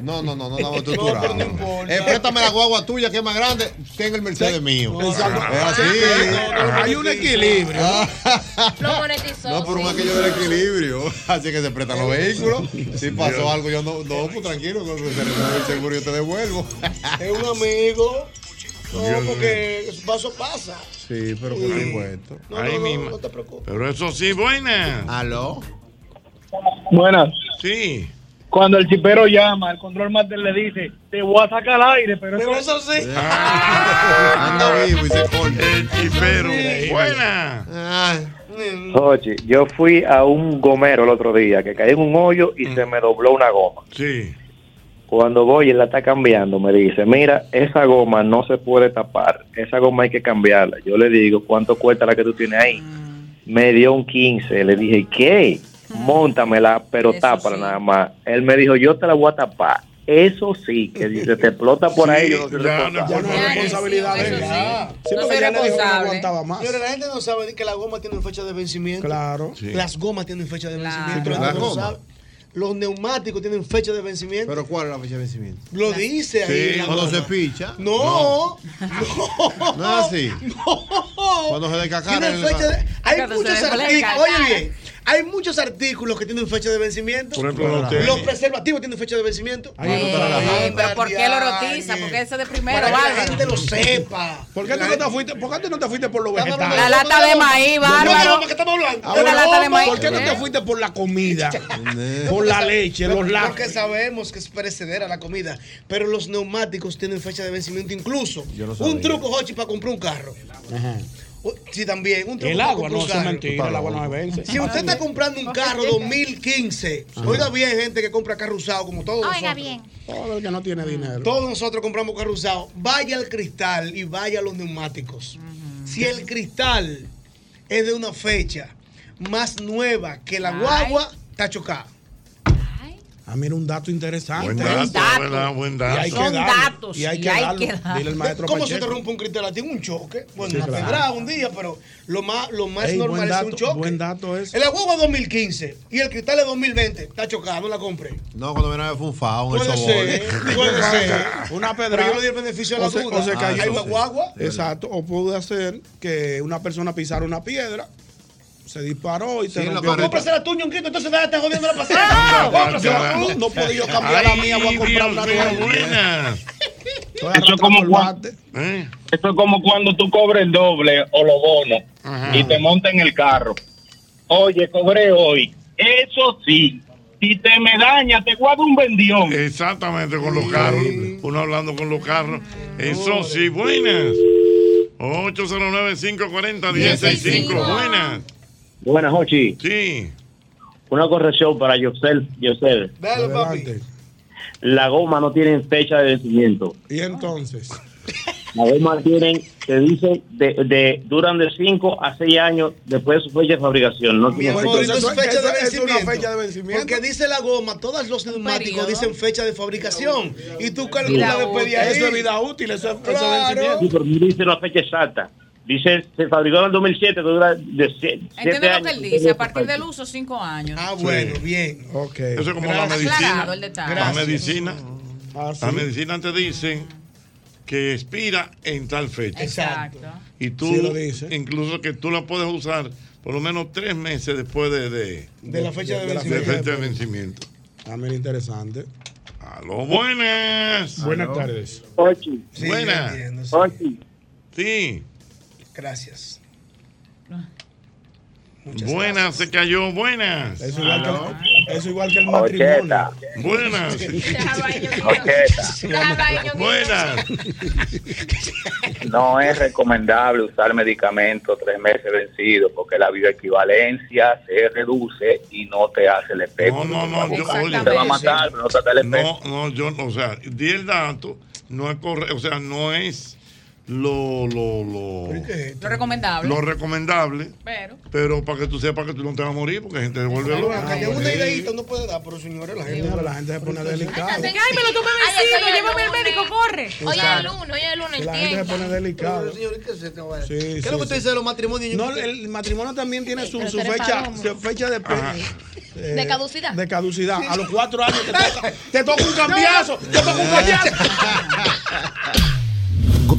S6: No, no, no, no estamos
S4: No,
S6: estructurados.
S4: pero no importa.
S6: Eh, préstame la guagua tuya que es más grande, tenga el Mercedes mío. Ah,
S4: Exacto.
S6: Es así.
S4: Hay un equilibrio.
S7: Lo monetizó.
S6: ah, No, por un
S7: sí.
S6: aquello del equilibrio. Así que se prestan los vehículos. Si pasó algo, yo no, no, pues tranquilo, con el seguro yo te devuelvo.
S8: Es un amigo.
S6: Dios
S8: No, porque paso pasa.
S6: Sí, pero
S8: por
S6: supuesto.
S3: Ay, mi ma- Pero eso sí, buenas.
S6: Aló.
S11: Buenas.
S3: Sí.
S11: Cuando el chipero llama, el control master le dice, te voy a sacar al aire, pero, eso, sí.
S6: Anda vivo y se
S3: pone. El chipero. Buena.
S9: Oye, yo fui a un gomero el otro día que caí en un hoyo y se me dobló una goma.
S3: Sí.
S9: Cuando voy y la está cambiando, me dice, mira, esa goma no se puede tapar, esa goma hay que cambiarla. Yo le digo, ¿cuánto cuesta la que tú tienes ahí? Me dio un 15, le dije, ¿qué? Móntamela, pero tápala nada más. Él me dijo, yo te la voy a tapar. Eso sí, que si se te explota por ahí, yo no soy responsable.
S8: responsabilidad de él.
S4: Sí,
S8: No
S4: porque ya le dijo que
S8: soy
S4: no
S8: responsable.
S4: aguantaba más.
S8: Señores, la gente no sabe que la goma tiene fecha de vencimiento.
S4: Claro. Sí.
S8: Las gomas tienen fecha de vencimiento.
S6: pero
S8: la
S6: la
S8: gente no
S6: goma.
S8: sabe. Los neumáticos tienen fecha de vencimiento.
S6: ¿Pero cuál es la fecha de vencimiento?
S8: Lo dice ahí. la
S6: cuando
S8: goma.
S6: se picha.
S8: No.
S6: No, es así. Cuando se descacara.
S8: Tienen Oh, fecha de- Hay
S12: Cuando se
S8: muchos
S12: descuelga el
S8: artículos.
S12: calzado.
S8: Oye bien, hay muchos artículos que tienen fecha de vencimiento.
S3: Por ejemplo, los
S8: los
S3: tenis.
S8: preservativos tienen fecha de vencimiento.
S12: Ey, Eh, pero ¿por qué lo rotiza? ¿Por qué ese de primero, Bárbara?
S8: lo sepa.
S4: ¿Por qué, tú no te fuiste, ¿Por qué tú no te fuiste por los
S12: Estamos
S4: vegetales?
S12: hablando de La lata de maíz,
S4: No, no,
S12: bárbaro.
S4: no, ¿qué estamos hablando?
S12: De la lata de maíz.
S4: ¿Por qué no te
S12: Eh.
S4: fuiste por la comida? por la leche, los
S8: Porque
S4: lácteos.
S8: sabemos que es perecedera la comida, pero los neumáticos tienen fecha de vencimiento incluso.
S4: Yo no sabía.
S8: Un truco, Hochi, para comprar un carro. O- Sí, también. Un truco
S4: El
S8: para
S4: agua,
S8: comprar
S4: no,
S8: un
S4: eso es
S8: carro.
S4: mentira, el agua no se vence.
S8: Si usted está comprando un carro 2015,
S4: Este, Ajá.
S8: oiga bien, gente que compra carro usado, como todos
S4: Oiga Ah,
S8: nosotros.
S4: bien. Todo el que no tiene dinero.
S8: Todos nosotros compramos carro usado. Vaya al cristal y vaya a los neumáticos. Si el cristal es de una fecha más nueva que la
S4: Ay.
S8: guagua, está chocada.
S4: Ah, mira, un dato interesante.
S3: Buen dato, ¿verdad? Buen dato.
S4: Y hay que
S3: Son
S4: darlo,
S8: datos,
S4: Y hay
S8: y
S4: que
S8: hay
S4: darlo.
S8: que darlo.
S4: Dile al maestro
S8: ¿Cómo se
S4: Pacheco.
S8: te rompe un cristal a ti? Un choque. Bueno,
S4: Sí,
S8: la
S4: claro.
S8: tendrá un día, pero lo más, lo más
S4: Ey, buen
S8: normal es
S4: dato,
S8: un choque.
S4: buen dato eso.
S8: El agua 2015 y el cristal es 2020. Está chocado, no la compré.
S6: No, cuando viene a ver fue un fao en el
S8: Puede ser,
S6: sobor.
S8: puede ser.
S4: Una
S8: Pero
S4: pedra.
S8: yo le di el beneficio de
S4: o
S8: la
S4: se-
S8: duda.
S4: o se
S8: Ah,
S4: cayó.
S8: hay una guagua.
S4: Exacto. O puede ser que una persona pisara una piedra, se disparó y se
S8: Tú
S4: rompió.
S8: compras la tuya un quinto, entonces nada, estás jodiendo la
S4: Ah,
S8: pasada. Cómprasela.
S4: yo no podía yo cambiar la mía, voy a comprar una nueva.
S11: Eso es como cuando, eso es como cuando tú cobres el doble o los bonos
S3: Ah.
S11: y te montan en el carro. Oye, cobré hoy. Eso sí, si te me daña, te guardo un bendión.
S3: Exactamente, con los carros. Uno hablando con los carros. Eso sí, buenas. 809-540-165. Buenas.
S19: Buenas, Jochi.
S3: Sí.
S19: Una corrección para Yosel. Yosel.
S8: Dale, papi.
S19: La goma no tiene fecha de vencimiento.
S4: Y entonces.
S19: La goma tienen, te dicen, de, de- duran de 5 a 6 años después de su fecha de fabricación. No
S8: Mi
S19: tiene
S8: amor,
S19: fecha
S8: eso
S19: de
S8: es fecha de
S4: es una
S8: vencimiento.
S4: fecha de vencimiento.
S8: Porque dice la goma, todos los neumáticos dicen fecha de fabricación. Y tú calculas
S4: Vida
S8: después
S4: útil.
S8: de ahí.
S4: Eso es vida útil, eso es eso es
S19: Sí,
S4: vencimiento.
S19: pero no dice la fecha exacta. Dice, se fabricó en el 2007, que dura de 7
S12: Entiendo lo
S19: años.
S12: que él dice, a partir del uso, cinco años.
S8: Ah, bueno, bien.
S3: Eso es como la
S12: Gracias.
S3: medicina.
S12: Aclarado el detalle.
S3: La
S12: Gracias.
S3: medicina.
S4: Ah, sí.
S3: La medicina te dicen que expira en tal fecha.
S12: Exacto.
S3: Y tú,
S4: Sí lo
S3: incluso que tú la puedes usar por lo menos tres meses después de, de,
S4: De la fecha de
S3: la
S4: vencimiento.
S3: fecha de vencimiento.
S4: Ah, mira, interesante.
S3: Aló, Pues buenas.
S4: Buenas tardes.
S19: Ochi.
S3: buenas.
S19: Ochi.
S3: Sí.
S8: Gracias.
S3: buenas, se cayó, buenas.
S4: Eso igual, que, el- eso igual que el matrimonio.
S3: Ocheta. Buenas. Buenas.
S19: No es recomendable usar medicamentos tres meses vencidos porque la bioequivalencia se reduce y no te hace el efecto.
S3: No, no, no, yo- oye,
S19: te va a matar, pero no te hace el efecto.
S3: No, no, yo, no, o sea, di el dato, no es correcto, o sea, no es lo, lo, lo,
S12: Lo recomendable.
S3: lo recomendable,
S12: Pero.
S3: pero para que tú sepas que tú no te vas a morir, porque la gente se vuelve
S8: Pero
S3: loca.
S8: acá ya una ideita no puede dar, pero señores, la gente.
S4: La gente se pone delicada.
S12: Ay, me lo tomé
S7: Ay,
S12: vencido,
S7: estoy
S12: llévame al
S7: lunes.
S12: médico, corre.
S7: Hoy es el lunes, hoy es el lunes,
S4: La gente se
S7: entienda.
S4: pone delicada. Sí, ¿Qué
S8: es lo que usted dice de los matrimonios?
S4: No, el matrimonio también tiene su,
S7: Pero
S4: su
S7: tú eres
S4: fecha,
S7: palomo.
S4: su fecha de, pe-
S7: Ajá.
S4: eh,
S7: De caducidad.
S4: De caducidad. A los cuatro años te toca, te toca un cambiazo. te toca un cambiazo.
S1: Go-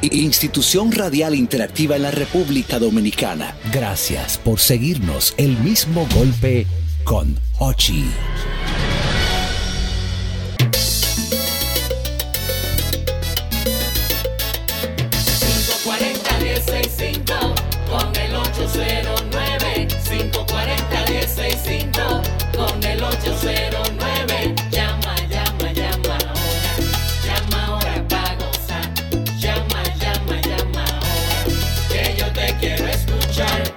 S1: Institución Radial Interactiva en la República Dominicana. Gracias por seguirnos. El mismo golpe con Ochi.
S2: con el 809 540 165 con el 809 llama llama llama ahora llama ahora pa gozar llama llama llama ahora que yo te quiero escuchar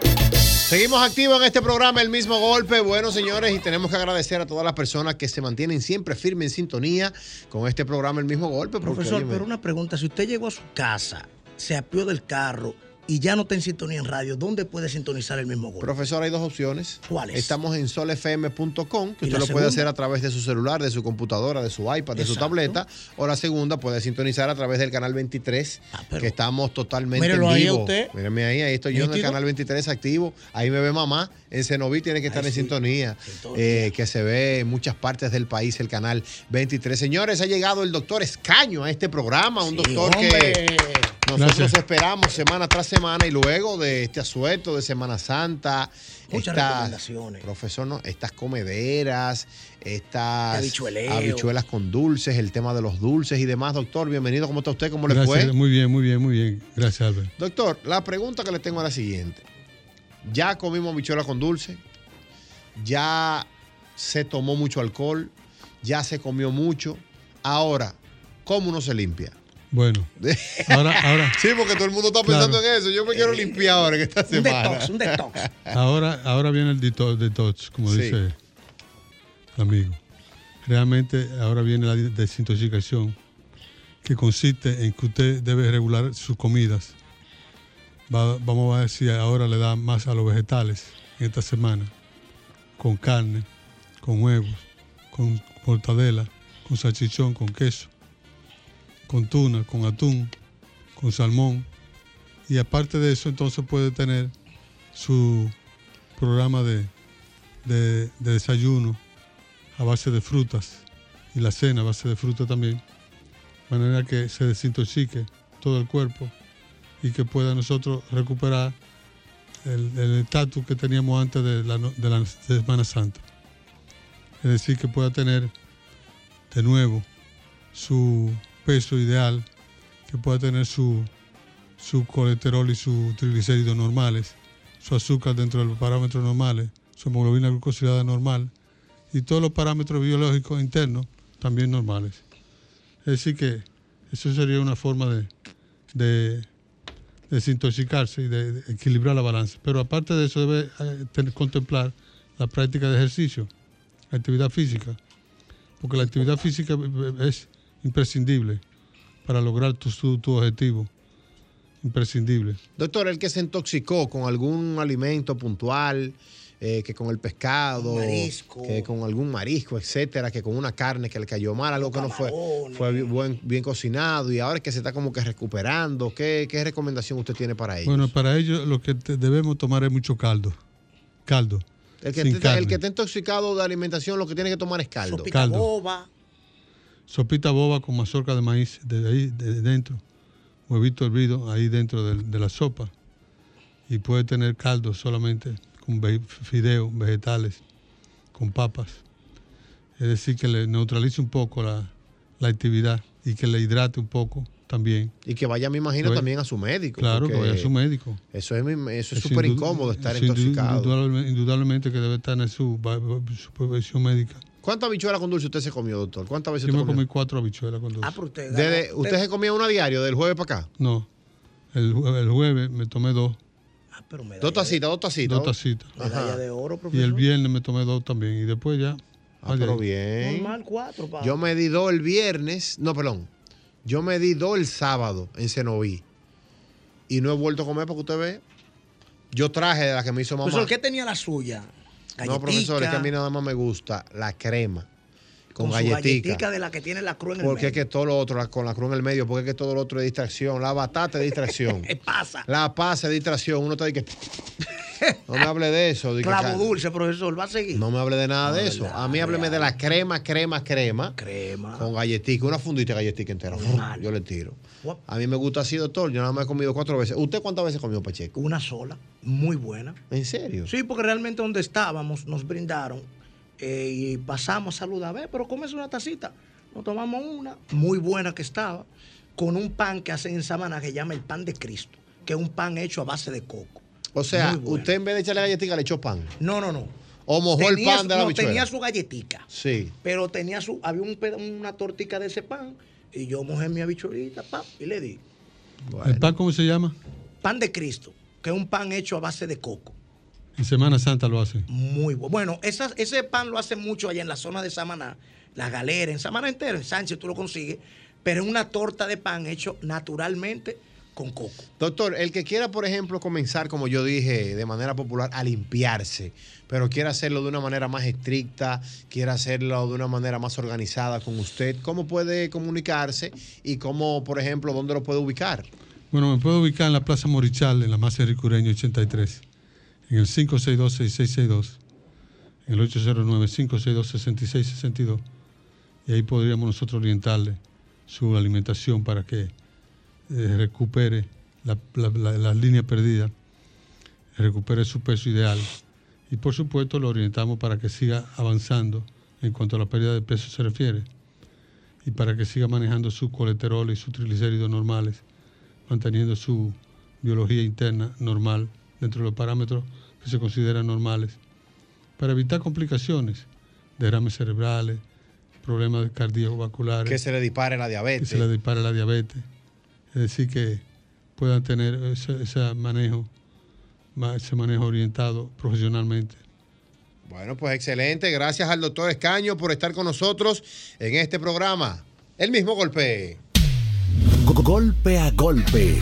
S6: Seguimos activos en este programa, el mismo golpe. Bueno, señores, y tenemos que agradecer a todas las personas que se mantienen siempre firme en sintonía con este programa, el mismo golpe. porque,
S27: Profesor,
S6: óyeme,
S27: pero una pregunta. Si usted llegó a su casa, se apió del carro y ya no está en sintonía en radio, ¿dónde puede sintonizar el mismo golpe?
S6: Profesor, hay dos opciones.
S27: ¿Cuáles?
S6: Estamos en solfm.com, que
S27: ¿Y
S6: usted
S27: la
S6: lo puede
S27: segunda?
S6: hacer a través de su celular, de su computadora, de su iPad, de su
S27: Exacto.
S6: tableta. O la segunda, puede sintonizar a través del canal 23, que estamos totalmente
S27: Ah, Mírelo
S6: en
S27: ahí a
S6: vivo.
S27: usted.
S6: Mírame ahí, ahí estoy yo en el
S27: Nítido.
S6: canal 23 activo. Ahí me ve mamá. En Cenoví tiene que estar en sintonía, eh, que se ve en muchas partes del país el canal 23. Señores, ha llegado el doctor Escaño a este programa, un doctor que...
S27: hombre.
S6: Nosotros
S27: Gracias.
S6: esperamos semana tras semana y luego de este asueto de Semana Santa,
S27: Muchas
S6: estas-
S27: recomendaciones.
S6: Profesor, no, estas comederas, estas
S27: Habichueleo.
S6: habichuelas con dulces, el tema de los dulces y demás. Doctor, bienvenido. ¿Cómo está usted? ¿Cómo le
S13: Gracias,
S6: fue?
S13: Muy bien, muy bien, muy bien. Gracias, Albert.
S6: Doctor, la pregunta que le tengo es la siguiente. Ya comimos habichuelas con dulce, ya se tomó mucho alcohol, ya se comió mucho. Ahora, ¿cómo uno se limpia?
S13: Bueno, ahora, ahora, Eh,
S6: Sí, porque todo el mundo está pensando en eso. Yo me quiero limpiar ahora en esta semana.
S27: detox, un detox.
S13: ahora, ahora viene el detox, detox, como
S6: Sí.
S13: dice el amigo. Realmente ahora viene la desintoxicación, que consiste en que usted debe regular sus comidas. Va- vamos a ver si ahora le da más a los vegetales en esta semana, con carne, con huevos, con mortadela, con salchichón, con queso, con tuna, con atún, con salmón. Y aparte de eso, entonces puede tener su programa de, de- de desayuno a base de frutas y la cena a base de frutas también. De manera que se desintoxique todo el cuerpo y que pueda nosotros recuperar el el estatus que teníamos antes de la, no- de la Semana Santa. Es decir, que pueda tener de nuevo su peso ideal, que pueda tener su, su colesterol y sus triglicéridos normales, su azúcar dentro de los parámetros normales, su hemoglobina glucosilada normal y todos los parámetros biológicos internos también normales. Es decir, que eso sería una forma de, de desintoxicarse y de, de equilibrar la balanza. Pero aparte de eso debe eh, tener- contemplar la práctica de ejercicio, actividad física, porque la actividad física eh, es imprescindible para lograr tu, tu- tu objetivo, imprescindible.
S6: Doctor, el que se intoxicó con algún alimento puntual, eh, que con el pescado,
S27: Marisco.
S6: que con algún marisco, etcétera, que con una carne que le cayó mal, algo que no fue, fue bi- buen- bien cocinado y ahora es que se está como que recuperando, ¿qué, qué recomendación usted tiene para ellos?
S13: Bueno, para ello lo que te- debemos tomar es mucho caldo, caldo,
S6: el, que
S13: sin
S6: esté-
S13: carne.
S6: el que está intoxicado de alimentación lo que tiene que tomar es caldo.
S13: Sopita Caldo. sopita boba con mazorca de maíz de ahí de dentro, huevito hervido ahí dentro del- de, la sopa y puede tener caldo solamente con ve- fideo, vegetales, con papas. Es decir, que le neutralice un poco la, la actividad y que le hidrate un poco también.
S6: Y que vaya, me imagino,
S13: Pues,
S6: también a su médico.
S13: Claro, que
S6: porque
S13: vaya a su médico.
S6: Eso es mi- eso es
S13: Eso
S6: súper
S13: indu-
S6: incómodo estar
S13: eso indu-
S6: intoxicado.
S13: Indudablemente, indudablemente que debe estar en su va- va- supervisión médica.
S6: ¿Cuántas habichuelas con dulce usted se comió, doctor? ¿Cuántas veces
S13: Yo
S6: usted
S13: me
S6: comió?
S13: comí cuatro habichuelas con
S27: Ah,
S13: dulce.
S6: Desde- ¿Usted se comía una diario del jueves para acá?
S13: No, el, jue- el jueves me tomé dos.
S27: Ah,
S6: Dos tacitas, dos tacitas.
S13: Dos tacitas.
S6: Ajá.
S13: Y el viernes me tomé dos también. Y después ya.
S6: Ah, pero bien.
S27: Normal, cuatro, pa.
S6: Yo me di dos el viernes, no, perdón. Yo me di dos el sábado en Cenoví. Y no he vuelto a comer porque usted ve. Yo traje de la que me hizo mamá.
S27: Profesor, ¿qué tenía la suya?
S6: no, profesor, es que a mí
S27: Galletica,
S6: nada más me gusta la crema con,
S27: su
S6: galletica.
S27: de la que tiene la cruz en el
S6: Porque es
S27: medio.
S6: que todo lo otro, la- con la cruz en el medio, porque es que todo lo otro es distracción. La batata es distracción.
S27: ¿Qué pasa?
S6: la pasa es distracción. Uno está de que. No me hable de eso. dije,
S10: Clavo
S6: Carlos.
S10: dulce, profesor, va a seguir.
S6: No me hable de nada de eso. A mí hábleme de la crema, crema, crema. Crema. Con galletica, una fundita de galletica entera. Yo le tiro.
S10: Guap.
S6: A mí me gusta así, doctor. Yo nada más he comido cuatro veces. ¿Usted cuántas veces comió, Pacheco?
S10: Una sola. Muy buena.
S6: ¿En serio?
S10: Sí, porque realmente donde estábamos nos brindaron eh, y pasamos a saludar. Ve, pero comes una tacita. Nos tomamos una, muy buena que estaba, con un pan que hacen en Samaná que llama el pan de Cristo, que es un pan hecho a base de coco.
S6: O sea,
S10: Muy bueno.
S6: usted en vez de echarle galletica le echó pan.
S10: No, no, no.
S6: O mojó el
S10: Tenía
S6: pan
S10: su-
S6: de la
S10: no,
S6: bichuela.
S10: tenía su galletica.
S6: Sí.
S10: Pero tenía su, había un peda- una tortica de ese pan y yo mojé mi habichuelita pap, y le di
S13: ¿El pan cómo se llama?
S10: pan de Cristo, que es un pan hecho a base de coco.
S13: En Semana Santa lo hacen.
S10: Muy bueno. Bueno, esas- ese pan lo hacen mucho allá en la zona de Samaná, la galera, en Samaná entero, en Sánchez tú lo consigues, pero es una torta de pan hecho naturalmente con coco.
S6: Doctor, el que quiera, por ejemplo, comenzar, como yo dije, de manera popular, a limpiarse, pero quiera hacerlo de una manera más estricta, quiera hacerlo de una manera más organizada con usted, ¿cómo puede comunicarse y cómo, por ejemplo, dónde lo puede ubicar?
S13: Bueno, me puedo ubicar en la Plaza Morichal, en la Masa Ricureño 83, en el 562-6662, en el 809-562-6662, y ahí podríamos nosotros orientarle su alimentación para que eh, recupere la, la- la- la línea perdida, recupere su peso ideal, y por supuesto lo orientamos para que siga avanzando en cuanto a la pérdida de peso se refiere, y para que siga manejando su colesterol y sus triglicéridos normales manteniendo su biología interna normal dentro de los parámetros que se consideran normales, para evitar complicaciones, derrames cerebrales, problemas cardiovasculares.
S6: Que se le dispare la
S13: que
S6: diabetes.
S13: se le dispare la diabetes. Es decir, que puedan tener ese, ese manejo, ma- ese manejo orientado profesionalmente.
S6: Bueno, pues excelente. Gracias al doctor Escaño por estar con nosotros en este programa. El mismo golpe.
S1: Go- Golpe a golpe.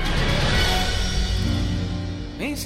S28: Mis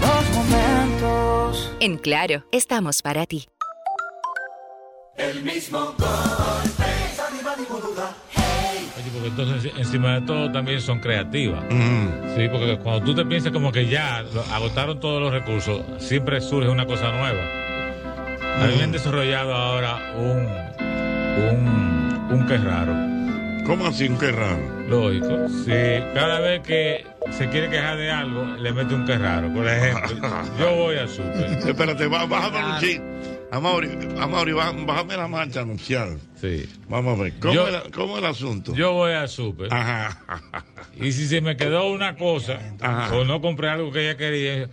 S28: Los momentos.
S12: En Claro, estamos para ti.
S15: El mismo golpe.
S17: Oye, porque entonces encima de todo también son creativas. Sí, porque cuando tú te piensas como que ya lo- agotaron todos los recursos, siempre surge una cosa nueva. A mí me han desarrollado ahora un, un, un que raro.
S3: ¿Cómo así un que raro?
S17: Lógico. Sí, cada vez que se quiere quejar de algo, le mete un que raro. Por ejemplo, yo voy al súper.
S3: Espérate, va- bájame
S17: Claro.
S3: un chip. Amaury, Amaury, bá- bájame la marcha nupcial.
S17: Sí.
S3: Vamos a ver, ¿cómo,
S17: Yo-
S3: el, cómo el asunto?
S17: Yo voy al súper. Y si se me quedó una cosa, o no compré algo que ella quería,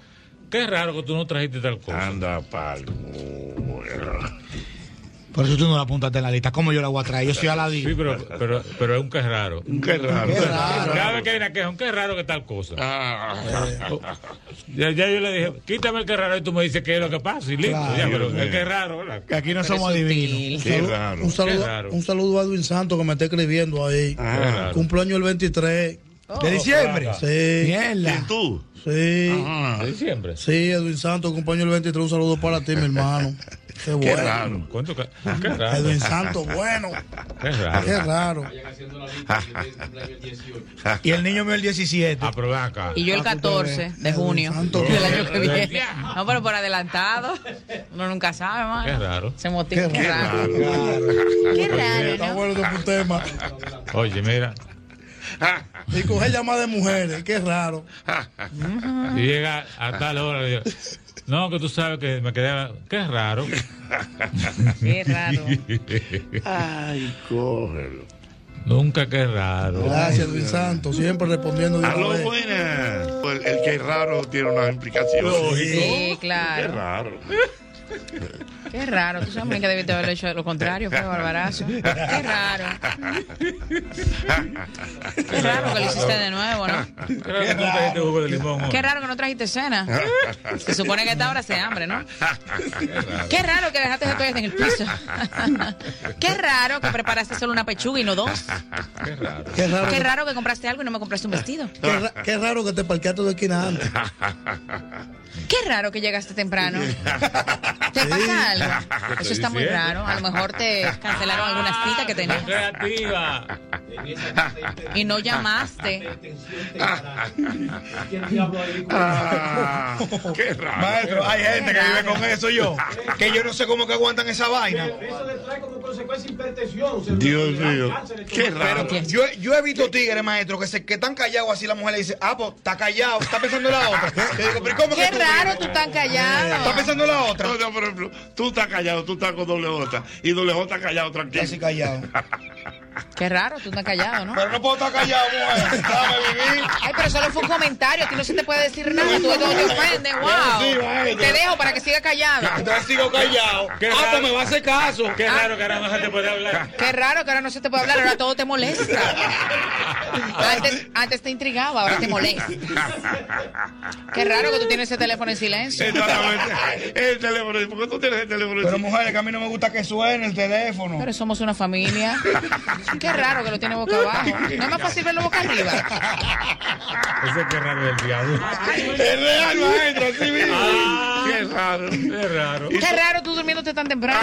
S17: qué raro que tú no trajiste tal cosa.
S3: Anda, palmo.
S8: Por eso tú no la apuntaste en la lista. ¿Cómo yo la voy a traer? Yo soy aladín.
S17: Sí, pero, pero, pero es un que raro. Un
S3: que
S17: raro. Cada vez que hay una queja, un que raro que tal cosa.
S3: Ah.
S17: Ya, ya yo le dije, quítame el que raro y tú me dices qué es lo que pasa. Y listo,
S8: Claro.
S17: ya, pero el que raro. ¿verdad?
S8: Que aquí no somos
S10: sutil.
S8: adivinos.
S10: Qué raro.
S8: Un
S10: Qué
S8: saludo,
S17: raro.
S8: un saludo a Edwin Santos que me está escribiendo ahí.
S10: Ah.
S8: Cumpleaños el 23.
S4: Oh.
S3: ¿De diciembre?
S4: Sí.
S3: Mierda.
S4: ¿Y tú? Sí.
S17: ¿De diciembre?
S4: Sí, Edwin Santos, compañero 23, un saludo para ti, mi hermano. Qué bueno.
S17: ¿Cuánto ca- Qué raro.
S4: Edwin Santos, bueno.
S17: Qué
S3: Ah,
S17: raro.
S4: Qué raro.
S17: Y el niño mío el 17. Ah, pero ven acá.
S12: Y yo el 14 de junio del año que viene. No, pero por adelantado. Uno nunca sabe, mano.
S17: Qué raro.
S12: Se motiva. Qué raro.
S17: Qué
S4: Está bueno tu tema.
S17: Oye, mira.
S4: Y coger llamadas de mujeres, qué raro.
S17: Y llega a tal hora. le digo, no, que tú sabes que me quedé. Qué raro.
S4: Qué raro.
S17: Ay, cógelo. Nunca qué raro.
S4: Gracias, Luis Santos, siempre respondiendo. de una
S17: Aló,
S4: vez.
S3: Buenas. Pues el que es raro tiene unas implicaciones.
S12: Sí,
S3: Qué
S12: claro.
S3: raro.
S12: Qué raro. Tú sabes que debiste haber hecho lo contrario, fue barbarazo. Qué raro.
S3: Ah.
S12: Qué raro que lo hiciste de nuevo, ¿no?
S17: Qué raro que tú trajiste jugo de limón. hoy.
S12: Qué raro que no trajiste cena. Se supone que a esta hora se hambre, ¿no? Qué raro que dejaste esa toalla en el piso. Qué raro que preparaste solo una pechuga y no dos.
S3: Qué raro.
S4: Qué raro.
S12: Qué raro que compraste algo y no me compraste un vestido. Ah.
S4: Qué, ra- qué raro que te parqueaste de esquina antes.
S12: Qué raro que llegaste temprano. ¿Te pasa algo?
S3: Te
S12: Eso
S3: estoy
S12: está muy
S3: diciendo.
S12: raro. A lo mejor te cancelaron alguna cita que tenías.
S17: Creativa.
S12: Y no llamaste.
S3: Ah, qué raro.
S4: Maestro,
S3: hay
S4: gente que vive con eso yo. Que yo no sé cómo que aguantan esa vaina. Eso le trae como consecuencia hipertensión.
S3: Dios mío. Qué raro.
S4: Pero yo, yo he visto tigres, maestro, que, se, que están callados así. La mujer le dice, ah, pues está callado, está pensando en la otra. Yo digo, pero ¿cómo
S12: Qué
S4: que tú-
S12: raro tú tan callado.
S3: Está pensando en la otra. No, no, por ejemplo, tú estás callado, tú estás con doble J. Y doble J está callado, tranquilo. Casi
S4: callado.
S12: Qué raro tú tan callado, ¿no?
S4: Pero no puedo estar callado, mujer. Dame vivir.
S12: Ay, pero solo fue un comentario. A ti no se te puede decir nada. Tú no te ofendes.
S4: Sí, vale.
S12: Wow. Te dejo para que siga callado.
S4: Entonces sigo callado.
S17: Qué
S4: Ah,
S17: raro.
S4: pues me va a hacer caso.
S12: Ah.
S17: Qué raro que ahora no se te puede hablar.
S12: Qué raro que ahora no se te puede hablar. Ahora todo te molesta. Antes, antes te intrigaba, ahora te molesta. Qué raro que tú tienes ese teléfono en silencio.
S3: Exactamente. El teléfono. ¿Por qué tú tienes el teléfono?
S4: Pero mujeres, que a mí no me gusta que suene el teléfono.
S12: Pero somos una familia. Qué raro que lo tiene boca abajo. No es más fácil verlo boca arriba.
S17: Ese es qué raro del diablo.
S3: Es real, maestro, así mismo. Qué raro.
S17: Qué raro.
S12: Qué raro tú durmiéndote tan temprano.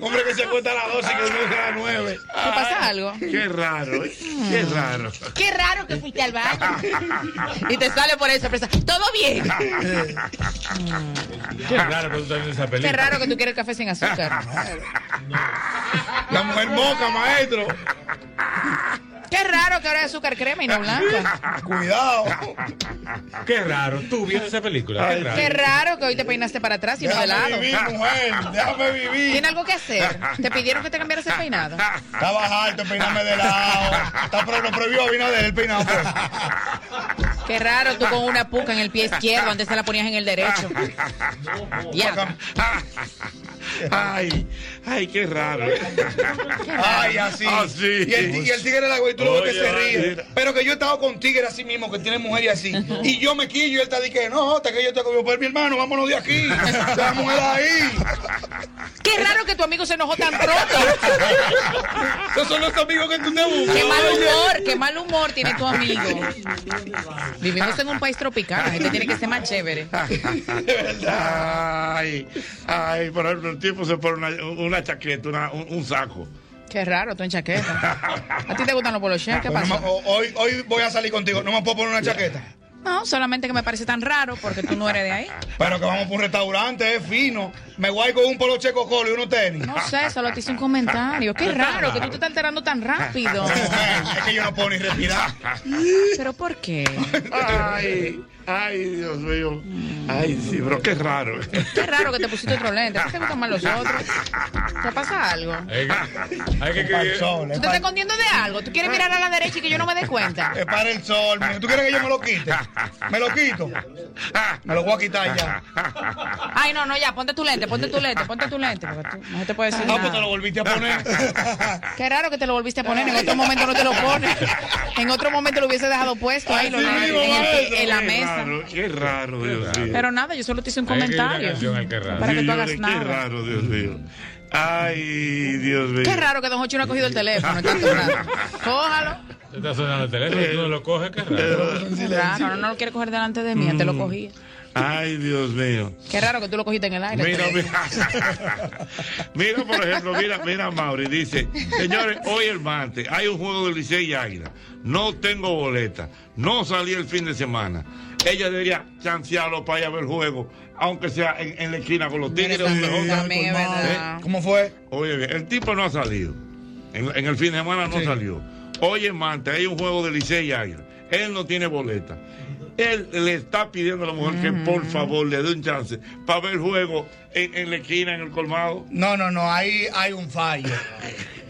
S3: Hombre que se cuesta a las 12 y que duerme a las 9. ¿Te
S12: pasa algo?
S3: Qué raro, ¿eh? qué raro.
S12: Qué raro que fuiste al baño. Y te sale por ahí sorpresa. Todo bien.
S17: Qué raro que tú estás viendo esa película.
S12: Qué raro que tú quieres café sin azúcar.
S3: La mujer moca, maestro.
S12: Qué raro que ahora es azúcar crema y no blanca.
S3: Cuidado.
S17: Qué raro. Tú viendo esa película. Qué raro.
S12: Qué raro que hoy te peinaste para atrás y no de lado.
S3: déjame vivir.
S12: Tiene algo que hacer. Te pidieron que te cambiaras el peinado.
S4: Estaba harto, peinarme de lado. Está pro, lo prohibió Abinader el peinado.
S12: Qué raro tú con una puca en el pie izquierdo, antes se la ponías en el derecho. Ya.
S3: Ay, ay, qué raro.
S4: Ay, así.
S17: Ah,
S3: Así.
S4: Y, el, ti- y el tigre la güey, tú lo ves que
S3: Oye,
S4: se ríe.
S3: oye.
S4: Pero que yo he estado con tigres así mismo, que tienen mujeres así. Y yo me quillo y él está diciendo, no, Jota, que yo te comido. Pues mi hermano, vámonos de aquí. La mujer ahí.
S12: Qué raro que tu amigo se enojó tan pronto.
S4: Esos son los amigos que tú te buscas.
S12: Qué mal
S4: oye.
S12: humor, qué mal humor tiene tu amigo. Vivimos en un país tropical, la gente tiene que ser más chévere.
S3: Ay, ay, por ejemplo, el tipo se pone una, una chaqueta, una- un, un saco.
S12: Qué raro, tú en chaqueta. ¿A ti te gustan los poloches? ¿Qué
S4: Bueno,
S12: pasa?
S4: ma- o- Hoy, hoy voy a salir contigo. No me puedo poner una chaqueta.
S12: No, solamente que me parece tan raro porque tú no eres de ahí.
S4: Pero que vamos por un restaurante, es fino. Me voy con un polo checo colo y unos tenis.
S12: No sé, solo te hice un comentario. Qué raro que tú te estás alterando tan rápido.
S4: Es que yo no puedo ni respirar.
S12: ¿Pero por qué?
S3: Ay, ay, Dios mío. Ay, sí, pero qué raro.
S12: Qué raro que te pusiste otro lente. ¿Por qué te gustan más los otros? ¿Te pasa algo?
S17: Hay que, hay que escribir.
S12: ¿Tú te estás escondiendo de algo? ¿Tú quieres mirar a la derecha y que yo no me dé cuenta?
S4: Es para el sol, mijo. ¿Tú quieres que yo me lo quite? Me lo quito. Me lo voy a quitar ya.
S12: Ay, no, no, ya, ponte tu lente, ponte tu lente, ponte tu lente. porque tú- no se te puede decir
S4: Ah, pues te
S12: nada.
S4: lo volviste a poner.
S12: Qué raro que te lo volviste a poner. En otro momento no te lo pones. En otro momento lo hubiese dejado puesto ahí, lo-
S3: Así
S12: en,
S3: mismo,
S12: el-
S3: maestro,
S12: en la
S3: qué
S12: mesa.
S3: raro, qué raro, Dios mío.
S12: Pero nada, yo solo te hice un
S3: Hay que ir a
S12: comentario.
S3: canción al qué raro.
S12: Para que tú
S3: Señores,
S12: hagas nada.
S3: Qué raro, Dios mío. Ay, Dios mío.
S12: Qué raro que Don Jochi no ha cogido el teléfono. en tanto rato. Cójalo.
S17: Está sonando el teléfono, tú no lo coges, qué raro.
S12: Claro, no, no lo quiere coger delante de mí, antes
S3: Mm.
S12: lo cogía.
S3: Ay, Dios mío.
S12: Qué raro que tú lo cogiste en el aire.
S3: Mira, mira. Mira, por ejemplo, mira, mira, Mauri, dice, señores, hoy el martes hay un juego de Licey y Águila. No tengo boleta. No salí el fin de semana. Ella debería chancearlo para ir a ver el juego, aunque sea en, en la esquina con los tigres.
S4: Sí,
S3: donde juegan.
S4: también es verdad.
S3: ¿Eh? ¿Cómo fue? Oye, bien, el tipo no ha salido. En, en el fin de semana no salió. Hoy en martes hay un juego de Licey y Águila. Él no tiene boleta. Él le está pidiendo a la mujer que por favor le dé un chance para ver el juego en, en la esquina, en el colmado.
S4: No, no, no, ahí hay un fallo.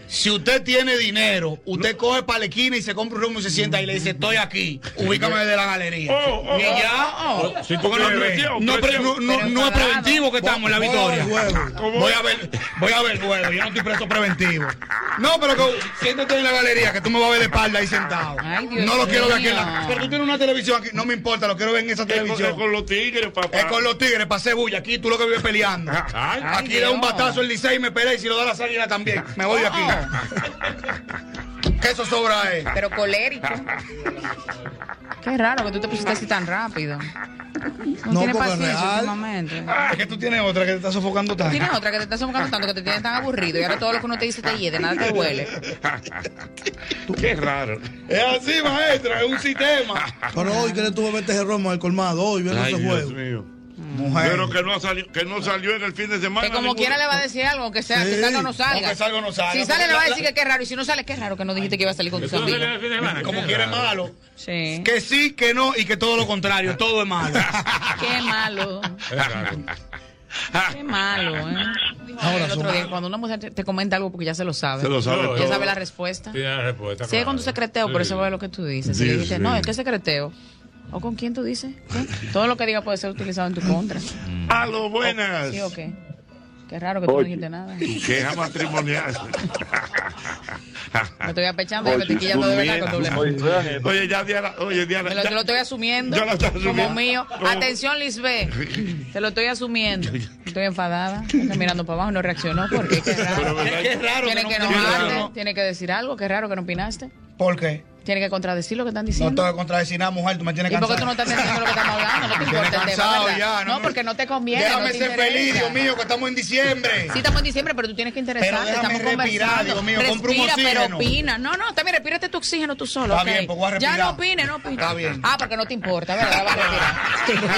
S4: Si usted tiene dinero, usted coge para la esquina y se compra un romo y se sienta y le dice, estoy aquí, ubícame desde la galería.
S15: Oh, oh,
S4: y
S15: oh.
S4: ya, oh.
S15: Si tú
S4: Porque no,
S15: quieres,
S4: no,
S15: precio,
S4: no- no-
S15: precio.
S4: no es preventivo que
S15: Pero
S4: estamos en la
S15: voy
S4: victoria.
S15: al juego. ¿Cómo
S4: Voy
S15: es?
S4: a ver, voy a ver el juego, yo no estoy preso preventivo. No, pero que, siéntate en la galería, que tú me vas a ver de espalda ahí sentado.
S15: Dios
S4: no lo quiero ver aquí
S15: mío.
S4: en la Pero tú tienes una televisión aquí, no me importa, lo quiero ver en esa televisión.
S3: es con los tigres, papá.
S4: Es con los tigres, para hacer bulla. Aquí tú lo que vives peleando. aquí
S15: Dios.
S4: da un batazo el Licey y me pelea y si lo da la salida también. Me voy de aquí. Que eso sobra eh. es.
S12: Pero colérico. Qué raro que tú te pusiste así tan rápido. No,
S4: No,
S12: tiene
S4: porque
S12: paciencia
S4: real. Ah,
S12: últimamente.
S4: Es que tú tienes otra que te está sofocando tanto.
S12: Tienes otra que te está sofocando tanto que te tienes tan aburrido y ahora todo lo que uno te dice te hiede, nada te huele.
S3: Qué raro.
S4: Es así, maestro, es un sistema.
S34: Pero hoy que le tuvo a meter ese romo al colmado, hoy viendo
S3: Ay,
S34: ese
S3: Dios
S34: juego.
S3: mío. Pero que no, salió, que no salió en el fin de semana.
S12: Que como
S3: ninguno.
S12: quiera le va a decir algo, que sea, que
S3: Sí.
S12: salga o no salga.
S3: Aunque salga o no salga,
S12: Si sale le va a
S3: porque la-
S12: decir que qué raro, y si no sale, qué raro que no dijiste que iba a salir con tu
S4: Entonces,
S12: amigo.
S4: el fin de semana, Como qué quiera
S12: quieres
S4: es raro. malo.
S12: Sí.
S4: Que sí, que no y que todo lo contrario, todo es malo.
S12: Qué malo. Qué malo, ¿eh? Dijo
S4: Ahora
S12: el otro
S4: son-
S12: día, cuando una mujer te- te comenta algo porque ya se lo sabe.
S17: Se lo sabe
S12: Ya
S17: todo.
S12: sabe la respuesta.
S17: Tiene la respuesta.
S12: Sigue con tu secreteo,
S17: Sí.
S12: pero eso es lo que tú dices. Si le
S17: Sí,
S12: dices,
S17: sí.
S12: no, es que secreteo. ¿O con quién tú dices? ¿Qué? Todo lo que diga puede ser utilizado en tu contra.
S3: A lo buenas.
S12: ¿Sí o qué? Qué raro que tú no
S3: Oye.
S12: dijiste nada.
S3: Tu queja matrimonial.
S12: Me estoy apechando y me estoy quillando de verdad con doble A.
S3: Oye, Oye, ya Diana, oye, Diana.
S12: Me lo,
S3: ya-
S12: te lo estoy asumiendo
S3: Yo lo estoy
S12: como
S3: asumiendo.
S12: mío.
S3: Como-
S12: Atención, Lisbeth. Te lo estoy asumiendo. Estoy enfadada. Está mirando para abajo, no reaccionó porque qué raro.
S4: Qué raro que
S12: Tiene
S4: no
S12: que
S4: opinaste.
S12: enojarte, tiene que decir algo. Qué raro que no opinaste.
S4: ¿Por qué?
S12: Tiene que contradecir lo que están
S4: No
S12: diciendo.
S4: estoy contra vecina, mujer, tú me tienes
S12: ¿Y por qué
S4: cansado.
S12: tú no estás entendiendo lo que estamos hablando? No te
S4: Me tiene
S12: importa el tema,
S4: cansado
S12: ¿verdad?
S4: ya,
S12: no,
S4: no me-
S12: porque no te conviene.
S4: Déjame
S12: no te
S4: ser
S12: interesa.
S4: feliz, Dios mío, que estamos en diciembre.
S12: Sí, estamos en diciembre, pero tú tienes que interesarte.
S4: Pero déjame
S12: estamos
S4: respirar,
S12: conversando.
S4: Dios mío, compra un
S12: Respira, pero
S4: oxígeno.
S12: opina. No, no, también respírate tu oxígeno tú solo.
S4: Está
S12: ok.
S4: bien, pues voy a
S12: Ya
S4: respirar.
S12: no opines, no opines.
S4: Está bien.
S12: Ah, porque no te importa, ¿verdad? Vas a respirar.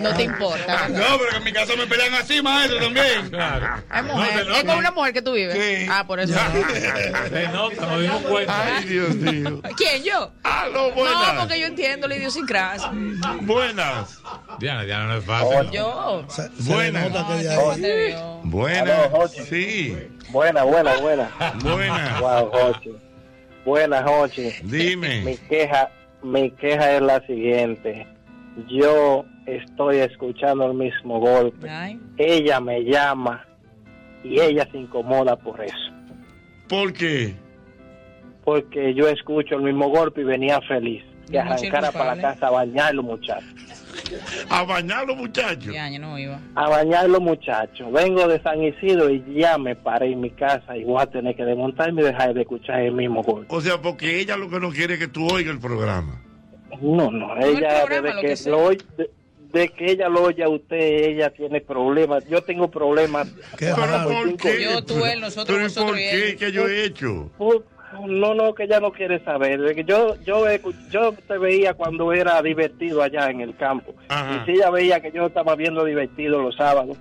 S12: no te importa, ¿verdad?
S4: No, pero que en mi casa me pelean así, maestro, también.
S17: Claro.
S12: Es mujer.
S17: No, no,
S12: es con
S17: no.
S12: una mujer que tú vives.
S17: Sí.
S12: Ah, por eso.
S17: Se nota, nos dimos cuenta.
S3: Ay, Dios mío.
S12: ¿Quién yo?
S3: Ah, no,
S12: No, porque yo entiendo la idiosincrasia.
S3: Buenas.
S17: Diana, Diana no es fácil.
S12: Yo.
S3: Buenas. Buenas. Sí.
S5: Buena, buena, buena.
S3: Buena.
S5: Wow, Jochi. Buena, Jochi.
S3: Dime.
S5: Mi queja, mi queja es la siguiente. Yo estoy escuchando el mismo golpe. Ella me llama y ella se incomoda por eso.
S3: ¿Por qué?
S5: Porque yo escucho el mismo golpe y venía feliz. Que
S12: Mucho ¿eh?
S5: arrancara para la
S12: culpable.
S5: casa a bañar los muchachos.
S3: A bañar los muchachos.
S12: Ya, yo no iba.
S5: A bañar los muchachos. Vengo de San Isidro y ya me paré en mi casa y voy a tener que desmontarme y dejar de escuchar el mismo golpe.
S3: O sea, porque ella lo que no quiere es que tú oigas el programa.
S5: No, no,
S3: el
S5: ella
S3: programa,
S5: desde
S3: lo
S5: que,
S3: que sea.
S5: lo oy- de, de que ella lo oye a usted, ella tiene problemas. Yo tengo problemas.
S3: Pero ¿por qué?
S5: Yo, tú, él, nosotros,
S3: Pero ¿y
S5: vosotros
S3: ¿Por
S5: y
S3: qué
S5: él?
S3: que yo he hecho?
S5: Pu- No, no, que ella no quiere saber. De que Yo, yo, escu- yo te veía cuando era divertido allá en el campo.
S3: Ajá.
S5: Y si ella veía que yo estaba viendo divertido los sábados.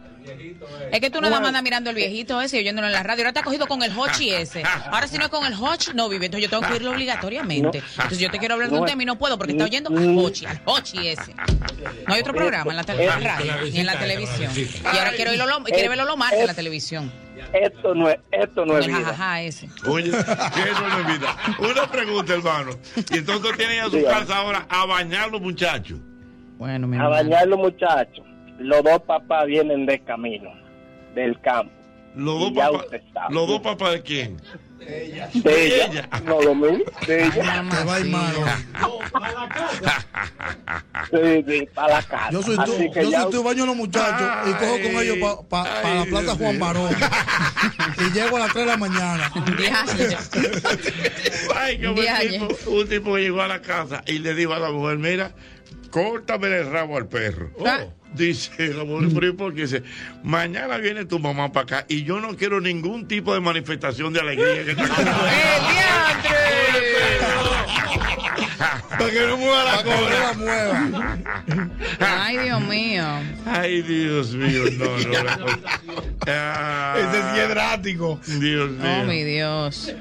S12: Es que tú nada más andas mirando el viejito ese y oyéndolo en la radio. Ahora te has cogido con el hochi ese. Ahora si no es con el hochi, no vive. Entonces yo tengo que irlo obligatoriamente.
S5: No.
S12: Entonces yo te quiero hablar de un
S5: No.
S12: tema y no puedo porque está oyendo al hochi, al hochi ese. No hay otro programa en la, tele- en la radio ni en la televisión. Y ahora quiero irlo lo- y quiere verlo lo martes en la televisión.
S5: Esto no es, esto no es
S12: El
S5: vida.
S12: jajaja ese.
S3: Oye, que no le olvida. Una pregunta, hermano. Y entonces tiene a su casa ahora a bañar los muchachos.
S12: Bueno,
S5: a bañar los muchachos. Los dos papás vienen del camino, del campo.
S3: Los
S5: Y
S3: dos
S5: ya
S3: papás.
S5: usted sabe.
S3: ¿Los dos papás de quién?
S5: De ella. No lo mismo. De ella. Sí, sí, para la casa.
S15: Yo soy tú,
S5: Así que
S15: yo
S5: ya
S15: soy tú, baño a los muchachos y cojo con ellos para la plaza Juan Barón. y llego a las 3 de la mañana.
S3: Ay, que
S15: Diez
S3: un, tipo, un tipo llegó a la casa y le dijo a la mujer, mira, córtame el rabo al perro. Oh,
S35: Ah.
S3: Dice la mujer, "Pero ¿y por qué?" dice, mañana viene tu mamá para acá y yo no quiero ningún tipo de manifestación de alegría que está
S12: Ah,
S3: Para que no mueva la
S35: que no
S3: cola.
S35: la
S12: Ay, Dios mío.
S3: Ay, Dios mío, no, no. Ese sí es drástico. Dios mío.
S12: Oh, mi Dios.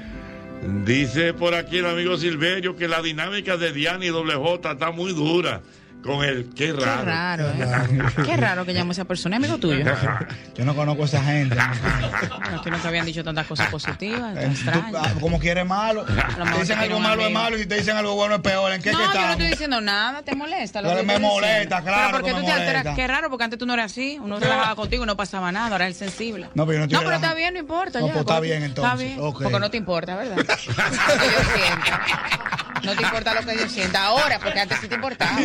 S3: Dice por aquí el amigo Silverio que la dinámica de Diana y doble J está muy dura. Con el qué raro.
S12: Qué raro, ¿eh? Qué raro que llamó esa persona. ¿Es amigo tuyo?
S4: Yo no conozco a esa gente.
S12: No, aquí no te habían dicho tantas cosas positivas, tan
S4: Eh, tú,
S12: extrañas.
S4: ah, como quieres malo.
S12: lo mejor
S4: Te dicen
S12: que
S4: algo
S12: un
S4: malo es
S12: amigo.
S4: malo y si te dicen algo bueno es peor. ¿En qué
S12: No,
S4: que
S12: yo no
S4: estamos?
S12: estoy diciendo nada, te molesta. lo
S4: Pero
S12: que
S4: me
S12: yo estoy
S4: molesta,
S12: diciendo.
S4: claro
S12: Pero porque
S4: que
S12: tú
S4: me
S12: te alteras,
S4: molesta.
S12: qué raro, porque antes tú no eras así, uno relajaba contigo, no pasaba nada, ahora es sensible.
S4: No, pero yo no estoy relajando.
S12: está bien, no importa.
S4: No,
S12: ya,
S4: pues está
S12: porque-
S4: bien, entonces,
S12: Está bien,
S4: ok.
S12: porque no te importa, ¿verdad? Lo que yo sienta. No te importa lo que yo sienta ahora, porque antes sí te importaba.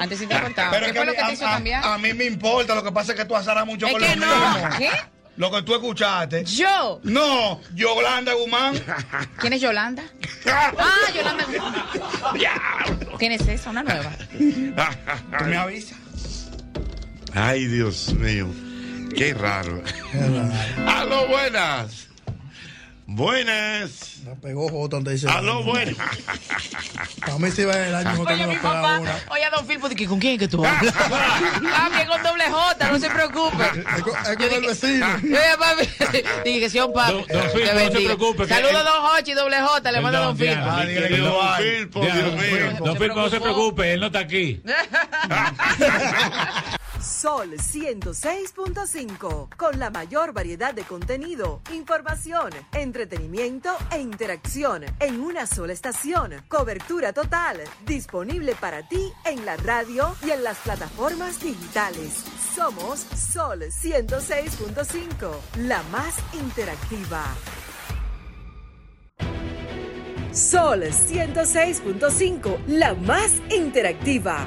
S12: Antes sí te importaba.
S4: Pero
S12: ¿Qué
S4: es
S12: fue lo que
S4: a,
S12: te hizo
S4: a-
S12: cambiar?
S4: a mí me importa, lo que pasa es que tú azaras mucho
S12: Es
S4: con
S12: que
S4: lo
S12: no,
S4: mismo.
S12: ¿qué?
S4: Lo que tú escuchaste.
S12: ¿Yo?
S4: No, Yolanda Guzmán.
S12: ¿Quién es Yolanda? Ah, Yolanda. ¿Quién es esa? Una nueva.
S4: Tú me avisas.
S3: Ay, Dios mío. Qué raro. Aló, buenas. Buenas.
S15: Me pegó Jota antes de
S3: Aló, buenas.
S15: A mí se va el año Jota
S12: Oye,
S15: no lo
S12: mi
S15: esperaba
S12: papá,
S15: ahora.
S12: oye, don Filpo, dije, ¿con quién es que tú hablas? Ah, bien con doble J, no se preocupe.
S15: Es con el vecino.
S12: Oye, papi, dije que sí, un papi.
S15: Don- don Filpo, no se
S12: bendiga.
S15: preocupe, que-
S12: Saludos, don Hochi, doble J, le mando a don
S17: Perdón,
S12: Filpo.
S17: Diana,
S12: Ay,
S17: mi querido Don Filpo, Diana, Don Filpo, no se preocupe, él no está aquí.
S22: Sol 106.5, con la mayor variedad de contenido, información, entretenimiento e interacción en una sola estación. Cobertura total, disponible para ti en la radio y en las plataformas digitales. Somos Sol 106.5, la más interactiva. Sol 106.5, la más interactiva.